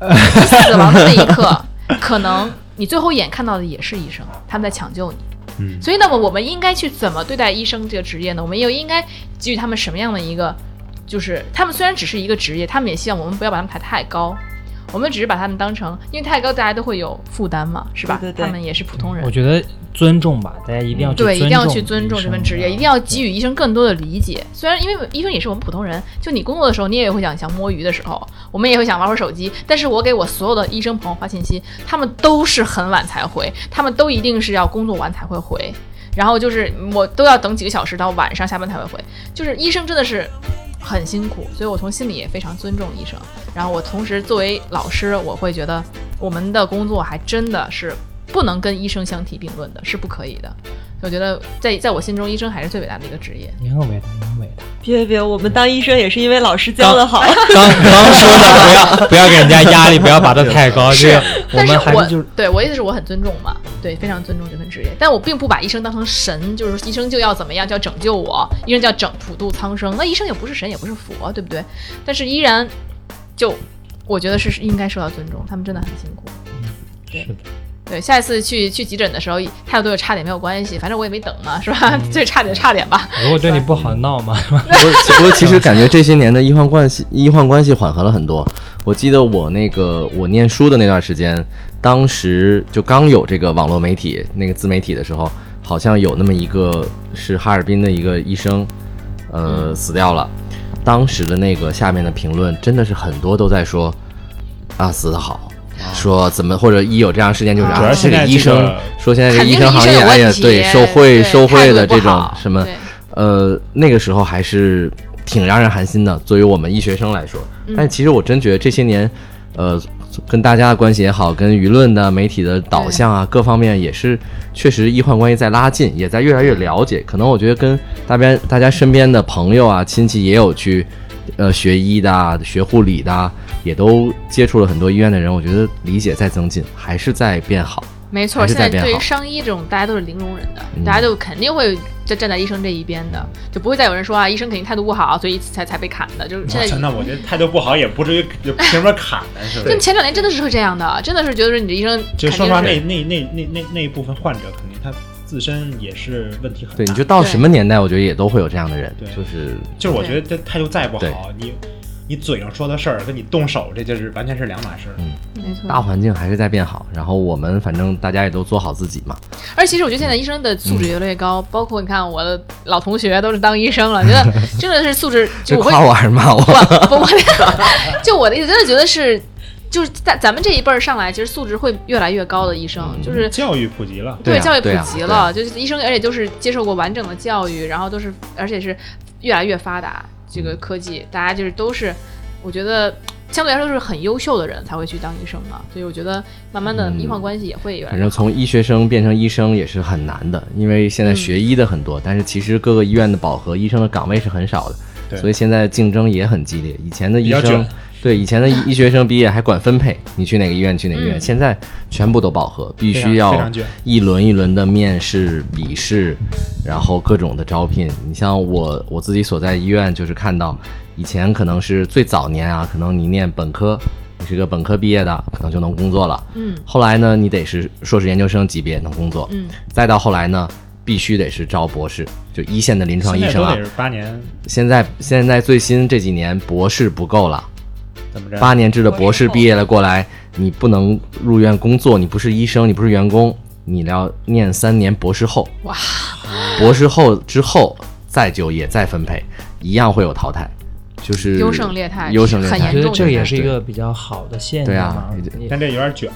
A: 你死亡的那一刻，可能你最后一眼看到的也是医生，他们在抢救你。
C: 嗯，
A: 所以，那么我们应该去怎么对待医生这个职业呢？我们又应该给予他们什么样的一个？就是他们虽然只是一个职业，他们也希望我们不要把他们抬太高，我们只是把他们当成，因为太高大家都会有负担嘛，是吧？
F: 对对对
A: 他们也是普通人
D: 我。觉得尊重吧，大家一定要去
A: 嗯对，一定要去
D: 尊
A: 尊重这份职业，一定
D: 要
A: 要给予医生更多的理解。虽然因为医生也是我们普通人，就你工作的时候，你也会想想摸鱼的时候，我们也会想玩会儿手机。但是我给我所有的医生朋友发信息，他们都是很晚才回，他们都一定是要工作完才会回。然后就是我都要等几个小时，到晚上下班才会回。就是医生真的是很辛苦，所以我从心里也非常尊重医生。然后我同时作为老师，我会觉得我们的工作还真的是不能跟医生相提并论的，是不可以的。我觉得在在我心中，医生还是最伟大的一个职业。
D: 你很伟大，你很伟大。
F: 别别，我们当医生也是因为老师教的好。
D: 刚刚说的不要不要给人家压力，不要拔得太
E: 啊
D: 高，这个我
A: 但是
D: 们还
A: 我
D: 是就是
A: 对我意思是我很尊重嘛，对，非常尊重这份职业，但我并不把医生当成神，就是说医生就要怎么样，就要拯救我，医生就要拯普度苍生。那医生也不是神，也不是佛，对不对？但是依然就我觉得是是应该受到尊重，他们真的很辛苦。
E: 嗯
A: 对
D: 是的
A: 对，下一次去去急诊的时候，态度对我差点没有关系，反正我也没等嘛，是吧？
E: 嗯
A: [LAUGHS] 最差点差点吧。
D: 如果对你不好闹嘛，
E: 不过，不过其实感觉这些年的医患关系，医患关系缓和了很多。我记得我那个我念书的那段时间，当时就刚有这个网络媒体那个自媒体的时候，好像有那么一个是哈尔滨的一个医生，呃，死掉了。当时的那个下面的评论真的是很多都在说，啊，死得好。说怎么或者一有这样的事件就是
A: 啊主
E: 啊，
A: 要
E: 这
A: 现
C: 在
E: 个医
C: 这
E: 生
C: 个
E: 说现在这
A: 肯
E: 医
A: 定
E: 生行业
A: 有
E: 哎
A: 问
E: 呀
A: 题，
E: 对受贿
A: 对
E: 受
A: 态
E: 贿
A: 度
E: 的
A: 不
E: 这种
A: 好
E: 什么
A: 对
E: 呃，那个时候还是挺让人寒心的，作为我们医学生来说。但其实我真觉得这些年，呃，跟大家的关系也好，跟舆论的、媒体的导向啊，各方面也是确实医患关系在拉近，也在越来越了解。可能我觉得跟大边大家身边的朋友啊、亲戚也有去，呃，学医的、啊、学护理的、啊，也都接触了很多医院的人。我觉得理解在增进，还是在变好。
A: 没错，
E: 还是
A: 现
E: 在
A: 在
E: 变
A: 对于
E: 好
A: 伤医这种，大家都是零容忍的，
E: 嗯
A: 大家都肯定会站站在医生这一边的，就不会再有人说啊，医生肯定态度不好，所以才才被砍的。就是现在，
C: 那我觉得态度不好也不至于也凭什么砍呢？是吧？
A: 就前两年真的是会这样的，真的是觉得你的医生肯
C: 就
A: 定
C: 说实话，那
A: 是
C: 那那那那那一部分患者肯定他自身也是问题很大。
E: 对，你就到
A: 对
E: 什么年代，我觉得也都会有这样的人
C: 对，
E: 就是
C: 就是我觉得这态度再不好，你你嘴上说的事儿跟你动手这就是完全是两码事儿。
A: 没错。
E: 大环境还是在变好，然后我们反正大家也都做好自己嘛。
A: 而其实我觉得现在医生的素质越来越高，包括你看我的老同学都是当医生了，觉
E: [LAUGHS]
A: 得真的是素质，就
E: 就
A: 我会
E: 夸我还是骂我？
A: 我不我的， [LAUGHS] 就我的意思，真的觉得是。就是在咱们这一辈儿上来，其实素质会越来越高的医
E: 嗯
A: 生，就是
C: 教育普及了，
E: 对啊
A: 教育普
E: 对啊
A: 及
E: 对啊
A: 了，就是医生，而且都是接受过完整的教育，然后都是，而且是越来越发达，这
E: 嗯
A: 个科技，大家就是都是，我觉得相对来说是很优秀的人才会去当医生嘛，所以我觉得慢慢的
E: 嗯
A: 医患关系也会越来
E: 反
A: 越
E: 正从医学生变成医生也是很难的，因为现
A: 嗯
E: 在学医的很多，但是其实各个医院的饱和，医生的岗位是很少
C: 对
E: 的，所以现在竞争也很激烈。以前的医
C: 比较
E: 生
C: 卷，
E: 对以
A: [LAUGHS]
E: 前的医医学生毕业还管分配，你去哪个医院去哪个医院，
A: 嗯
E: 现在全部都饱和，必须
C: 非
E: 要
C: 常卷
E: 一轮一轮的面试、笔试，然后各种的招聘。你像我我自己所在医院，就是看到以前可能是最早年啊，可能你念本科，你是个本科毕业的，可能就能工作了。
A: 嗯
E: 后来呢，你得是硕士研究生级别能工作，
A: 嗯，
E: 再到后来呢，必须得是招博士，就一线的临床
C: 现
E: 医
C: 在
E: 生
C: 都
E: 啊
C: 得。是八年，
E: 现在现在最新这几年博士不够了，
C: 怎么着？
E: 八年制的博士毕业了过来，你不能入院工作，你不是医生，你不是员工，你要念三年博士后。
A: 哇，
E: 博士后之后再就业再分配，一样会有淘汰，就是
A: 优胜劣汰
E: 优胜劣
A: 很
E: 汰
A: 严
D: 觉
A: 重的
D: 得这也是一个比较好的现象嘛。
E: 对啊
C: 但这有点卷，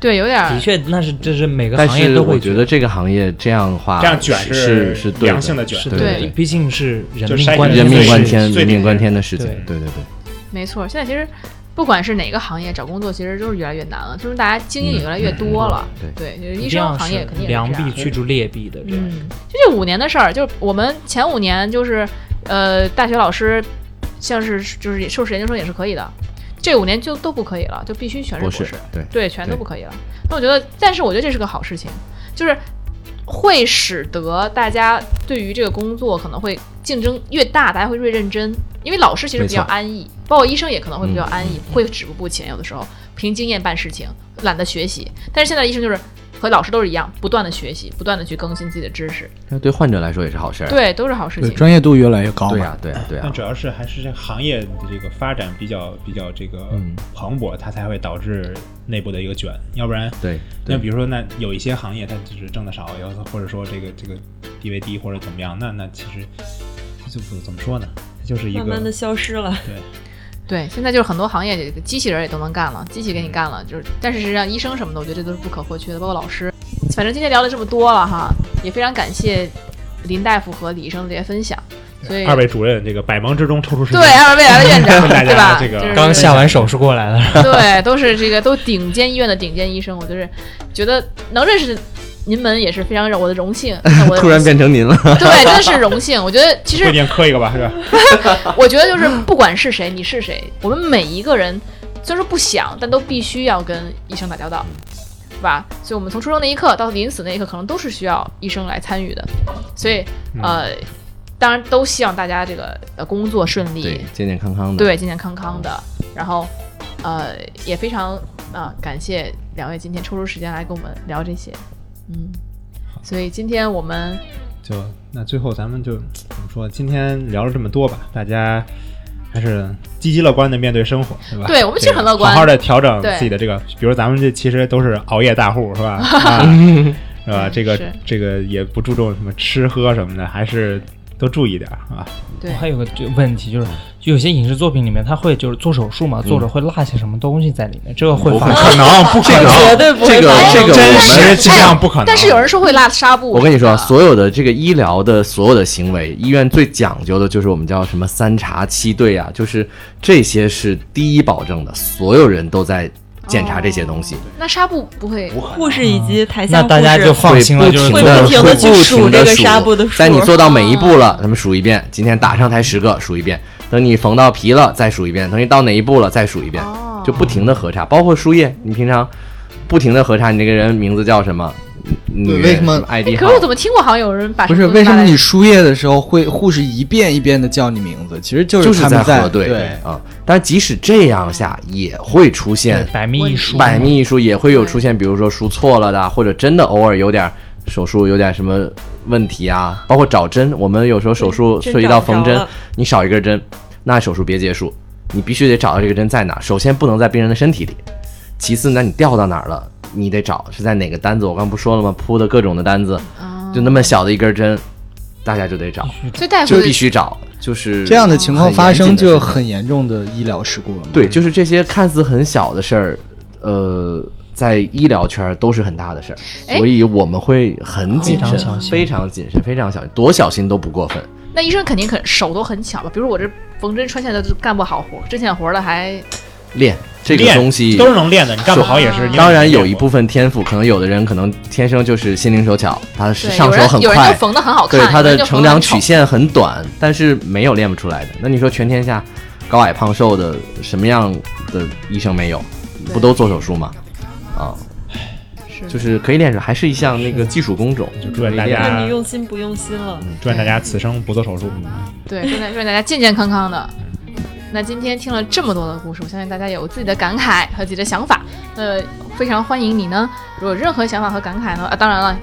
A: 对，有点儿
D: 的确，那是这是每个
E: 但
D: 行业
E: 是
D: 都会
E: 我觉得这个行业这样的话，
C: 这样卷
E: 是是是对
C: 良性的卷。
D: 是
E: 对
D: 的
E: 对
D: 毕竟是人
C: 就是
D: 命
C: 筛
D: 关
C: 选
E: 人命关
C: 对
E: 天，
C: 对
E: 人命关天的事情
D: 对，
E: 对对对，
A: 没错，现在其实不管是哪个行业，找工作其实都是越来越难了，就是大家精英也越来越多了。
E: 嗯
A: 对就是医
D: 一
A: 生
D: 样
A: 行业
D: 是
A: 肯定也是这样
D: 良币驱逐劣币的这样。
A: 嗯，就这五年的事儿，就是我们前五年就是呃，大学老师像是就是硕士研究生也是可以的，这五年就都不可以了，就必须全是博
E: 博士
A: 士，
E: 对。
A: 对，全都
E: 对
A: 不可以了。那我觉得，但是我觉得这是个好事情，就是会使得大家对于这个工作可能会竞争越大，大家会越认真，因为老师其实
E: 没
A: 比较
E: 错
A: 安逸，包括医生也可能会比较
E: 嗯
A: 安逸，会止步不前，有的时候凭经验办事情，懒得学习。但是现在的医生就是。和老师都是一样，不断的学习，不断的去更新自己的知识，
E: 那对患者来说也是好事儿。
A: 对，都是好事
B: 对，
A: 情。
B: 专业度越来越高嘛。
E: 对呀、对呀、对啊呀、
C: 但主要是还是这行业的这个发展比较比较这个
E: 嗯
C: 蓬勃，它才会导致内部的一个卷，要不然
E: 对
C: 那
E: 对
C: 比如说，那有一些行业它就是挣的少，要是或者说这个这个地位低或者怎么样，那那其实就不怎么说呢，它就是一个
F: 慢慢的消失了。
A: 对，现在就是很多行业里机器人也都能干了，机器给你干了，就是但是实际上医生什么的，我觉得这都是不可或缺的，包括老师。反正今天聊了这么多了哈，也非常感谢林大夫和李医生的这些分享。所以
C: 二位主任这个百忙之中抽出时间，
A: 对
F: 啊
A: 二位未
C: [LAUGHS]
A: 来的院长
C: 跟大家
A: 对吧？
C: 这个
A: 就是
D: 刚下完手术过来了，
A: 对，都是这个都顶尖医院的顶尖医生，我就是觉得能认识您们也是非常让我的荣幸。那
C: [LAUGHS]
A: 我的
E: 突然变成您了，
A: 对，真是荣幸。我觉得其实
C: 不一定磕一个吧，是吧？
A: [LAUGHS] 我觉得就是不管是谁，你是谁，我们每一个人虽然说不想，但都必须要跟医生打交道，对吧？所以我们从出生那一刻到临死那一刻，可能都是需要医生来参与的。所以
E: 嗯
A: 呃，当然都希望大家这个呃工作顺
E: 对
A: 利，，
E: 健健康康的，
A: 对，健健康康的。然后呃，也非常啊、感谢两位今天抽出时间来跟我们聊这些，嗯。所以今天我们
C: 就那最后咱们就怎么说？今天聊了这么多吧，大家还是积极乐观的面对生活，是吧？
A: 对我们其实很乐观
C: 这个好好的调整
A: 对
C: 自己的这个，比如咱们这其实都是熬夜大户，
A: [LAUGHS]
C: 是吧？啊、是吧？
A: 嗯
C: 这个
A: 是
C: 这个也不注重什么吃喝什么的，还是都注意点儿啊。
A: 对
D: 我还有个就问题就是，就有些影视作品里面他会就是做手术嘛，作者会落下什么东西在里面，这个会
E: 不
D: 发
E: 会
D: 生。
C: 可能不可能，
F: 绝对不会
E: 这个
F: 发
E: 这个
C: 真
E: 我们
C: 实这样不可能。
A: 哎但是有人说会拉啊纱布，
E: 我跟你说，啊所有的这个医疗的所有的行为，医院最讲究的就是我们叫什么三查七对啊，就是这些是第一保证的，所有人都在检查这些东西，
A: 那纱布不会
F: 护士以及台下
D: 那
F: 护士，
D: 大家就放
E: 会
D: 心
E: 不
D: 了，就是
E: 停
F: 会
E: 的
F: 不停地去数
E: 这
F: 这个纱布的数啊
E: 在你做到每一步了，咱们数一遍，今天打上台十个数一遍，等你缝到皮了再数一遍，等你到哪一步了再数一遍，
A: 哦
E: 就不停的核查，包括输液，你平常不停的核查你这个人名字叫什么，女
B: 为什么
E: 人 ID
A: 哎可
E: 号
A: 是我怎么听过好像有人把
B: 不是
A: 什么
B: 为什么
A: 东西
B: 你输液的时候会护士一遍一遍的叫你名字？其实就
E: 就是是
B: 他们
E: 核
B: 对
E: 对啊，但即使这样下也会出现
D: 百密一疏嘛。
E: 百密一疏也会有出现，比如说输错了的，啊或者真的偶尔有点手术有点什么问题啊，包括找针，我们有时候手术
F: 对
E: 涉及到
F: 针找
E: 缝
F: 不着
E: 针
F: 了，
E: 你少一根针，那手术别结束，你必须得找到这个针在哪儿。首先不能在病人的身体里，其次呢，你掉到哪儿了，你得找是在哪个单子。我刚不说了吗？铺的各种的单子，
F: 嗯
A: 啊
E: 就那么小的一根针，大家就得找，
A: 所以大夫
E: 就必须找，就是
B: 这样的情况发生
E: 很严谨的
B: 就
E: 事情
B: 很严重的医疗事故了嘛。
E: 对，就是这些看似很小的事儿，呃，在医疗圈儿都是很大的事儿，
A: 哎
E: 所以我们会很谨
D: 非常
E: 慎，
D: 小心
E: 非常谨慎，非常小心，多小心都不过分。
A: 那医生肯定肯手都很巧吧？比如我这缝针穿线的就干不好活，针线活的还
E: 练这个
C: 练
E: 东西
C: 都是能练的，你干不好也是因为你没练过。
E: 当然有一部分天赋，可能有的人可能天生就是心灵手巧，他
A: 对，
E: 上
A: 有
E: 手
A: 人
E: 很
A: 有人就
E: 快，
A: 缝的很好看，
E: 对他
A: 有
E: 的
A: 人就
E: 成
A: 缝得
E: 长
A: 很
E: 曲
A: 丑
E: 线很短，但是没有练不出来的。那你说全天下高矮胖瘦的什么样的医生没有？不
A: 对
E: 都做手术吗？啊，
A: 是
E: 就是可以练出来，还是一项那个技术工种，就
C: 祝愿大
F: 看
C: 家
F: 你用心不用心了。
C: 祝愿大家此生不做手术。
A: 对，祝愿祝愿大家健健康康的。那今天听了这么多的故事，我相信大家有自己的感慨和自己的想法，呃，非常欢迎你呢。如果有任何想法和感慨呢，啊，当然了，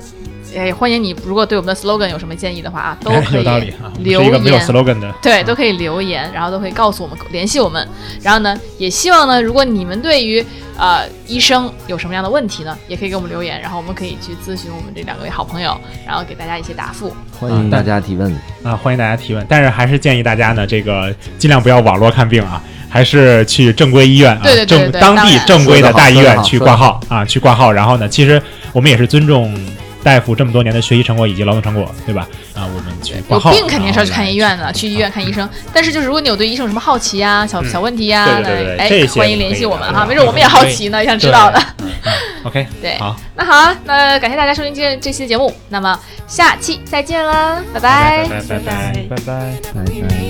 A: 也欢迎你，如果对我们的 slogan 有什么建议的话啊，都
C: 哎
A: 可
C: [LAUGHS] 有
A: 以
C: 道理啊，我们
A: 留
C: 是一个没有
A: 言。
C: slogan 的。
A: 对，都可以留言，然后都可以告诉我们，联系我们。然后呢，也希望呢，如果你们对于呃医生有什么样的问题呢，也可以给我们留言，然后我们可以去咨询我们这两位好朋友，然后给大家一些答复。
C: 嗯
B: 欢迎
E: 大家提问。
C: 啊，欢迎大家提问，但是还是建议大家呢，这个尽量不要网络看病啊，还是去正规医院啊，
A: 对对对
C: 正
A: 对
C: 当
A: 当
C: 地
A: 然
C: 正规的大医
E: 说得
C: 院
E: 好
C: 去
E: 说
C: 挂
E: 得
C: 号啊，去挂号。然后呢，其实我们也是尊重大夫这么多年的学习成果以及劳动成果，对吧？啊，我们去挂
A: 有
C: 号，
A: 病肯定是要去
C: 然后
A: 看
C: 来
A: 医院的，去医院看医生。但是就是如果你有对医生有什么好奇呀、小
C: 嗯
A: 小问题呀、
C: 对对对对
A: 哎
C: 这，些
A: 欢迎
C: 我
A: 联
C: 可以
A: 系我们
C: 聊
A: 哈，
C: 聊
A: 没准我们也好奇呢，想知道的。
C: OK，
A: 对
C: 好，
A: 那好啊，那感谢大家收听今天这期的节目，那么下期再见啦，拜
C: 拜拜拜拜。
D: 拜拜。
E: 拜拜。